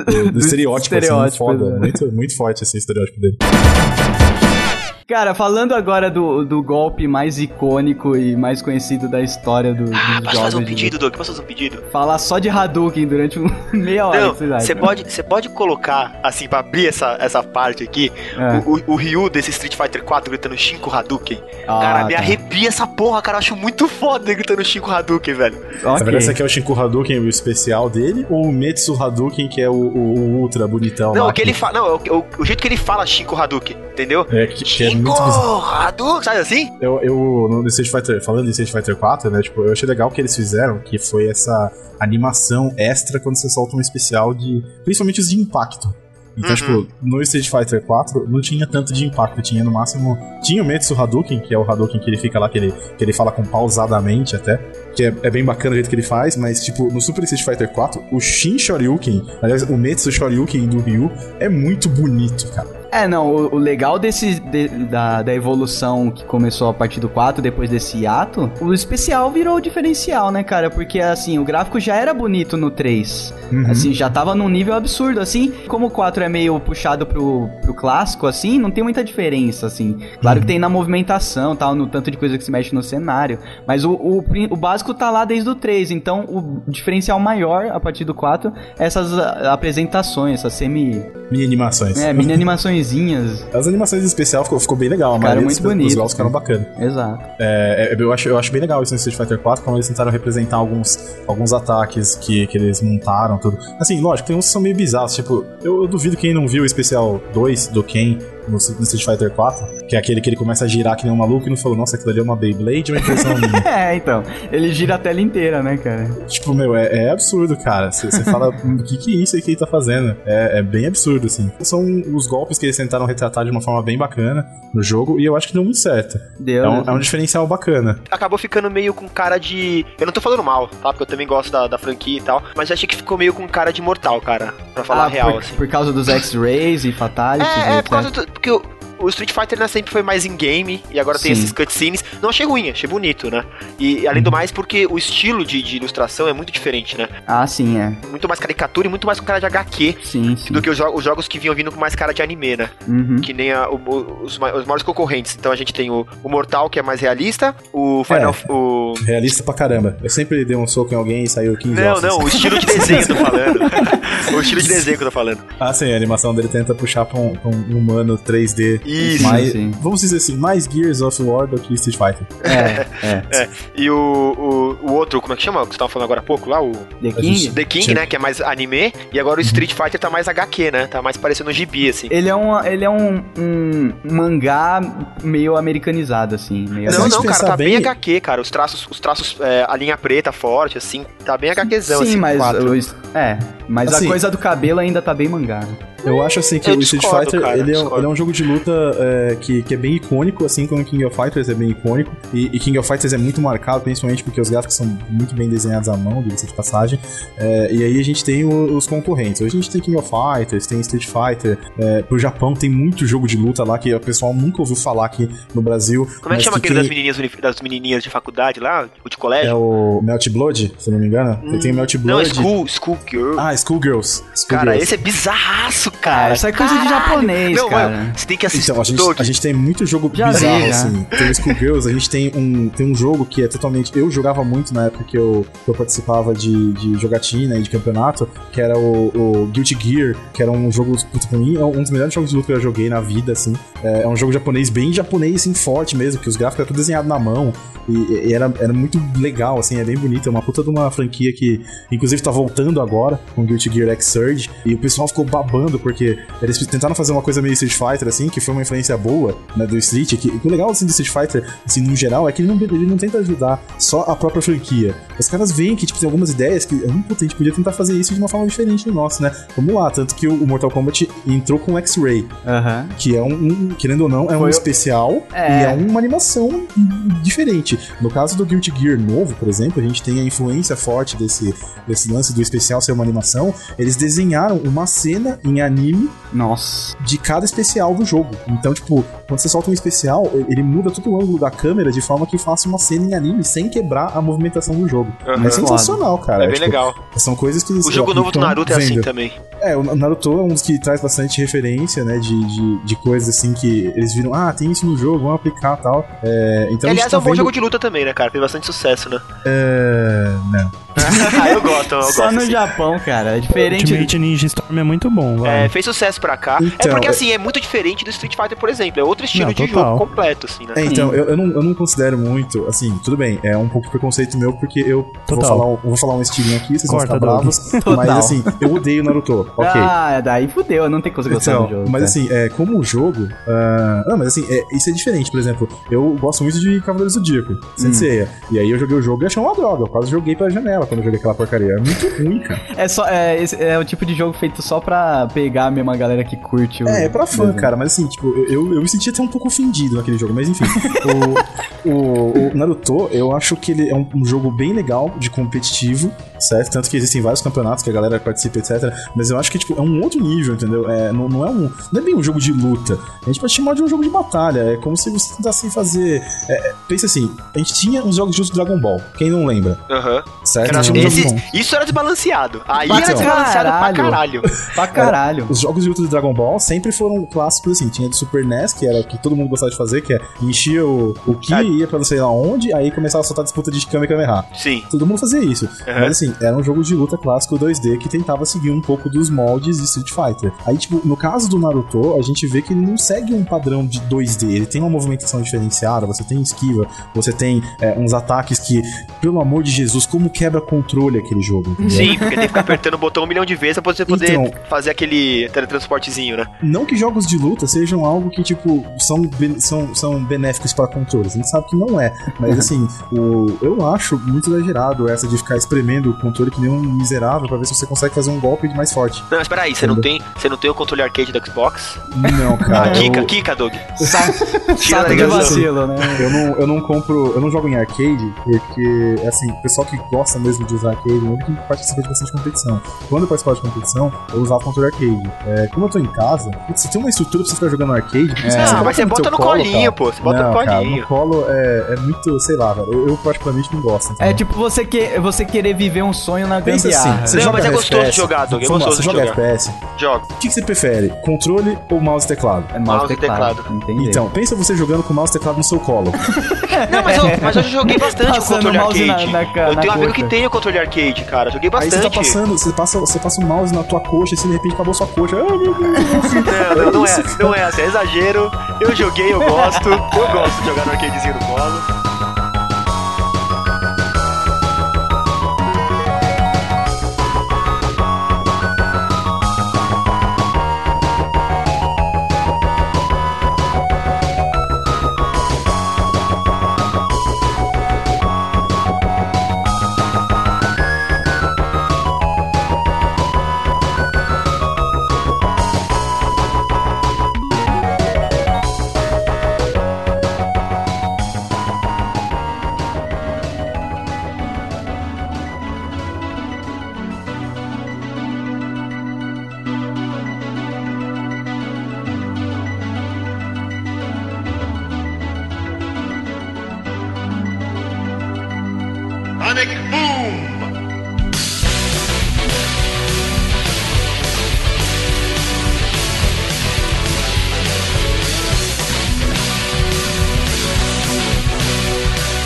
E: do, do, do estereótipo, assim,
B: Estereótipo,
E: foda.
B: né?
E: Muito, muito forte esse estereótipo dele.
B: Cara, falando agora do, do golpe mais icônico e mais conhecido da história do, dos
C: Ah, posso fazer um
B: jogos de-
C: pedido, Doug? Posso fazer um pedido?
B: Falar só de Hadouken durante um, meia hora,
C: Não,
B: vocês acham?
C: você pode, você pode colocar, assim, pra abrir essa, essa parte aqui,
B: É.
C: o, o- o Ryu desse Street Fighter 4 gritando Shinko Hadouken.
B: Ah,
C: cara, me
B: tá.
C: arrepia essa porra, cara. Eu acho muito foda ele gritando Shinko Hadouken, velho.
E: Na
B: Ok.
E: verdade, esse aqui é o Shinku Hadouken, o especial dele, ou o Metsu Hadouken, que é o, o- o ultra bonitão
C: Não,
E: lá,
C: o que ele fala. Não, é o, o- o jeito que ele fala Shinko Hadouken, entendeu?
E: É, que, que é muito
C: Shinko
E: bizarro.
C: Hadouken, sabe assim?
E: Eu, eu, no Street Fighter, falando de Street Fighter 4, né, tipo, eu achei legal o que eles fizeram, que foi essa animação extra quando você solta um especial de... Principalmente os de impacto. Então,
C: Uhum.
E: tipo, no Street Fighter 4 não tinha tanto de impacto, tinha no máximo... Tinha o Metsu Hadouken, que é o Hadouken que ele fica lá, que ele, que ele fala com pausadamente até, que é, é bem bacana o jeito que ele faz, mas, tipo, no Super Street Fighter 4, o Shin Shoryuken, aliás, o Metsu Shoryuken do Ryu, é muito bonito, cara.
B: É, não, o, o legal desse, de- da, da evolução que começou a partir do 4, depois desse hiato, o especial virou o diferencial, né, cara? Porque, assim, o gráfico já era bonito no 3. Assim, já tava num nível absurdo, assim. Como o 4 é meio puxado pro, pro clássico, assim, não tem muita diferença, assim. Claro que tem na movimentação, tal, no tanto de coisa que se mexe no cenário. Mas o, o, prin- o básico tá lá desde o 3, então o diferencial maior a partir do 4 é essas ah, apresentações, essas semi...
E: Mini animações.
B: É, mini animaçõezinhas.
E: As animações em especial ficou, ficou bem legal, a
B: Ficaram
E: maioria
B: muito
E: dos- dos
B: bonitos,
E: jogos ficaram
B: né?
E: bacana.
B: Exato.
E: É, é, eu, acho, eu acho bem legal isso no Street Fighter 4, como eles tentaram representar alguns, alguns ataques que, que eles montaram, tudo. Assim, lógico, tem uns que são meio bizarros, tipo, eu, eu duvido quem não viu o especial 2 do Ken no, no Street Fighter 4, que é aquele que ele começa a girar que nem um maluco e não falou, nossa, aquilo ali é uma Beyblade ou uma impressão minha?
B: É, então. Ele gira a tela inteira, né, cara?
E: Tipo, meu, é, é absurdo, cara. Você fala, o que, que é isso aí que ele tá fazendo? É, é bem absurdo, assim. São os golpes que eles tentaram retratar de uma forma bem bacana no jogo, e eu acho que deu muito certo.
B: Deu.
E: É
C: Então,
E: um,
B: né?
E: é um diferencial bacana.
C: acabou ficando meio com cara de. Eu não tô falando mal, tá? Porque eu também gosto da, da franquia e tal. Mas eu achei que ficou meio com cara de mortal, cara. Pra falar
B: Ah,
C: a real,
B: por,
C: assim.
B: por causa né? dos X-Rays e Fatalities,
C: É, é, por
B: etc.
C: causa do. Porque o, o Street Fighter né, sempre foi mais em game e agora tem
B: Sim. Uhum.
C: esses cutscenes. Não achei ruim, achei bonito, né? E além do mais, porque o estilo de, de ilustração é muito diferente, né?
B: Ah, sim, é.
C: Muito mais caricatura e muito mais com cara de HQ.
B: Sim, sim.
C: Do que os, jo- os jogos que vinham vindo com mais cara de anime, né?
B: Uhum.
C: Que nem a- o- o- os, ma- os maiores concorrentes. Então a gente tem o, o Mortal, que é mais realista, o
B: É.
C: Final. O...
E: Realista pra caramba. Eu sempre dei um soco em alguém e saiu 15
C: Não,
E: ossos.
C: não, o
E: é
C: estilo de desenho que eu tô falando. o estilo de desenho que eu tô falando.
E: Ah, sim, a animação dele tenta puxar pra um, pra um humano 3D.
C: Isso.
E: Mais-
B: Sim.
E: Vamos dizer assim, mais Gears of War do que Street Fighter.
B: É, é.
C: E o, o, o outro, como é que chama? Que você tava falando agora há pouco lá? O
B: The
E: A
B: King?
E: gente-
C: The King,
E: Sim. Uhum.
C: né? Que é mais anime. E agora o Street Fighter tá mais HQ, né? Tá mais parecendo um gibi, assim.
B: Ele é, um, ele é um, um mangá meio americanizado, assim. Meio
E: Mas se a
C: Não,
E: gente
C: não, cara,
E: pensar
C: tá bem,
E: bem-
C: HQ, cara. Os traços, os traços é, a linha preta forte, assim, tá bem HQzão,
B: Sim,
C: assim.
B: mas,
C: quatro.
B: o- é, mas
E: Assim-
B: a coisa do cabelo ainda tá bem mangá. né?
E: Eu acho assim que
C: Eu
E: o Street
C: discordo,
E: Fighter
C: cara,
E: ele, é, um-
C: discordo.
E: ele é um jogo de luta é, que, que é bem icônico, assim como King of Fighters é bem icônico. E, e King of Fighters é muito marcado, principalmente porque os gráficos são muito bem desenhados à mão, diga-se de passagem. É, e aí a gente tem o- os concorrentes. Hoje a gente tem King of Fighters, tem Street Fighter. É, pro Japão tem muito jogo de luta lá que o pessoal nunca ouviu falar aqui no Brasil.
C: Como é que
E: mas
C: chama
E: que
C: aquele
E: quem-
C: das menininhas, uni- das menininhas de faculdade lá? Ou de colégio?
E: É o Melt Blood, se não me engano.
C: Hum,
E: tem o Melt
C: não, é
E: Blood.
C: School, School Girl.
E: Ah, Schoolgirls.
C: cara,
E: Schoolgirls.
C: esse é bizarraço, cara.
B: Essa é coisa de
C: Caralho.
B: japonês,
C: Não,
B: cara.
C: mano, você tem que assistir.
E: Então, a gente,
C: todo.
E: a gente tem muito jogo
B: Já vi,
E: bizarro,
B: já.
E: assim. Tem o Schoolgirls, a gente tem um, tem um jogo que é totalmente. Eu jogava muito na época que eu, que eu participava de, de jogatina e de campeonato, que era o, o Guilty Gear, que era um jogo, puta, pra mim, é um dos melhores jogos de luta que eu já joguei na vida, assim. É, é um jogo japonês, bem japonês, assim, forte mesmo, que os gráficos eram tudo desenhado na mão. E, e era, era muito legal, assim, é bem bonito. É uma puta de uma franquia que, inclusive, tá voltando agora com Guilty Gear X Surge. E o pessoal ficou babando, porque eles tentaram fazer uma coisa meio Street Fighter, assim, que foi uma influência boa, né, do Street. Que, o legal, assim, do Street Fighter, assim, no geral, é que ele não, ele não tenta ajudar só a própria franquia. Os caras veem que, tipo, tem algumas ideias que, hum, puta, a gente podia tentar fazer isso de uma forma diferente do nosso, né? Vamos lá, tanto que o o Mortal Kombat entrou com o X-Ray,
B: Aham.
E: que é um, um- querendo ou não, é um
B: Foi o-
E: especial
B: É.
E: e é uma animação diferente. No caso do Guilty Gear novo, por exemplo, a gente tem a influência forte desse, desse lance do especial ser uma animação. Eles desenharam uma cena em anime
B: Nossa.
E: de cada especial do jogo. Então, tipo, quando você solta um especial, ele muda todo o ângulo da câmera de forma que faça uma cena em anime sem quebrar a movimentação do jogo.
C: Aham.
E: É sensacional, cara.
C: É bem
E: Tipo,
C: legal.
E: São coisas que então,
C: O jogo novo do Naruto é assim também.
E: é, o Naruto é um dos que traz bastante referência, né? De, de, de coisas assim que eles viram, ah, tem isso no jogo, vamos aplicar e tal. É, então a
C: Aliás,
E: gente tá
C: é um bom
E: vendo-
C: jogo de luta também, né, cara? Fez bastante sucesso, né?
E: É, não.
C: ah, eu gosto, eu gosto.
B: Só no
C: assim.
B: Japão, cara. É diferente.
D: Ultimate Ninja Storm é muito bom, vai.
C: É, fez sucesso pra cá. é
E: Então,
C: porque
E: é-
C: assim, é muito diferente do Street Fighter, por exemplo. É outro estilo
D: Não,
C: de
D: total.
C: jogo completo, assim, né?
E: É, então, eu, eu, não, eu não considero muito, assim, tudo bem, é um pouco preconceito meu, porque eu vou
D: Total.
E: falar, um- vou falar um estilinho aqui, vocês
D: Corta,
E: vão
D: Doug.
E: ficar bravos, mas
B: Total.
E: assim, eu odeio Naruto, ok.
B: Ah, daí fudeu. Não tem coisa gostar
E: Então,
B: do jogo. né.
E: mas
B: cara.
E: assim, é, como o jogo. ah, não, mas assim, é, isso é diferente. Por exemplo, eu gosto muito de Cavaleiros do
B: Hum.
E: Zodíaco, Sensei. E aí eu joguei o jogo e achei uma droga. Eu quase joguei pela janela quando eu joguei aquela porcaria. É muito ruim, cara.
B: É, só, é, esse- é o tipo de jogo feito só pra pegar mesmo a mesma galera que curte o.
E: É, é pra fã,
B: desenho.
E: cara, mas assim, tipo, eu, eu, eu me senti senti até um pouco ofendido naquele jogo, mas enfim. o, o- o Naruto, eu acho que ele é um, um jogo bem legal de competitivo, certo? Tanto que existem vários campeonatos que a galera participa, etc. Mas eu acho que tipo, é um outro nível, entendeu? É, não, não é um, não é bem um jogo de luta. A gente pode chamar de um jogo de batalha. É como se você tentasse fazer. é, é, pensa assim, a gente tinha uns jogos de Dragon Ball, quem não lembra?
C: Aham.
E: Certo?
C: Cara,
E: A gente tinha um
C: esse-
E: Dragon Ball.
C: isso era desbalanceado. Aí
B: Pra
C: era desbalanceado pra
B: caralho.
C: caralho.
B: Pra caralho.
E: Os jogos de luta de Dragon Ball sempre foram clássicos assim. Tinha do Super NES, que era o que todo mundo gostava de fazer, que é enchia o, o Ki
C: Ah.
E: e ia pra não sei lá onde, aí começava a soltar disputa de Kame Kameha.
C: Sim.
E: Todo mundo fazia isso.
C: Aham.
E: Mas assim, era um jogo de luta clássico 2D que tentava seguir um pouco dos moldes de Street Fighter. Aí, tipo, no caso do Naruto, a gente vê que ele não segue um padrão de 2D. Ele tem uma movimentação diferenciada, você tem esquiva, você tem é, uns ataques que, pelo amor de Jesus, como quebra controle aquele jogo. entendeu?
C: Sim, porque tem que ficar apertando o botão um milhão de vezes pra você poder
E: Então.
C: fazer aquele teletransportezinho, né?
E: Não que jogos de luta sejam algo que, tipo, são, ben- são, são benéficos para controles. A gente sabe que não é. Mas, assim, o, eu acho muito exagerado essa de ficar espremendo o controle que nem um miserável pra ver se você consegue fazer um golpe de mais forte.
C: Não, mas peraí, você não tem, você não tem o controle arcade do Xbox?
E: Não, cara.
C: Kika,
E: Ah, eu,
C: Kika, Doug. Tira da
B: Saco de
C: ligação.
B: vacilo, né?
E: eu não, eu não compro, eu não jogo em arcade, porque, assim, o pessoal que gosta mesmo de usar arcade é o único que participa de bastante competição. Quando eu participava de competição, eu usava controle arcade. É, como eu tô em casa, putz, você tem uma estrutura pra você ficar jogando arcade, por isso que
C: Ah, mas você
E: teu
C: bota no
E: colo,
C: colinho, pô. Você bota
E: não,
C: no
E: cara,
C: colinho.
E: no colo é, é muito, sei lá, velho. Eu, eu particularmente não gosto. entendeu?
B: É tipo você, que, você querer viver um sonho na
E: Pensa
B: gambiarra.
E: assim, você
C: Não,
E: joga
C: mas é gostoso
E: FPS,
C: de jogar, Doug, é
E: vamos lá,
C: gostoso
E: você
C: de
E: joga
C: jogar.
E: FPS.
C: Jogo.
E: O que, que você prefere? Controle ou mouse e teclado?
B: É mouse
C: Mouse
B: e
C: e
B: teclado.
C: teclado.
B: Entendeu?
E: Então, pensa você jogando com o mouse e teclado no seu colo.
C: Não, mas eu, mas eu joguei bastante com o
B: Passando
C: controle
B: o mouse
C: arcade.
B: na- na ca-
C: eu
B: na
C: tenho um amigo
B: coxa.
C: que tem o controle arcade, cara. Joguei
E: Aí
C: bastante.
E: você tá passando, você passa, você passa o mouse na tua coxa e assim, de repente acabou sua coxa. Ah, meu Deus.
C: Não, não, não é, não é assim, é exagero. Eu joguei, eu gosto. Eu gosto de jogar no arcadezinho no colo.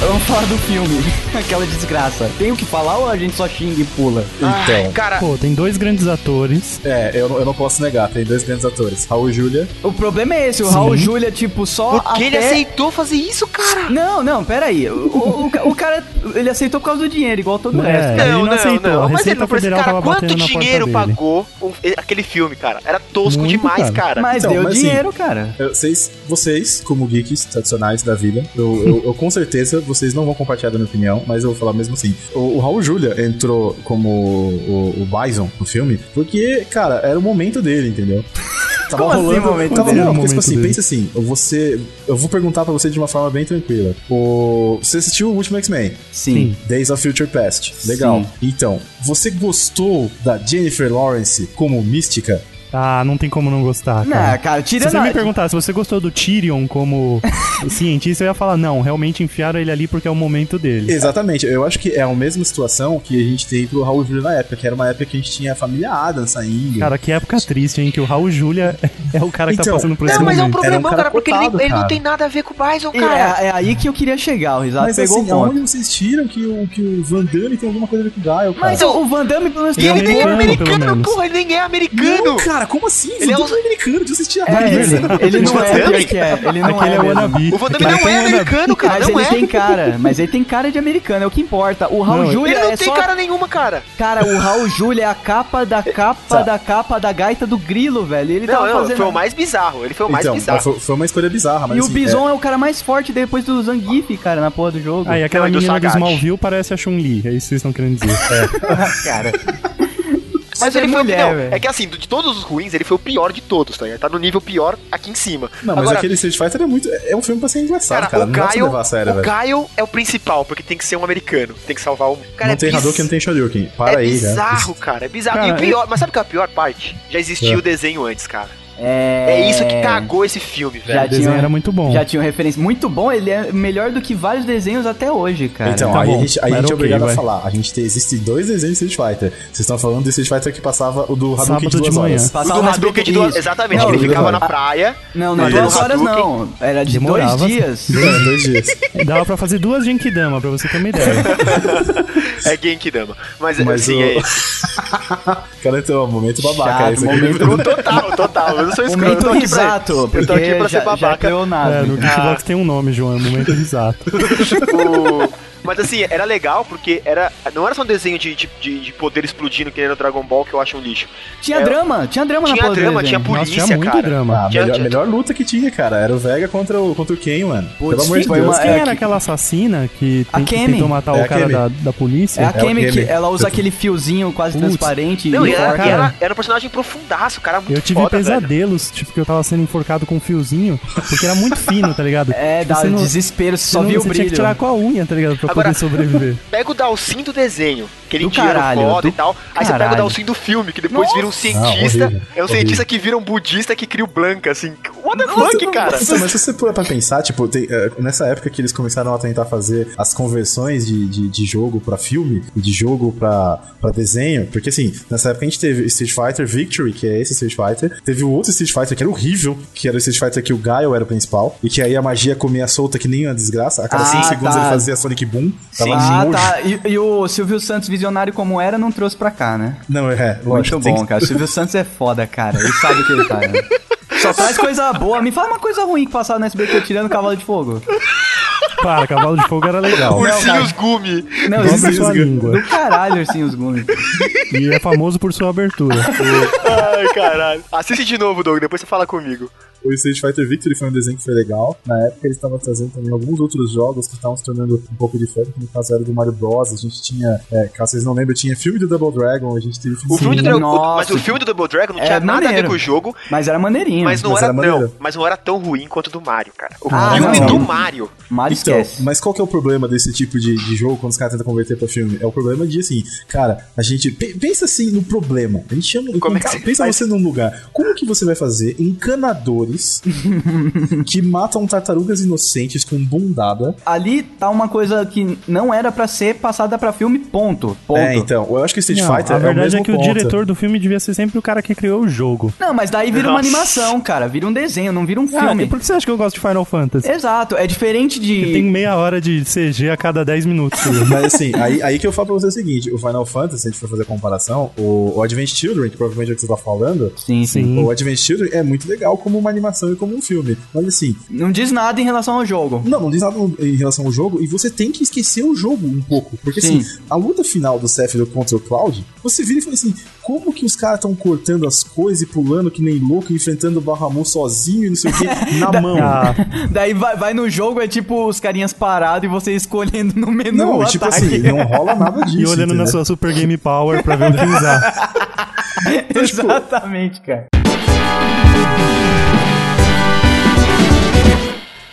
B: Vamos falar do filme. Aquela desgraça. Tem o que falar ou a gente só xinga e pula?
E: Então,
C: Cara,
D: Pô, tem dois grandes atores.
E: é, eu, não- eu não posso negar, tem dois grandes atores, Raul e Júlia.
B: O problema é esse, o Raul Júlia, tipo, só.
C: por que ele
B: até-
C: aceitou fazer isso, cara?
B: Não, não, peraí. O, o, o ca- o cara, ele aceitou por causa do dinheiro, igual todo o resto.
D: É, ele não aceitou.
C: Mas
D: A
C: ele
D: Receita
C: não precisa.
D: Federal
C: Cara,
D: tava
C: quanto
D: batendo na porta
C: dinheiro
D: dele.
C: pagou o- aquele filme, cara? Era tosco
D: Muito,
C: demais, cara.
B: Mas
E: Então,
B: deu
E: mas assim-
B: dinheiro, cara.
E: Eu- Vocês, vocês, como geeks tradicionais da vida, eu, eu- eu com certeza vocês não vão compartilhar da minha opinião, mas eu vou falar mesmo assim. O, o Raul Júlia entrou como o, o Bison no filme, porque, cara, era o momento dele, entendeu? Tava
B: Como assim,
E: rolando.
B: momento
E: tava,
D: dele?
E: não,
D: Era o
E: porque, tipo
D: momento
E: assim,
D: dele.
E: pensa assim, você. Eu vou perguntar pra você de uma forma bem tranquila. O, você assistiu o último X-Men?
B: Sim.
E: Days of Future Past. Legal.
B: Sim.
E: Então, você gostou da Jennifer Lawrence como mística?
D: Ah, não tem como não gostar, cara.
B: Não, cara,
D: Se
B: tira
D: você
B: na...
D: me perguntar se você gostou do Tyrion como cientista, eu ia falar, não, realmente enfiaram ele ali porque é o momento dele.
E: Exatamente, eu acho que é a mesma situação que a gente tem pro Raul Júlio na época, que era uma época que a gente tinha a família Adams saindo.
D: Cara, que época triste, hein? Que o Raul Júlia é o cara que tá
E: Então,
D: passando por esse
C: Não, mas é um
D: momento.
E: Era um
C: problemão,
E: cara
C: cara, porque ele, nem-
E: cotado,
C: ele não
E: cara.
C: tem nada a ver com o Bison,
B: É,
C: cara.
B: é aí que eu queria chegar, o Risado
E: mas
B: pegou
E: assim,
B: o ponto.
E: aonde vocês tiram que o, que o Van Damme tem alguma coisa a ver com o Gaio, cara?
B: Mas
C: Então,
B: o o Van Damme, pelo menos,
C: E ele
B: tem- um-
C: nem é
D: americano, pelo
C: americano,
D: menos.
C: porra, ele nem é americano.
E: Não, cara, como assim?
C: Ele é
E: Van
C: um-
E: Damme americano, de vocês tiraram
B: É,
E: isso? Tipo,
B: ele, ele não é, pior
C: tipo
B: que é. Ele não
D: Aquele é,
B: é
D: o
B: mesmo.
D: Wannabe.
C: O Van Damme
D: Cara,
C: não
D: tem
C: é
D: um wannabe.
C: americano, cara,
B: Mas ele
C: não é.
B: tem cara, mas ele tem cara de americano, é o que importa. O Raul
D: Não,
B: Júlia
C: Ele não
B: é
C: tem
B: só...
C: cara nenhuma, cara.
B: Cara, o Raul Júlia é a capa da capa
E: Tá.
B: da capa da gaita do grilo, velho. Ele
C: Não,
B: tava
C: não,
B: fazendo...
C: foi o mais bizarro. Ele foi o mais
E: Então,
C: bizarro.
E: foi, foi uma escolha bizarra, mas
B: E o
E: assim,
B: Bison é... o cara mais forte depois do Zangief, cara, na porra do jogo.
D: Aí aquela
C: Não, é do
D: menina do
C: Sagat.
D: Smallville parece a Chun-Li, é isso que vocês estão querendo dizer.
B: cara.
C: Mas
B: ser
C: ele foi
B: mulher,
C: o
B: velho.
C: não, É que assim, de todos os ruins, ele foi o pior de todos, tá? ligado? Tá no nível pior aqui em cima.
E: Não, mas aquele Street Fighter é muito. É um filme pra ser engraçado, cara.
C: Cara,
E: Não dá pra
C: o
E: você levar a sério,
C: Gaio, o
E: velho.
C: Gaio é o principal, porque tem que ser um americano. Tem que salvar o. Cara,
E: Não
C: é
E: tem
C: biz-
E: Hadouken, que não tem Shoryuken. Para
C: é
E: aí,
C: bizarro, cara. É bizarro.
D: Cara,
C: e o pior, mas sabe qual é a pior parte? Já existia
E: É.
C: o desenho antes, cara.
B: É...
C: É isso que cagou esse filme,
B: Já
D: O
C: velho.
D: desenho
B: tinha,
D: era muito bom.
B: já tinha uma referência. Muito bom, ele é melhor do que vários desenhos até hoje, cara.
E: cara. Então,
D: tá
E: aí
D: bom.
E: a gente, aí a
D: Era
E: gente
D: ok,
E: é obrigado a
D: vai.
E: falar. A gente tem, existe dois desenhos de Street Fighter. Vocês estão falando do Street Fighter que passava o do Hadouken
D: Sábado
E: de
D: de
E: duas
D: manhã.
E: horas.
C: O
B: Passava
C: do
B: no
C: Hadouken de
B: SBT,
C: duas.
B: isso.
C: Exatamente,
B: Não,
C: ele
E: Hadouken.
C: ficava na praia.
B: Não, não, é
E: Isso.
B: duas horas
C: Hadouken.
B: não. Era de
D: Demorava.
B: dois dias.
E: Dois, dois dias.
D: Dava pra fazer duas Genkidama, pra você ter uma ideia.
C: É Genkidama. Mas,
E: Mas
C: assim,
E: o-
C: é
E: Cara, então, é um momento babaca.
B: Chato,
E: esse aqui.
B: momento,
C: Total, total. Eu não sou escroto. eu tô
B: momento
C: aqui pra-
B: risato,
C: Eu
B: porque
C: tô aqui pra
B: já, um
C: ser babaca.
B: já deu nada.
D: É, no Geekbox tem um nome, João, é um momento exato.
C: O- Mas assim, era legal porque era não era só um desenho de, de, de- de poder explodindo que nem no Dragon Ball que eu acho um lixo.
B: Tinha
C: É,
B: drama, tinha drama na
C: tinha
B: porra do
C: drama,
B: desenho.
C: tinha
D: Nossa,
C: polícia,
D: tinha muito
C: cara.
D: drama.
E: Ah,
C: Tinha-
E: melhor,
C: tinha-
E: melhor luta que tinha, cara. Era o Vega contra o, contra o Ken, mano.
B: Putz,
E: Pelo amor de
B: foi
E: Deus.
B: uma-
E: cara.
B: é,
D: Quem era aquela assassina que,
B: A
D: tem, que
B: Kemi.
D: tentou matar
E: É a
D: o cara
E: Kemi.
D: da, da polícia?
B: É a Kemi que
E: Kemi.
B: ela usa aquele fiozinho quase
D: Putz.
B: transparente.
C: Não, e era,
B: enforca.
C: e era, era um personagem profundaço, cara. Muito
D: Eu tive
C: foda, velho.
D: pesadelos, tipo, que eu tava sendo enforcado com um fiozinho, porque era muito fino, tá ligado?
B: É,
D: Tipo,
B: dá
D: você não-
B: desespero, você
D: você
B: só
D: não-
B: viu o
D: você
B: brilho.
D: tinha que tirar com a unha, tá ligado?
C: Agora-
D: Pra poder sobreviver.
C: Pega o Dalsin do desenho, aquele
B: Do
C: indiano
B: caralho,
C: foda
B: do
C: e tal. Aí você pega
B: caralho.
C: o Dalsin do filme, que depois vira um cientista.
E: horrível,
C: é um
E: horrível.
C: cientista que vira um budista que cria o Blanca, assim. What the fuck, cara?
E: Nossa, mas se você pôr pra pensar, tipo, tem, eh, nessa época que eles começaram a tentar fazer as conversões de, de, de jogo pra filme e de jogo pra, pra desenho, porque assim, nessa época a gente teve Street Fighter Victory, que é esse Street Fighter, teve o outro Street Fighter que era horrível, que era o Street Fighter que o Gaio era o principal, e que aí a magia comia solta que nem uma desgraça, a cada
B: Ah,
E: 5 segundos
B: tá.
E: ele fazia Sonic Boom, tava
B: ah,
E: nojo.
B: tá. E, e o Silvio Santos, visionário como era, não trouxe pra cá, né?
E: Não, é,
B: Muito
E: lógico. tem
B: bom,
E: que-
B: cara. O Silvio Santos é foda, cara. Ele sabe o que ele faz. né? Só traz coisa boa. Me fala uma coisa ruim que passava no SBT tirando cavalo de fogo.
D: Para, cavalo de fogo era legal.
C: Ursinhos Gumi.
B: Não,
D: Dobra
B: isso- é
D: sua língua.
B: Do caralho, assim, ursinhos Gumi.
D: E é famoso por sua abertura.
C: Ai, caralho. Assiste de novo, Doug, depois você fala comigo.
E: O Street Fighter Victory foi um desenho que foi legal. Na época eles estavam trazendo também alguns outros jogos que estavam se tornando um pouco diferentes. No caso era do Mario Bros. A gente tinha, é, caso vocês não lembrem, tinha filme do Double Dragon. A gente teve filme
C: O filme do Dragon,
B: nossa.
C: mas o filme do Double Dragon não
B: É
C: tinha nada a ver
B: maneiro.
C: com o jogo,
B: Mas era maneirinho.
C: mas não
E: mas
C: era,
E: era maneiro.
C: não, mas não era tão ruim quanto o do Mario, cara. O
B: Ah,
C: filme
B: não.
C: do Mario.
B: Mario
E: Então,
B: esquece.
E: mas qual que é o problema desse tipo de, de jogo quando os caras tentam converter pra filme? É o problema de assim, cara, a gente. pe- Pensa assim no problema. A gente chama.
C: Como é que
E: cara,
C: você
E: pensa
C: faz?
E: você num lugar. Como que você vai fazer encanadores que matam tartarugas inocentes com bundada?
B: Ali tá uma coisa que não era pra ser passada pra filme, ponto. Ponto.
E: É, então, eu acho que Street
D: Não,
E: Fighter
D: a
E: é o
D: verdade
E: mesmo
D: é que o
E: ponto.
D: diretor do filme devia ser sempre o cara que criou o jogo.
B: Não, mas daí vira uma
C: Nossa.
B: animação, cara. Vira um desenho, não vira um
D: Filme.
B: filme.
D: Ah, é por que você acha que eu gosto de Final Fantasy?
B: Exato, é diferente de.
D: Tem meia hora de CG a cada 10 minutos.
E: Mas assim, aí, aí que eu falo pra você o seguinte: o Final Fantasy, se a gente for fazer a comparação, o, o Advent Children, que provavelmente é o que você tá falando,
B: Sim, sim.
D: Sim.
E: o Advent Children é muito legal como uma animação e como um filme. Mas assim,
B: Não diz nada em relação ao jogo.
E: não, não diz nada em relação ao jogo, e você tem que esquecer o jogo um pouco. Porque
B: Sim.
E: assim, a luta final do Sephiroth contra o Cloud, você vira e fala assim: como que os caras estão cortando as coisas e pulando que nem louco, enfrentando o Barramu sozinho e não sei o que, na mão.
D: Ah,
B: Daí vai, vai no jogo, é tipo os carinhas parados e você escolhendo no menu
E: Não,
B: o
E: e, tipo
B: ataque.
E: assim, não rola nada disso.
D: e olhando na
E: entendeu?
D: sua Super Game Power pra ver o que usar.
B: assim, tipo- Exatamente, cara.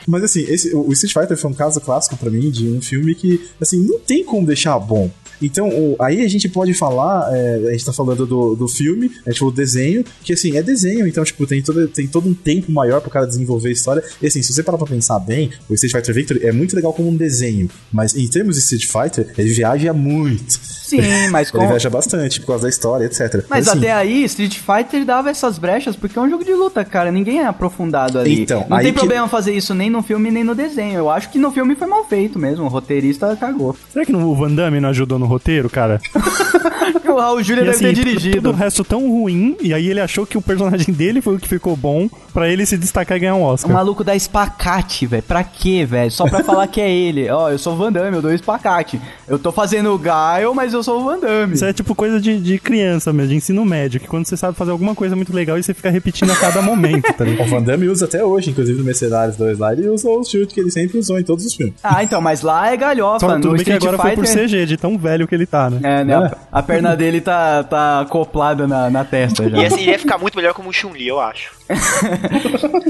E: Mas assim, esse, o o Street Fighter foi um caso clássico pra mim de um filme que, assim, não tem como deixar bom. Então, o- aí a gente pode falar, é, a gente tá falando do, do filme, é tipo o desenho, que assim, é desenho, então, tipo, tem todo, tem todo um tempo maior pro cara desenvolver a história. E assim, se você parar pra pensar bem, o Street Fighter Victory é muito legal como um desenho, mas em termos de Street Fighter, ele viaja muito.
B: Sim, mas
E: Ele
B: com...
E: viaja bastante por causa da história, etc.
B: Mas
E: assim,
B: até aí, Street Fighter dava essas brechas porque é um jogo de luta, cara. Ninguém é aprofundado ali.
E: Então,
B: não
E: aí
B: tem
E: que-
B: problema fazer isso nem no filme nem no desenho. Eu acho que no filme foi mal feito mesmo. O roteirista cagou.
D: Será que não- o Van Damme não ajudou no roteiro, cara?
B: O Raul Júlia
D: E
B: deve
D: assim,
B: ter
D: todo o
B: dirigido.
D: resto tão ruim, e aí ele achou que o personagem dele foi o que ficou bom pra ele se destacar e ganhar um
B: O
D: Oscar.
B: maluco dá espacate, velho. Pra quê, velho? Só pra falar que é ele. Ó, eu sou o Van Damme, eu dou espacate. Eu tô fazendo o Gaio, mas eu sou o Van Damme.
D: Isso é tipo coisa de, de criança mesmo, de ensino médio, que quando você sabe fazer alguma coisa muito legal e você fica repetindo a cada momento, tá ligado?
E: O Van Damme usa até hoje, inclusive no Mercenários 2 lá, ele ele usou o chute que ele sempre usou em todos os filmes.
B: Ah, então, mas lá é galhofa.
D: Só
B: no
D: tudo bem que
B: Street
D: agora
B: Fighter...
D: foi por CG, de tão velho que ele tá, né?
B: É, né? A- A perna dele tá, tá acoplada na, na testa já.
C: E assim, ia ficar muito melhor como um Chun-Li, eu acho.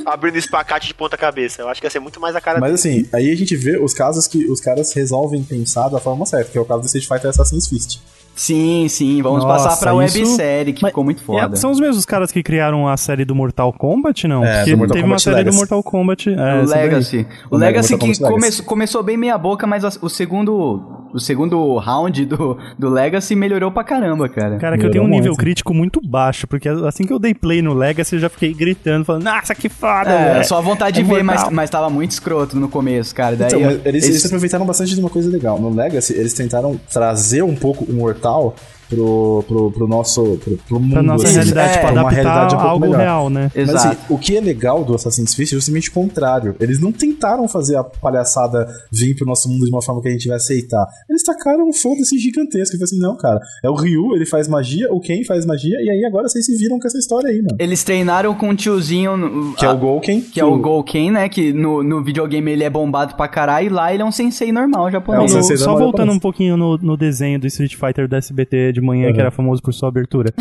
C: Abrindo espacate de ponta cabeça. Eu acho que ia ser muito mais a cara
E: Mas
C: dele.
E: assim, aí a gente vê os casos que os caras resolvem pensar da forma certa, que é o caso do Street Fighter Assassin's Fist.
B: Sim, sim, vamos
D: Nossa,
B: passar pra
D: isso-
B: websérie, que
D: Mas-
B: ficou muito foda.
D: É, são os mesmos caras que criaram a série do Mortal Kombat, não?
E: É,
D: Porque
E: do Mortal
D: teve uma
E: Kombat
D: série
E: Legacy.
D: do Mortal Kombat. É,
B: o
D: essa daí.
B: Legacy. O
E: O Le-
B: Legacy
E: Mortal
B: que
E: Kombat Legacy.
B: come- começou bem meia boca, mas a- o segundo o segundo round do, do Legacy melhorou pra caramba, cara.
D: Cara, que eu tenho um
E: Melhorou
D: nível
E: muito.
D: crítico muito baixo, porque assim que eu dei play no Legacy, eu já fiquei gritando, falando, nossa, que foda!
B: É,
D: velho."
B: só a vontade
D: É
B: de ver, mas,
D: mortal.
B: mas tava muito escroto no começo, cara. Daí,
E: Então,
B: ó,
E: mas eles,
B: eles-
E: eles aproveitaram bastante de uma coisa legal. No Legacy, eles tentaram trazer um pouco o Mortal pro, pro, pro nosso pro, pro mundo.
D: Pra nossa
E: assim,
D: realidade,
B: é,
D: tipo,
E: uma
D: adaptar
E: realidade um pouco
D: algo
E: melhor.
D: real, né?
E: Mas
B: Exato.
E: assim, o que é legal do Assassin's Creed é justamente o contrário. Eles não tentaram fazer a palhaçada vir pro nosso mundo de uma forma que a gente vai aceitar. Eles tacaram um foda-se gigantesco. E assim, não, cara, é o Ryu, ele faz magia, o Ken faz magia, e aí agora vocês se viram com essa história aí, mano.
B: Eles treinaram com um tiozinho. no-
E: Que é o Golken.
B: Que é o Golken, né? Que no, no videogame ele é bombado pra caralho e lá ele é um sensei normal
E: É um
B: japonês.
E: sensei
D: No-
E: da
D: só
E: Mario
D: voltando
E: Bros.
D: um pouquinho no, no desenho do Street Fighter do SBT de manhã,
E: Uhum.
D: que era famoso por sua abertura.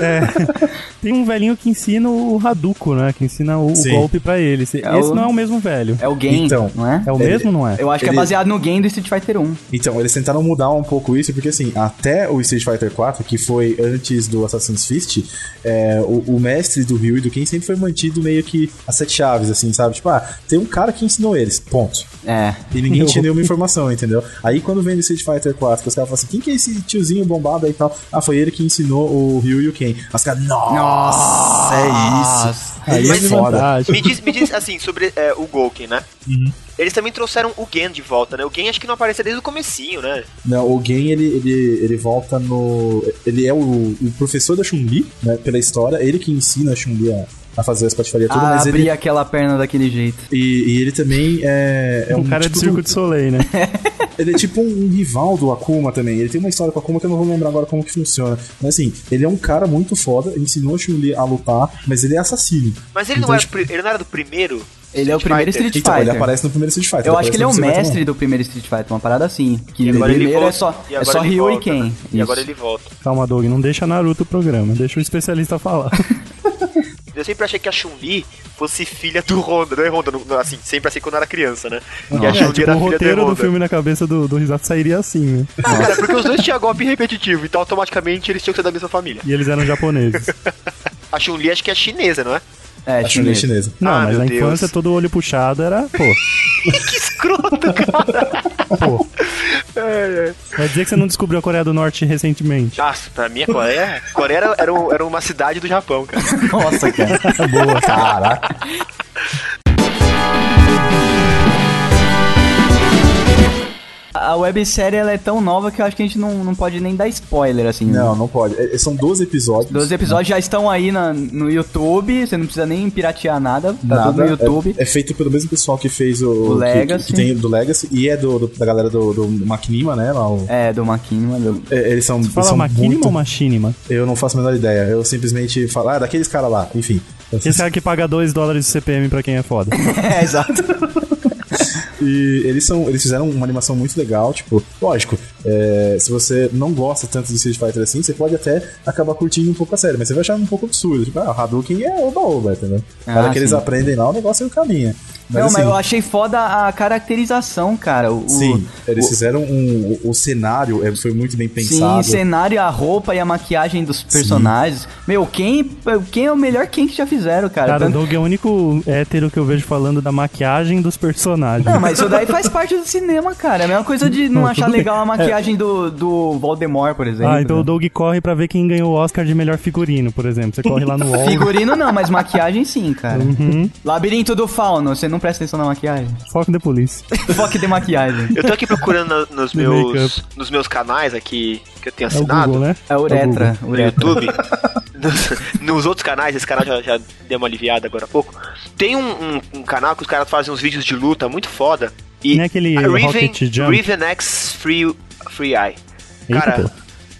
D: É, tem um velhinho que ensina o Hadouken, né? Que ensina o, o
E: Sim.
D: golpe pra ele. Esse,
B: É
D: esse
B: o-
D: não é o mesmo velho.
B: É o Gen,
E: Então,
B: não é?
D: É o
E: Ele-
D: mesmo, não é?
B: Eu acho que é
E: ele-
B: baseado no game do Street Fighter 1.
E: Então, eles tentaram mudar um pouco isso, porque assim, até o Street Fighter 4, que foi antes do Assassin's Fist, é, o, o mestre do Ryu e do Ken sempre foi mantido meio que as sete chaves, assim, sabe? Tipo, ah, tem um cara que ensinou eles, ponto.
B: É.
E: E ninguém tinha nenhuma informação, entendeu? Aí quando vem do Street Fighter 4, que os caras falam assim, quem que é esse tiozinho bombado aí e tal? Ah, foi ele que ensinou o Ryu e o Ken. Aí os caras, nossa,
B: Ah,
E: é isso. Aí é
C: Mas-
E: foda.
D: Fantástico.
C: Me diz, me diz assim, sobre é, o Golken, né?
B: Uhum.
C: Eles também trouxeram o Gen de volta, né? O Gen acho que não aparecia desde o comecinho, né?
E: Não, o Gen, ele, ele, ele volta no... Ele é o, o professor da Chun-Li, né, pela história. Ele que ensina a Chun-Li a, a fazer as patifaria tudo,
B: Ah,
E: mas
B: abrir
E: ele...
B: aquela perna daquele jeito.
E: E, e ele também é... é
D: um cara
E: tipo
D: de circo de Soleil, né?
E: Ele é tipo um, um rival do Akuma também. Ele tem uma história com o Akuma que eu não vou lembrar agora como que funciona. Mas assim, ele é um cara muito foda, ele ensinou a Chun-Li a lutar, mas ele é assassino.
C: Mas ele,
E: Então,
C: não, era, o
E: tipo,
C: pri- ele não era do primeiro?
B: Ele é o
C: Street
B: primeiro
C: Fighter?
B: Street
E: Então, ele
B: Fighter.
E: aparece no primeiro Street Fighter.
B: Eu acho que ele é o
E: aparece no Street
B: mestre do primeiro Street Fighter, uma parada assim. Que
C: E
B: o
C: agora ele
B: primeiro
C: volta-
B: é só,
C: e
B: é
C: agora
B: só
C: ele
B: Ryu e
C: volta,
B: Ken.
C: né? E
B: Isso.
C: agora ele volta.
D: Calma, Doug, não deixa Naruto o programa, deixa o especialista falar.
C: Eu sempre achei que a Chun-Li fosse filha do Honda, não é Honda, no- no- assim, sempre assim quando eu era criança, né? E a
D: É,
C: Chun-Li
D: tipo,
C: era
D: o
C: filha
D: roteiro
C: do
D: do
C: Honda.
D: filme na cabeça do, do Risato sairia assim, né?
C: Ah, cara, porque os dois tinham golpe repetitivo, então automaticamente eles tinham que ser da mesma família.
D: E eles eram japoneses.
C: A Chun-Li acho que é chinesa, não é?
B: É,
E: A Chun-Li é
B: chinês.
E: chinesa.
D: Não,
C: Ah,
D: mas
C: meu
D: na
C: Deus.
D: infância todo olho puxado era, pô,
C: Que escroto, cara.
D: pô.
C: É, é.
D: Vai dizer que você não descobriu a Coreia do Norte recentemente.
C: Nossa, pra mim a Coreia. Coreia era, era, um- era uma cidade do Japão, cara.
B: Nossa, cara.
E: Boa, caraca.
B: A websérie ela é tão nova que eu acho que a gente não, não pode nem dar spoiler, assim. né?
E: Não, não pode. É- São 12 episódios.
B: Os episódios já estão aí na- no YouTube, você não precisa nem piratear nada, tá tudo
E: Nada.
B: no YouTube.
E: É, é feito pelo mesmo pessoal que fez o,
B: O
E: que-
B: Legacy.
E: Que, que tem do Legacy e é do, do- da galera do, do Machinima, né? Lá, o-
B: É, do Maquinima. do-
E: é, eles são. eles
D: Fala
E: são
D: Machinima
E: muito-
D: ou Machinima?
E: Eu não faço a menor ideia. Eu simplesmente falo, ah, daqueles caras lá. Enfim.
D: Esse cara que paga 2 dólares de CPM pra quem é foda.
B: É, exato.
E: E eles são, eles fizeram uma animação muito legal, tipo, lógico, é, se você não gosta tanto de Street Fighter assim, você pode até acabar curtindo um pouco a série, mas você vai achar um pouco absurdo, tipo, ah, o Hadouken é oba-oba, entendeu? Na
B: Ah,
E: hora que eles
B: sim.
E: aprendem lá, o negócio é o caminho. Mas,
B: não,
E: assim,
B: mas eu achei foda a caracterização, cara. O,
E: Sim,
B: o-
E: eles
B: o-
E: fizeram um. O, o cenário é, foi muito bem
B: Sim,
E: pensado.
B: cenário, a roupa e a maquiagem dos personagens. Meu, quem, quem é o melhor quem que já fizeram, cara?
D: Cara, o
B: Tanto-
D: Doug é o único hétero que eu vejo falando da maquiagem dos personagens.
B: Não, mas isso daí faz parte do cinema, cara. É a mesma coisa de não,
D: Não,
B: achar
D: tudo bem.
B: legal a maquiagem do, do Voldemort, por exemplo.
D: Ah, então o
B: né?
D: Doug corre pra ver quem ganhou o Oscar de melhor figurino, por exemplo. Você corre lá no UOL,
B: Figurino não, mas maquiagem sim, cara.
D: Uhum.
B: Labirinto do Fauno, você não presta atenção na maquiagem.
D: foca na polícia.
B: Foque de maquiagem.
C: Eu tô aqui procurando na- nos,
D: No
C: meus, nos meus canais aqui que eu tenho
D: É o Google,
C: assinado
D: né?
B: É uretra,
C: no
B: uretra.
C: YouTube. Nos, nos outros canais, esse canal já, já deu uma aliviada agora há pouco. Tem um, um- um canal que os caras fazem uns vídeos de luta muito foda. E
D: Não é aquele Rocket Jump?
C: Riven X Free, Free Eye.
D: Eita.
C: Cara,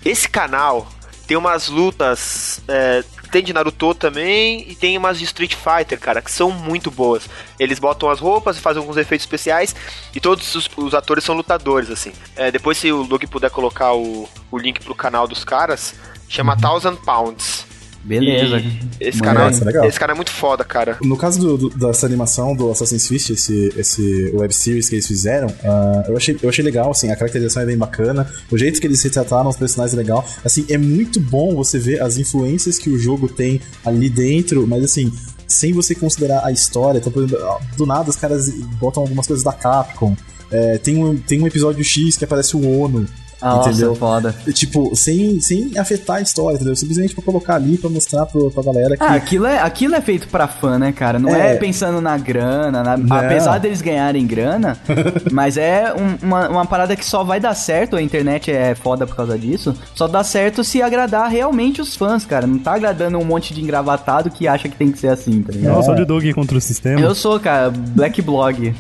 C: esse canal Tem umas lutas. é, tem de Naruto também e tem umas de Street Fighter, cara, que são muito boas. Eles botam as roupas e fazem alguns efeitos especiais e todos os, os atores são lutadores, assim. É, depois, se o Luke puder colocar o, o link pro canal dos caras, chama Thousand Pounds.
B: Beleza.
C: E esse,
B: Mano,
C: canal,
E: isso é legal.
C: esse cara é muito foda, cara.
E: No caso do- do- dessa animação do Assassin's Fist, esse, esse web series que eles fizeram, ah, eu, achei, eu achei legal, assim, a caracterização é bem bacana, o jeito que eles retrataram os personagens é legal. Assim, é muito bom você ver as influências que o jogo tem ali dentro, mas assim, sem você considerar a história. Então, por exemplo, ah, do nada os caras botam algumas coisas da Capcom. É, tem, um, tem um episódio X que aparece o Ono.
B: Ah, Nossa,
E: Entendeu?
B: foda.
E: Tipo, sem, sem afetar a história, entendeu? Simplesmente pra colocar ali, pra mostrar pro, pra galera que.
B: Ah, aquilo é, aquilo é feito pra fã, né, cara? Não é,
E: É.
B: pensando na grana, na-
E: Não.
B: apesar deles ganharem grana, mas é um- uma, uma parada que só vai dar certo, a internet é foda por causa disso, só dá certo se agradar realmente os fãs, cara. Não tá agradando um monte de engravatado que acha que tem que ser assim, tá ligado?
D: Nossa, olha o Doug contra o sistema.
B: Eu sou, cara, Black Blog.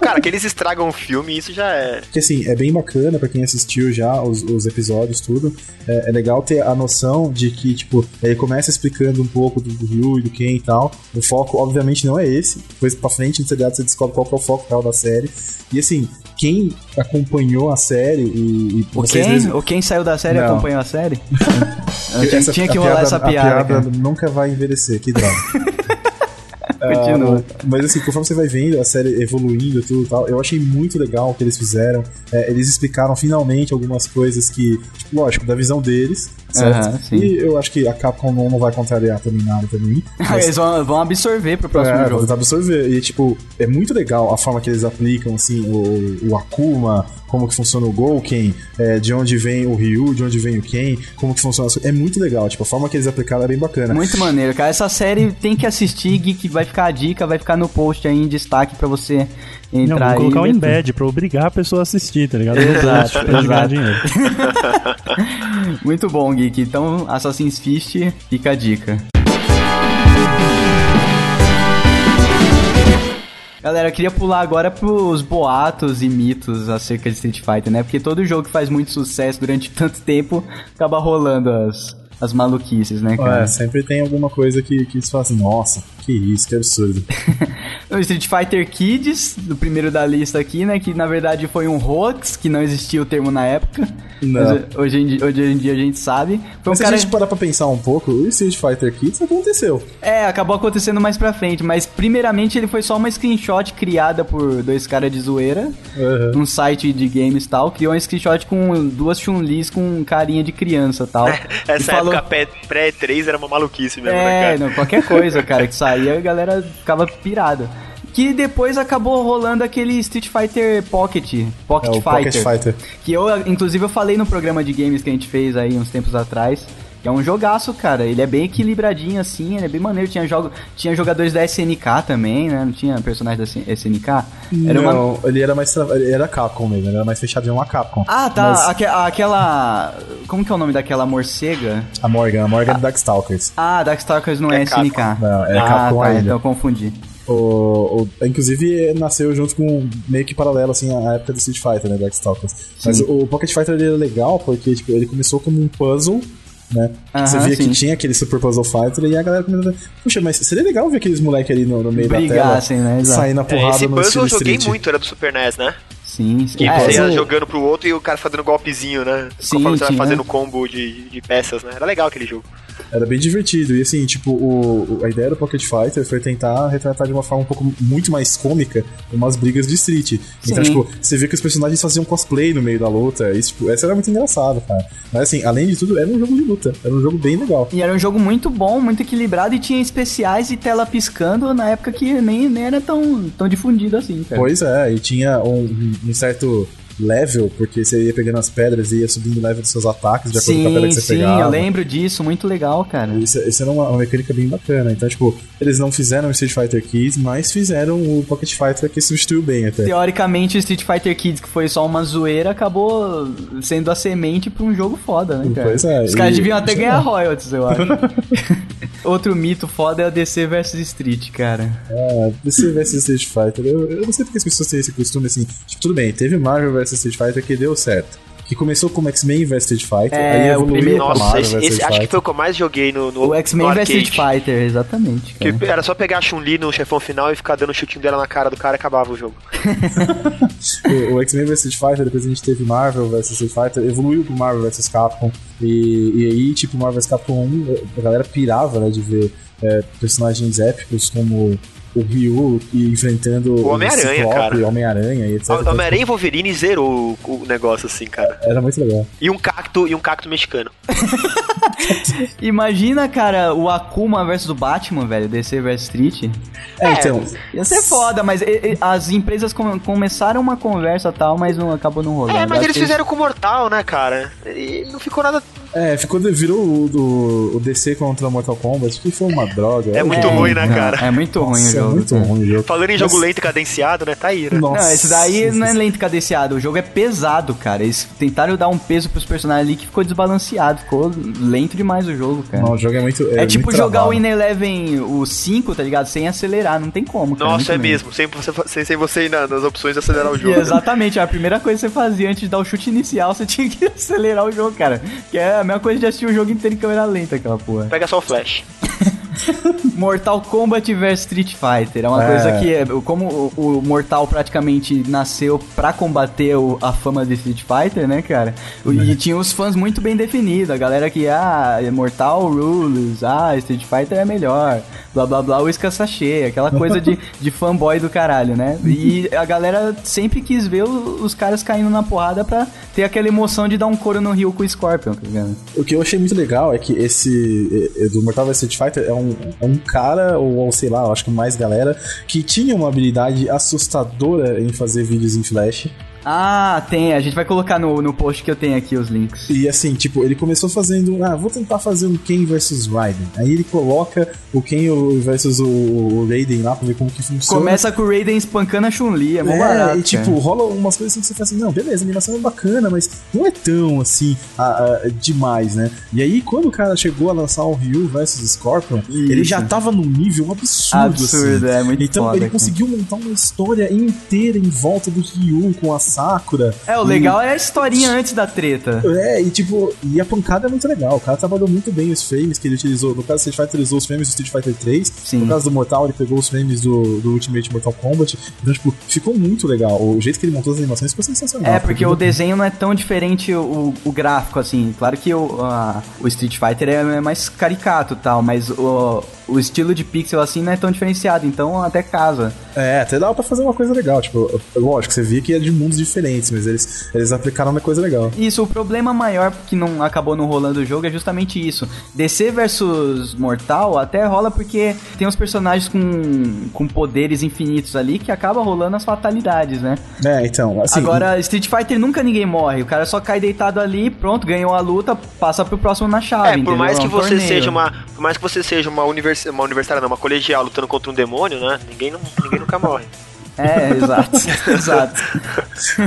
C: Cara, que eles estragam o filme, isso já é.
E: Porque assim, é bem bacana pra quem assistiu já os, os episódios, tudo. É, é legal ter a noção de que, tipo, ele começa explicando um pouco do, do Ryu e do Ken e tal. O foco, obviamente, não é esse. Depois pra frente, no seriado, você descobre qual que é o foco real da série. E assim, quem acompanhou a série e. e
B: O
E: vocês
B: quem,
E: mesmos-
B: o quem saiu da série
E: Não.
B: acompanhou a série? Eu tinha, tinha que
E: a
B: rolar essa piada.
E: A piada nunca vai envelhecer, que droga.
B: cara. Continua.
E: Mas assim, conforme você vai vendo a série evoluindo e tudo e tal, eu achei muito legal o que eles fizeram. É, eles explicaram finalmente algumas coisas que, tipo, lógico, da visão deles, certo?
B: Aham, sim.
E: e eu acho que a Capcom não, não vai contrariar também nada também. Mas,
B: Eles vão, vão absorver pro é próximo
E: é,
B: jogo.
E: vão absorver. E, tipo, é muito legal a forma que eles aplicam, assim, o, o Akuma, como que funciona o Golken, é, de onde vem o Ryu, de onde vem o Ken, como que funciona as coisas. É muito legal, tipo, a forma que eles aplicaram é bem bacana.
B: Muito maneiro, cara. Essa série tem que assistir, Geek. Vai ficar a dica, vai ficar no post aí em destaque pra você
D: Não,
B: entrar
D: vou
B: aí.
D: colocar
B: e
D: um
B: ver tudo.
D: embed pra obrigar a pessoa a assistir, tá ligado? Não
B: Exato,
D: precisa, pra gente ganhar
B: exato.
D: dinheiro.
B: Muito bom, Geek. Então, Assassin's Fist, fica a dica. Galera, eu queria pular agora pros boatos e mitos acerca de Street Fighter, né? Porque todo jogo que faz muito sucesso durante tanto tempo acaba rolando as, as maluquices, né, cara?
E: É, sempre tem alguma coisa que, que eles falam assim, nossa, que isso, que absurdo.
B: Então, O Street Fighter Kids, do primeiro da lista aqui, né? Que na verdade foi um hoax, que não existia o termo na época.
E: Não.
B: Mas eh, hoje em, di- hoje em dia a gente sabe. Foi um
E: Mas se
B: cara.
E: a gente parar pra pensar um pouco, o Street Fighter Kids aconteceu.
B: É, acabou acontecendo mais pra frente, mas primeiramente ele foi só uma screenshot criada por dois caras de zoeira,
E: Aham.
B: num site de games e tal, criou um screenshot com duas Chun-Lis com carinha de criança e tal. e
C: Essa
B: falou-
C: época pé- pré-3 era uma maluquice mesmo, né,
B: É,
C: cara?
B: não, qualquer coisa, cara, que saía a galera ficava pirada. Que depois acabou rolando aquele Street Fighter Pocket, Pocket,
E: É o Pocket
B: Fighter,
E: Fighter.
B: Que eu, inclusive, eu falei no programa de games que a gente fez aí uns tempos atrás. que É um jogaço, cara. Ele é bem equilibradinho assim, ele é bem maneiro. Tinha, jogo, tinha jogadores da SNK também, né? Não tinha personagem da SNK? Era uma.
E: Não, ele era mais. tra- Ele era Capcom mesmo, ele era mais fechadinho uma Capcom.
B: Ah, tá.
E: Mas
B: aque- aquela. Como que é o nome daquela morcega?
E: a Morgan, a Morgan do Darkstalkers.
B: Ah, Darkstalkers não é,
C: É Capcom.
B: SNK.
E: Não, é
B: ah,
E: Capcom
B: tá,
E: ainda.
B: então eu confundi.
E: O, o- inclusive, é, nasceu junto com meio que paralelo, assim, a época do Street Fighter, né? Darkstalkers. Mas o Pocket Fighter ele era legal porque, tipo, ele começou como um puzzle. Né?
B: Aham,
E: Você via
B: sim.
E: que tinha aquele Super Puzzle Fighter e a galera começou Puxa, mas seria legal ver aqueles moleques ali no, no meio
B: Brigassem,
E: da tela
B: né? Exato.
E: saindo a
C: É,
E: porrada
C: esse
E: no
C: puzzle
E: estilo
C: eu joguei
E: Street.
C: muito, era do Super NES, né?
B: Sim, sim.
C: Que
B: É,
C: você
B: sim.
C: ia jogando pro outro e o cara fazendo golpezinho, né?
B: Sim,
C: Conforme você vai
B: tinha.
C: fazendo combo de, de peças, né? Era legal aquele jogo.
E: Era bem divertido. E assim, tipo, o, o- a ideia do Pocket Fighter foi tentar retratar de uma forma um pouco muito mais cômica umas brigas de street. Então,
B: Sim.
E: tipo, você vê que os personagens faziam cosplay no meio da luta. Isso, tipo, essa era muito engraçada, cara. Mas assim, além de tudo, era um jogo de luta. Era um jogo bem legal.
B: E era um jogo muito bom, muito equilibrado e tinha especiais e tela piscando na época que nem, nem era tão, tão difundido assim, cara.
E: Pois é, e tinha um, um certo level, porque você ia pegando as pedras e ia subindo o level dos seus ataques de acordo com a pedra
B: Sim,
E: que você
B: sim,
E: pegava.
B: eu lembro disso, muito legal, cara.
E: Isso, isso era uma, uma mecânica bem bacana. Então, tipo, eles não fizeram o Street Fighter Kids, mas fizeram o Pocket Fighter que substituiu bem até.
B: Teoricamente, o Street Fighter Kids, que foi só uma zoeira, acabou sendo a semente pra um jogo foda, né, cara?
E: Pois é,
B: Os caras
E: e-
B: deviam até
E: sei
B: ganhar
E: lá.
B: royalties, eu acho. Outro mito foda é a DC vs Street, cara.
E: Ah, DC vs Street Fighter, eu, eu não sei porque as pessoas têm esse costume assim. Tipo, tudo bem, teve Marvel vs Street Fighter que deu certo. que começou como X-Men vs Street Fighter,
B: É,
E: aí
B: o
E: evoluiu
B: primeiro-
E: pra
C: Nossa,
E: Marvel
C: esse,
E: vs
C: esse
E: Street
C: acho que
E: Fighter.
C: foi um- o que eu mais joguei no, no
B: O X-Men
C: no
B: vs
C: arcade.
B: Street Fighter, né? exatamente. cara.
C: Que era só pegar a Chun-Li no chefão final e ficar dando um chutinho dela na cara do cara e acabava o jogo.
E: O, o X-Men vs Street Fighter, depois a gente teve Marvel vs Street Fighter, evoluiu pro Marvel vs Capcom. E, e aí, tipo, Marvel vs Capcom 1, a galera pirava, né, de ver é, personagens épicos como o Ryu e enfrentando
C: O Homem-Aranha,
E: Ciclope,
C: cara.
E: Homem-Aranha e etc.
C: O Homem-Aranha e Wolverine zerou o, o negócio assim, cara.
E: Era muito legal.
C: E um cacto, e um cacto mexicano.
B: Imagina, cara, o Akuma versus o Batman, velho, DC versus Street.
E: É, então.
B: Ia ser foda, mas e- e- as empresas come- começaram uma conversa tal, mas não acabou não rolando.
C: É, mas
B: Acho
C: eles
B: que
C: fizeram com o Mortal, né, cara? E não ficou nada.
E: É, ficou, virou o, do, o DC contra o Mortal Kombat, que foi uma droga.
C: É muito
B: É,
C: ruim, né,
B: não,
C: cara?
B: É muito ruim o
E: Nossa, é
B: jogo.
E: muito
B: cara.
E: ruim o jogo.
C: Falando em jogo
E: Mas-
C: lento e cadenciado, né? Tá aí, né?
E: Nossa.
B: Não, esse daí não é lento cadenciado, o jogo é pesado, cara. Eles tentaram dar um peso pros personagens ali que ficou desbalanceado, ficou lento demais o jogo, cara.
E: Não, o jogo é muito.
B: é, tipo
E: muito
B: jogar
E: travado.
B: o Inner Eleven, o 5, tá ligado? Sem acelerar, não tem como, cara.
C: Nossa, é
B: muito lento.
C: mesmo. Sem você, sem, sem você ir na- nas opções de acelerar o jogo.
B: Exatamente, é a primeira coisa que você fazia antes de dar o chute inicial, você tinha que acelerar o jogo, cara. Que é a mesma coisa de assistir o jogo inteiro em câmera lenta, aquela porra.
C: Pega só o Flash.
B: Mortal Kombat vs Street Fighter. É uma
E: É.
B: coisa que, é- como o, o Mortal praticamente nasceu pra combater o- a fama de Street Fighter, né, cara? O- E tinha os fãs muito bem definidos. A galera que, ah, Mortal Rules, ah, Street Fighter é melhor, blá blá blá, uísca sachê, aquela coisa de, de fanboy do caralho, né? E a galera sempre quis ver o- os caras caindo na porrada pra ter aquela emoção de dar um couro no Rio com o Scorpion, tá ligado?
E: O que eu achei muito legal é que esse é, é, do Mortal vs Street Fighter é um, é um cara, ou, ou sei lá, eu acho que mais galera, que tinha uma habilidade assustadora em fazer vídeos em flash.
B: Ah, tem. A gente vai colocar no, no post que eu tenho aqui os links.
E: E assim, tipo, ele começou fazendo, ah, vou tentar fazer um Ken versus Raiden. Aí ele coloca o Ken versus o, o Raiden lá pra ver como que funciona.
B: Começa com o Raiden espancando a Chun-Li, é mó
E: um É,
B: barato.
E: e tipo,
B: cara.
E: rola umas coisas assim que você fala assim, não, beleza, a animação é bacana, mas não é tão assim ah, ah, demais, né? E aí, quando o cara chegou a lançar o Ryu vs Scorpion, ele já tava num nível absurdo,
B: Absurdo,
E: assim.
B: é muito
E: Então
B: foda,
E: ele
B: cara.
E: conseguiu montar uma história inteira em volta do Ryu com a Sakura.
B: É, o
E: E-
B: legal é a historinha antes da treta.
E: é, e tipo, e a pancada é muito legal. O cara trabalhou muito bem os frames que ele utilizou. No caso do Street Fighter, ele usou os frames do Street Fighter 3.
B: Sim.
E: No caso do Mortal, ele pegou os frames do, do Ultimate Mortal Kombat. Então, tipo, ficou muito legal. O jeito que ele montou as animações ficou sensacional.
B: É, porque
E: Ficou
B: o
E: muito
B: desenho não é tão diferente o, o gráfico, assim. Claro que o, a- o Street Fighter é, é mais caricato e tal, mas o, o estilo de pixel, assim, não é tão diferenciado. Então, até casa.
E: É, até dava pra fazer uma coisa legal. Tipo, lógico, você via que era de mundos diferentes, mas eles, eles aplicaram uma coisa legal.
B: Isso, o problema maior que não acabou não rolando o jogo é justamente isso. DC versus Mortal até rola porque tem uns personagens com, com poderes infinitos ali que acaba rolando as fatalidades, né?
E: É, então, assim.
B: Agora, Street Fighter nunca ninguém morre. O cara só cai deitado ali, pronto, ganhou a luta, passa pro próximo na chave.
C: É, por
B: entendeu?
C: mais
B: um
C: que você
B: torneio.
C: seja uma. Por mais que você seja uma, univers, uma universitária, não, uma colegial lutando contra um demônio, né? Ninguém, não, ninguém nunca morre.
B: É, exato. exato.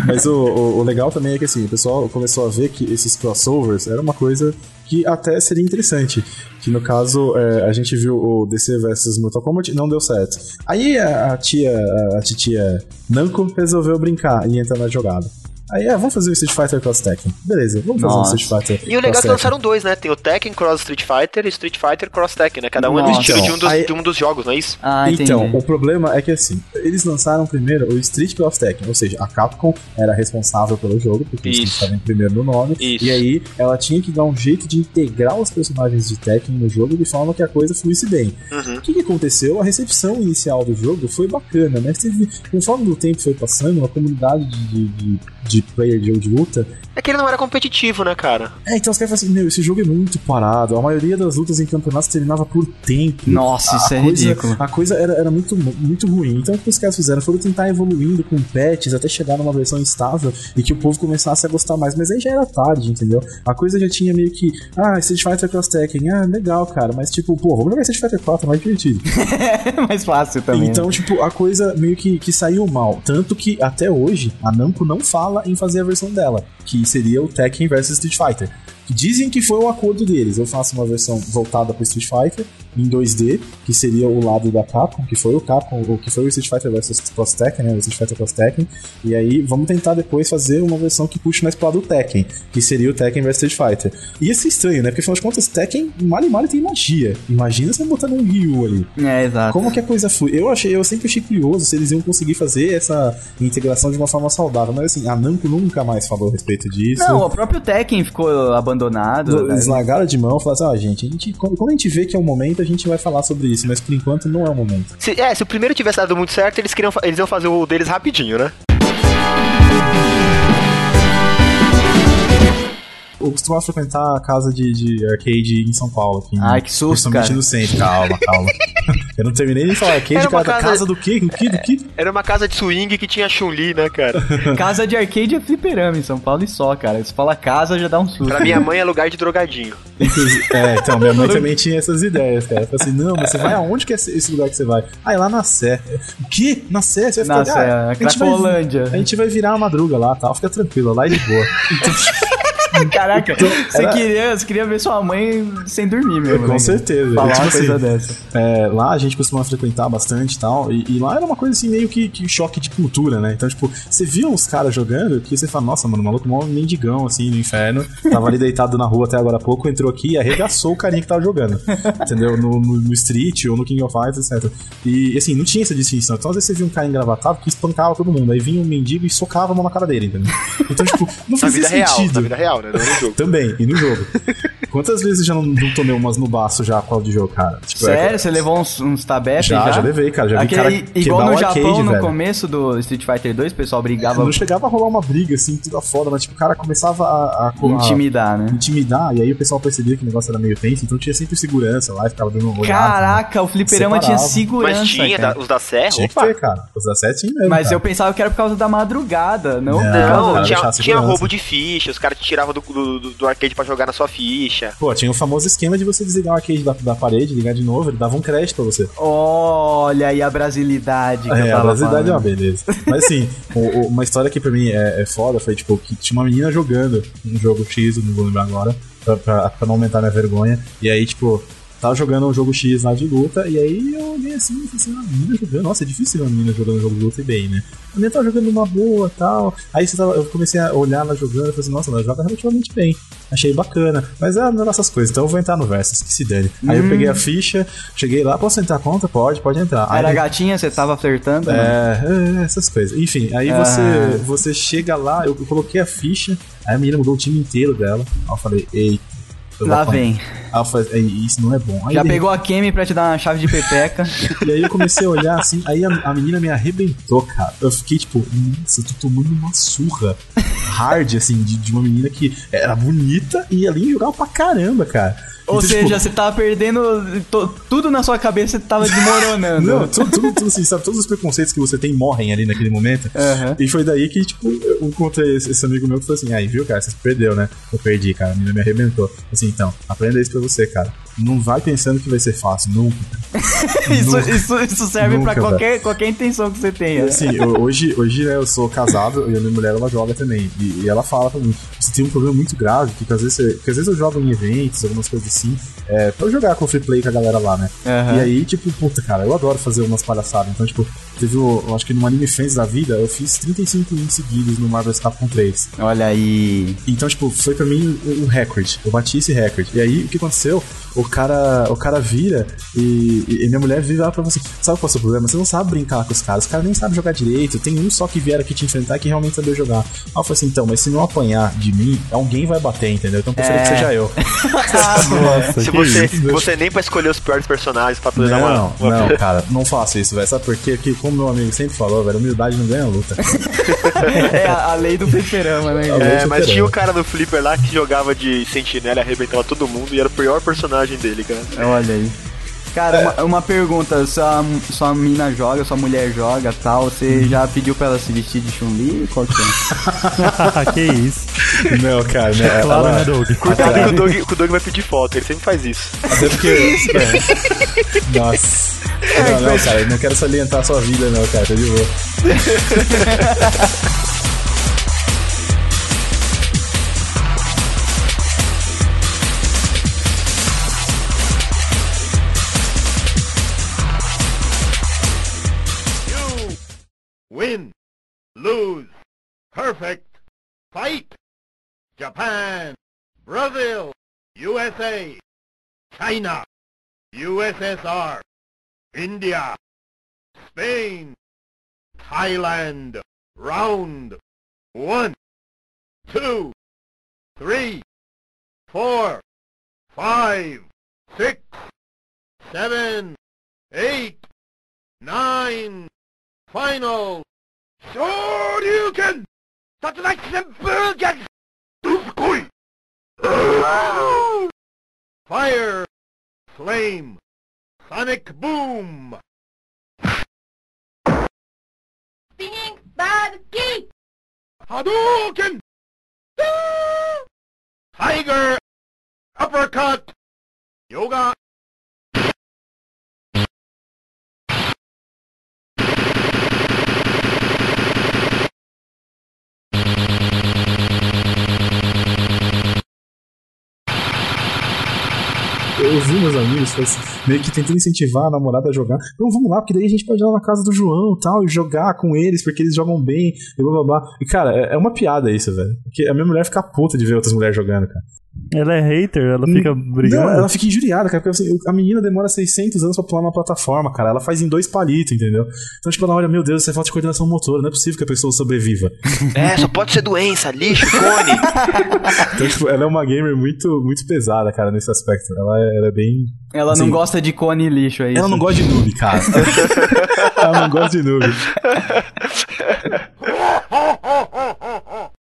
E: Mas o, o, o legal também é que assim, o pessoal começou a ver que esses crossovers era uma coisa que até seria interessante. Que no caso, é, a gente viu o DC vs Mortal Kombat, não deu certo. Aí a, a tia, a, a titia Namco resolveu brincar e entrar na jogada. Aí, é, vamos fazer o Street Fighter Cross Tekken. Beleza, vamos fazer
B: Nossa.
E: um Street Fighter
C: E o legal é que
E: Cross Tekken.
C: lançaram dois, né? Tem o Tekken Cross Street Fighter e Street Fighter Cross Tekken, né? Cada um é no
B: Nossa.
C: estilo de um, dos,
E: Aí-
C: de um dos jogos, não é isso?
B: Ah, entendi.
E: Então, o problema é que assim, eles lançaram primeiro o Street Cross Tekken, ou seja, a Capcom era responsável pelo jogo, porque eles
C: Isso.
E: estavam em primeiro no nome,
C: Isso.
E: e aí ela tinha que dar um jeito de integrar os personagens de Tekken no jogo de forma que a coisa fluísse bem.
C: Uhum.
E: O que, que aconteceu? A recepção inicial do jogo foi bacana, mas teve, conforme o tempo foi passando, a comunidade de, de, de, de player de jogo de luta
C: É que ele não era competitivo, né, cara?
E: é, então os caras falam assim, meu, esse jogo é muito parado. A maioria das lutas em campeonatos terminava por tempo.
B: Nossa,
E: A-
B: isso
E: a
B: é
E: coisa-
B: ridículo.
E: A coisa era, era muito, muito ruim. Então o que os caras fizeram? Foram tentar evoluindo com patches até chegar numa versão estável e que o povo começasse a gostar mais. Mas aí já era tarde, entendeu? A coisa já tinha meio que, ah, Street Fighter Cross Tekken, ah, legal, cara. Mas tipo, pô, vamos jogar Street Fighter 4, é mais divertido.
B: É mais fácil também.
E: Então, tipo, a coisa meio que, que saiu mal. Tanto que até hoje a Namco não fala em fazer a versão dela, que seria o Tekken vs Street Fighter. que dizem que foi o acordo deles. Eu faço uma versão voltada pro Street Fighter em 2D, que seria o lado da Capcom, que foi o Capcom, o que foi o Street Fighter versus Cross Tekken, né? O Street Fighter Cross Tekken. E aí vamos tentar depois fazer uma versão que puxe mais pro lado do Tekken, que seria o Tekken versus Street Fighter. E ia ser estranho, né? Porque afinal de contas, Tekken, mal e mal tem magia. Imagina você botando um Ryu ali.
B: É, exato.
E: Como que a coisa foi? Eu achei, eu sempre achei curioso se eles iam conseguir fazer essa integração de uma forma saudável, mas assim, a Namco nunca mais falou a respeito disso.
B: Não, o próprio Tekken ficou abandonado. né?
E: Eles largaram de mão e falaram assim, ó, gente, a gente, quando quando a gente vê que é o momento, a gente vai falar sobre isso, mas por enquanto não é o momento.
C: Se, é, se o primeiro tivesse dado muito certo, eles, queriam, fa- eles iam fazer o deles rapidinho, né?
E: Eu costumava frequentar a casa de, de arcade em São Paulo. Aqui, em-
B: Ai, que susto,
E: Principalmente
B: cara.
E: no centro. Calma, calma. eu não terminei de falar arcade,
C: Era uma
E: cara. Casa...
C: casa-
E: casa do quê? Do quê? Do quê?
C: Era uma casa de swing que tinha Chun-Li, né, cara?
B: Casa de arcade é fliperama em São Paulo e só, cara. Se fala casa, já dá um susto.
C: Pra minha mãe é lugar de drogadinho.
E: Inclusive- É, então, minha mãe também tinha essas ideias, cara. Ela falou assim: não, mas você vai aonde que é esse esse lugar que você vai? Ah, é lá na Sé. O quê? Na Sé? Você vai
B: Na
E: ficar. "Ah,
B: Sé,
E: a gente vai-
B: Cracolândia."
E: A gente vai virar a madruga lá, tal. Fica tranquilo, lá é de boa.
B: Caraca, você,
E: Então, era-
B: queria, você queria ver sua mãe sem dormir mesmo. né?
E: Com certeza.
B: Falar
E: Tipo
B: uma coisa
E: assim,
B: dessa.
E: É, lá a gente costumava frequentar bastante e tal, e, e lá era uma coisa assim, meio que, que choque de cultura, né? Então, tipo, você via uns caras jogando que você fala, nossa, mano, o maluco é mó mendigão, assim, no inferno, tava ali deitado na rua até agora há pouco, entrou aqui e arregaçou o carinha que tava jogando, entendeu? No, no- no Street ou no King of Fighters, etc. E, assim, não tinha essa distinção. Então, às vezes você via um cara engravatado que espancava todo mundo, aí vinha um mendigo e socava a mão na cara dele, entendeu? Então, tipo,
C: Na
E: não fazia
C: vida real,
E: sentido.
C: na vida real, né? Não no jogo.
E: Também, e no jogo. Quantas vezes eu já não, não tomei umas no baço já com o de jogo, cara? Tipo, é-
B: Sério? Você levou uns, uns tabef
E: Já,
B: já?
E: já levei, cara. Já vi
B: Aquele,
E: cara quebrar
B: igual
E: o
B: no
E: arcade,
B: Japão, no
E: velho.
B: começo do Street Fighter 2, o pessoal brigava
E: Não chegava a rolar uma briga, assim, toda foda, mas tipo, o cara começava a, a,
B: pra intimidar,
E: a
B: né?
E: intimidar, e aí o pessoal percebia que o negócio era meio tenso, então tinha sempre segurança lá e ficava dando uma olhada. né?
B: Caraca, o fliperama tinha
E: Separava.
B: segurança,
C: Mas tinha tá-
B: cara.
C: da- os da Serra?
E: Tinha que
C: opa.
E: ter, cara. Os 17 tinha mesmo,
B: Mas
E: cara.
B: eu pensava que era por causa da madrugada, não?
E: Não.
B: por causa-
C: Não,
E: cara,
C: tinha,
E: deixar
C: tinha
E: a segurança.
C: roubo de ficha, os caras te tiravam do, do, do arcade pra jogar na sua ficha.
E: Pô, tinha o famoso esquema de você desligar o arcade da, da parede, ligar de novo, ele dava um crédito pra você.
B: Olha aí a brasilidade que eu
E: É, a
B: tava
E: brasileidade é uma
B: falando.
E: beleza. Mas assim, o- o- uma história que pra mim é, é foda foi, tipo, que tinha uma menina jogando um jogo X, eu não vou lembrar agora, pra, pra- pra não aumentar minha vergonha. E aí, tipo, tava jogando um jogo X lá de luta, e aí eu olhei assim, e falei assim, uma menina jogando, nossa, é difícil ver uma menina jogando um jogo de luta e bem, né? A menina tava jogando uma boa tal. Aí você tava- eu comecei a olhar ela jogando, eu falei assim, nossa, ela joga relativamente bem. Achei bacana. Mas ela não era essas coisas, então eu vou entrar no Versus, que se dane. Aí
B: Hum.
E: eu peguei a ficha, cheguei lá, posso entrar a conta? Pode, pode entrar. Aí
B: Era gatinha, você tava flertando? né?
E: é, é, essas coisas. Enfim, aí
B: Ah.
E: você, você chega lá, eu coloquei a ficha, aí a menina mudou o time inteiro dela. Aí eu falei, eita. eu vou
B: Lá
E: apanhar.
B: vem.
E: Aí eu falei, "Ei, isso não é bom. Aí
B: Já
E: de
B: pegou a Kemi pra te dar uma chave de pepeca.
E: e aí eu comecei a olhar assim, aí a, a menina me arrebentou, cara. Eu fiquei tipo, nossa, eu tô tomando uma surra hard, assim, de, de uma menina que era bonita e ali jogava pra caramba, cara.
B: Ou
E: Então, tipo,
B: seja, você tava perdendo. to- tudo na sua cabeça você tava desmoronando.
E: Não, tudo, tudo, tudo assim, sabe? Todos os preconceitos que você tem morrem ali naquele momento.
B: Aham.
E: E foi daí que, tipo, eu encontrei esse, esse amigo meu que falou assim: aí, viu, cara, você se perdeu, né? Eu perdi, cara, a menina me arrebentou. Assim, então, aprenda isso pra você, cara. Não vai pensando que vai ser fácil, nunca.
B: isso,
E: nunca.
B: isso, isso serve
E: Nunca,
B: pra qualquer, qualquer intenção que você tenha.
E: Assim, eu- hoje, hoje né, eu sou casado e a minha mulher ela joga também. E, e ela fala pra mim: você tem um problema muito grave, que às vezes, você- porque às vezes eu jogo em eventos, algumas coisas assim, é, pra eu jogar com o free play com a galera lá, né?
B: Aham.
E: E aí, tipo, puta, cara, eu adoro fazer umas palhaçadas. Então, tipo, teve, o- eu acho que no Anime Fans da vida, eu fiz 35 wins seguidos no Marvel's Capcom 3.
B: Olha aí.
E: Então, tipo, foi pra mim um recorde. Eu bati esse recorde. E aí, o que aconteceu? O cara, o cara vira e, e minha mulher vira lá pra você. Sabe qual é o seu problema? Você não sabe brincar com os caras. Os caras nem sabem jogar direito. Tem um só que vier aqui te enfrentar que realmente sabia jogar. Aí eu falei assim, então, mas se não apanhar de mim, alguém vai bater, entendeu? Então, eu prefiro que
B: É.
E: seja eu.
D: Nossa,
C: Se
D: que
C: você,
D: isso.
C: você nem pra escolher os piores personagens pra poder dar uma.
E: é Não,
C: uma-
E: não, cara, não faço isso, velho. Sabe por quê? Porque, como meu amigo sempre falou, velho, humildade não ganha luta.
B: É a, a lei do fliperama, né? cara?
C: É, mas
E: superando.
C: tinha o cara do Flipper lá que jogava de sentinela, arrebentava todo mundo e era o pior personagem dele, cara.
B: Olha aí. Cara, uma, uma pergunta, sua, sua mina joga, sua mulher joga tal, você
E: Uhum.
B: já pediu pra ela se vestir de Chun-Li? Qual que é?
D: que isso.
E: Não, cara, né?
D: Claro,
E: ela-
D: né, Doug?
C: Cuidado que o, Doug, que o Doug vai pedir foto, ele sempre faz isso.
E: Até porque. É. Nossa. Não, não, cara, eu não quero salientar a sua vida, não, cara, tá de boa.
F: lose. Perfect. Fight. Japan. Brazil. USA. China. USSR. India. Spain. Thailand. Round. One. Two. Three. Four. Five. Six. Seven. Eight. Nine. Final. Shoryuken! Tatsunaksenbuken! Duskui! Fire! Flame! Sonic Boom!
G: Spinning Bob Geek!
F: Hadouken! Tiger! Uppercut! Yoga!
E: Eu vi meus amigos foi assim, meio que tentando incentivar a namorada a jogar. Não, vamos lá, porque daí a gente pode ir lá na casa do João e tal, e jogar com eles, porque eles jogam bem, e blá blá blá. E cara, é- é uma piada isso, velho. Porque a minha mulher fica puta de ver outras mulheres jogando, cara.
D: Ela é hater, ela fica brigando.
E: Não, ela fica injuriada, cara, porque assim, a menina demora 600 anos pra pular uma plataforma, cara. Ela faz em dois palitos, entendeu? Então, tipo, ela olha, meu Deus, isso é falta de coordenação motora, não é possível que a pessoa sobreviva.
C: É, só pode ser doença, lixo, cone.
E: Então, tipo, ela é uma gamer muito, muito pesada, cara, nesse aspecto. Ela é, ela é bem.
B: Ela não
E: Sim.
B: gosta de cone e lixo, é isso?
E: Ela não gosta de noob, cara. ela não gosta de noob.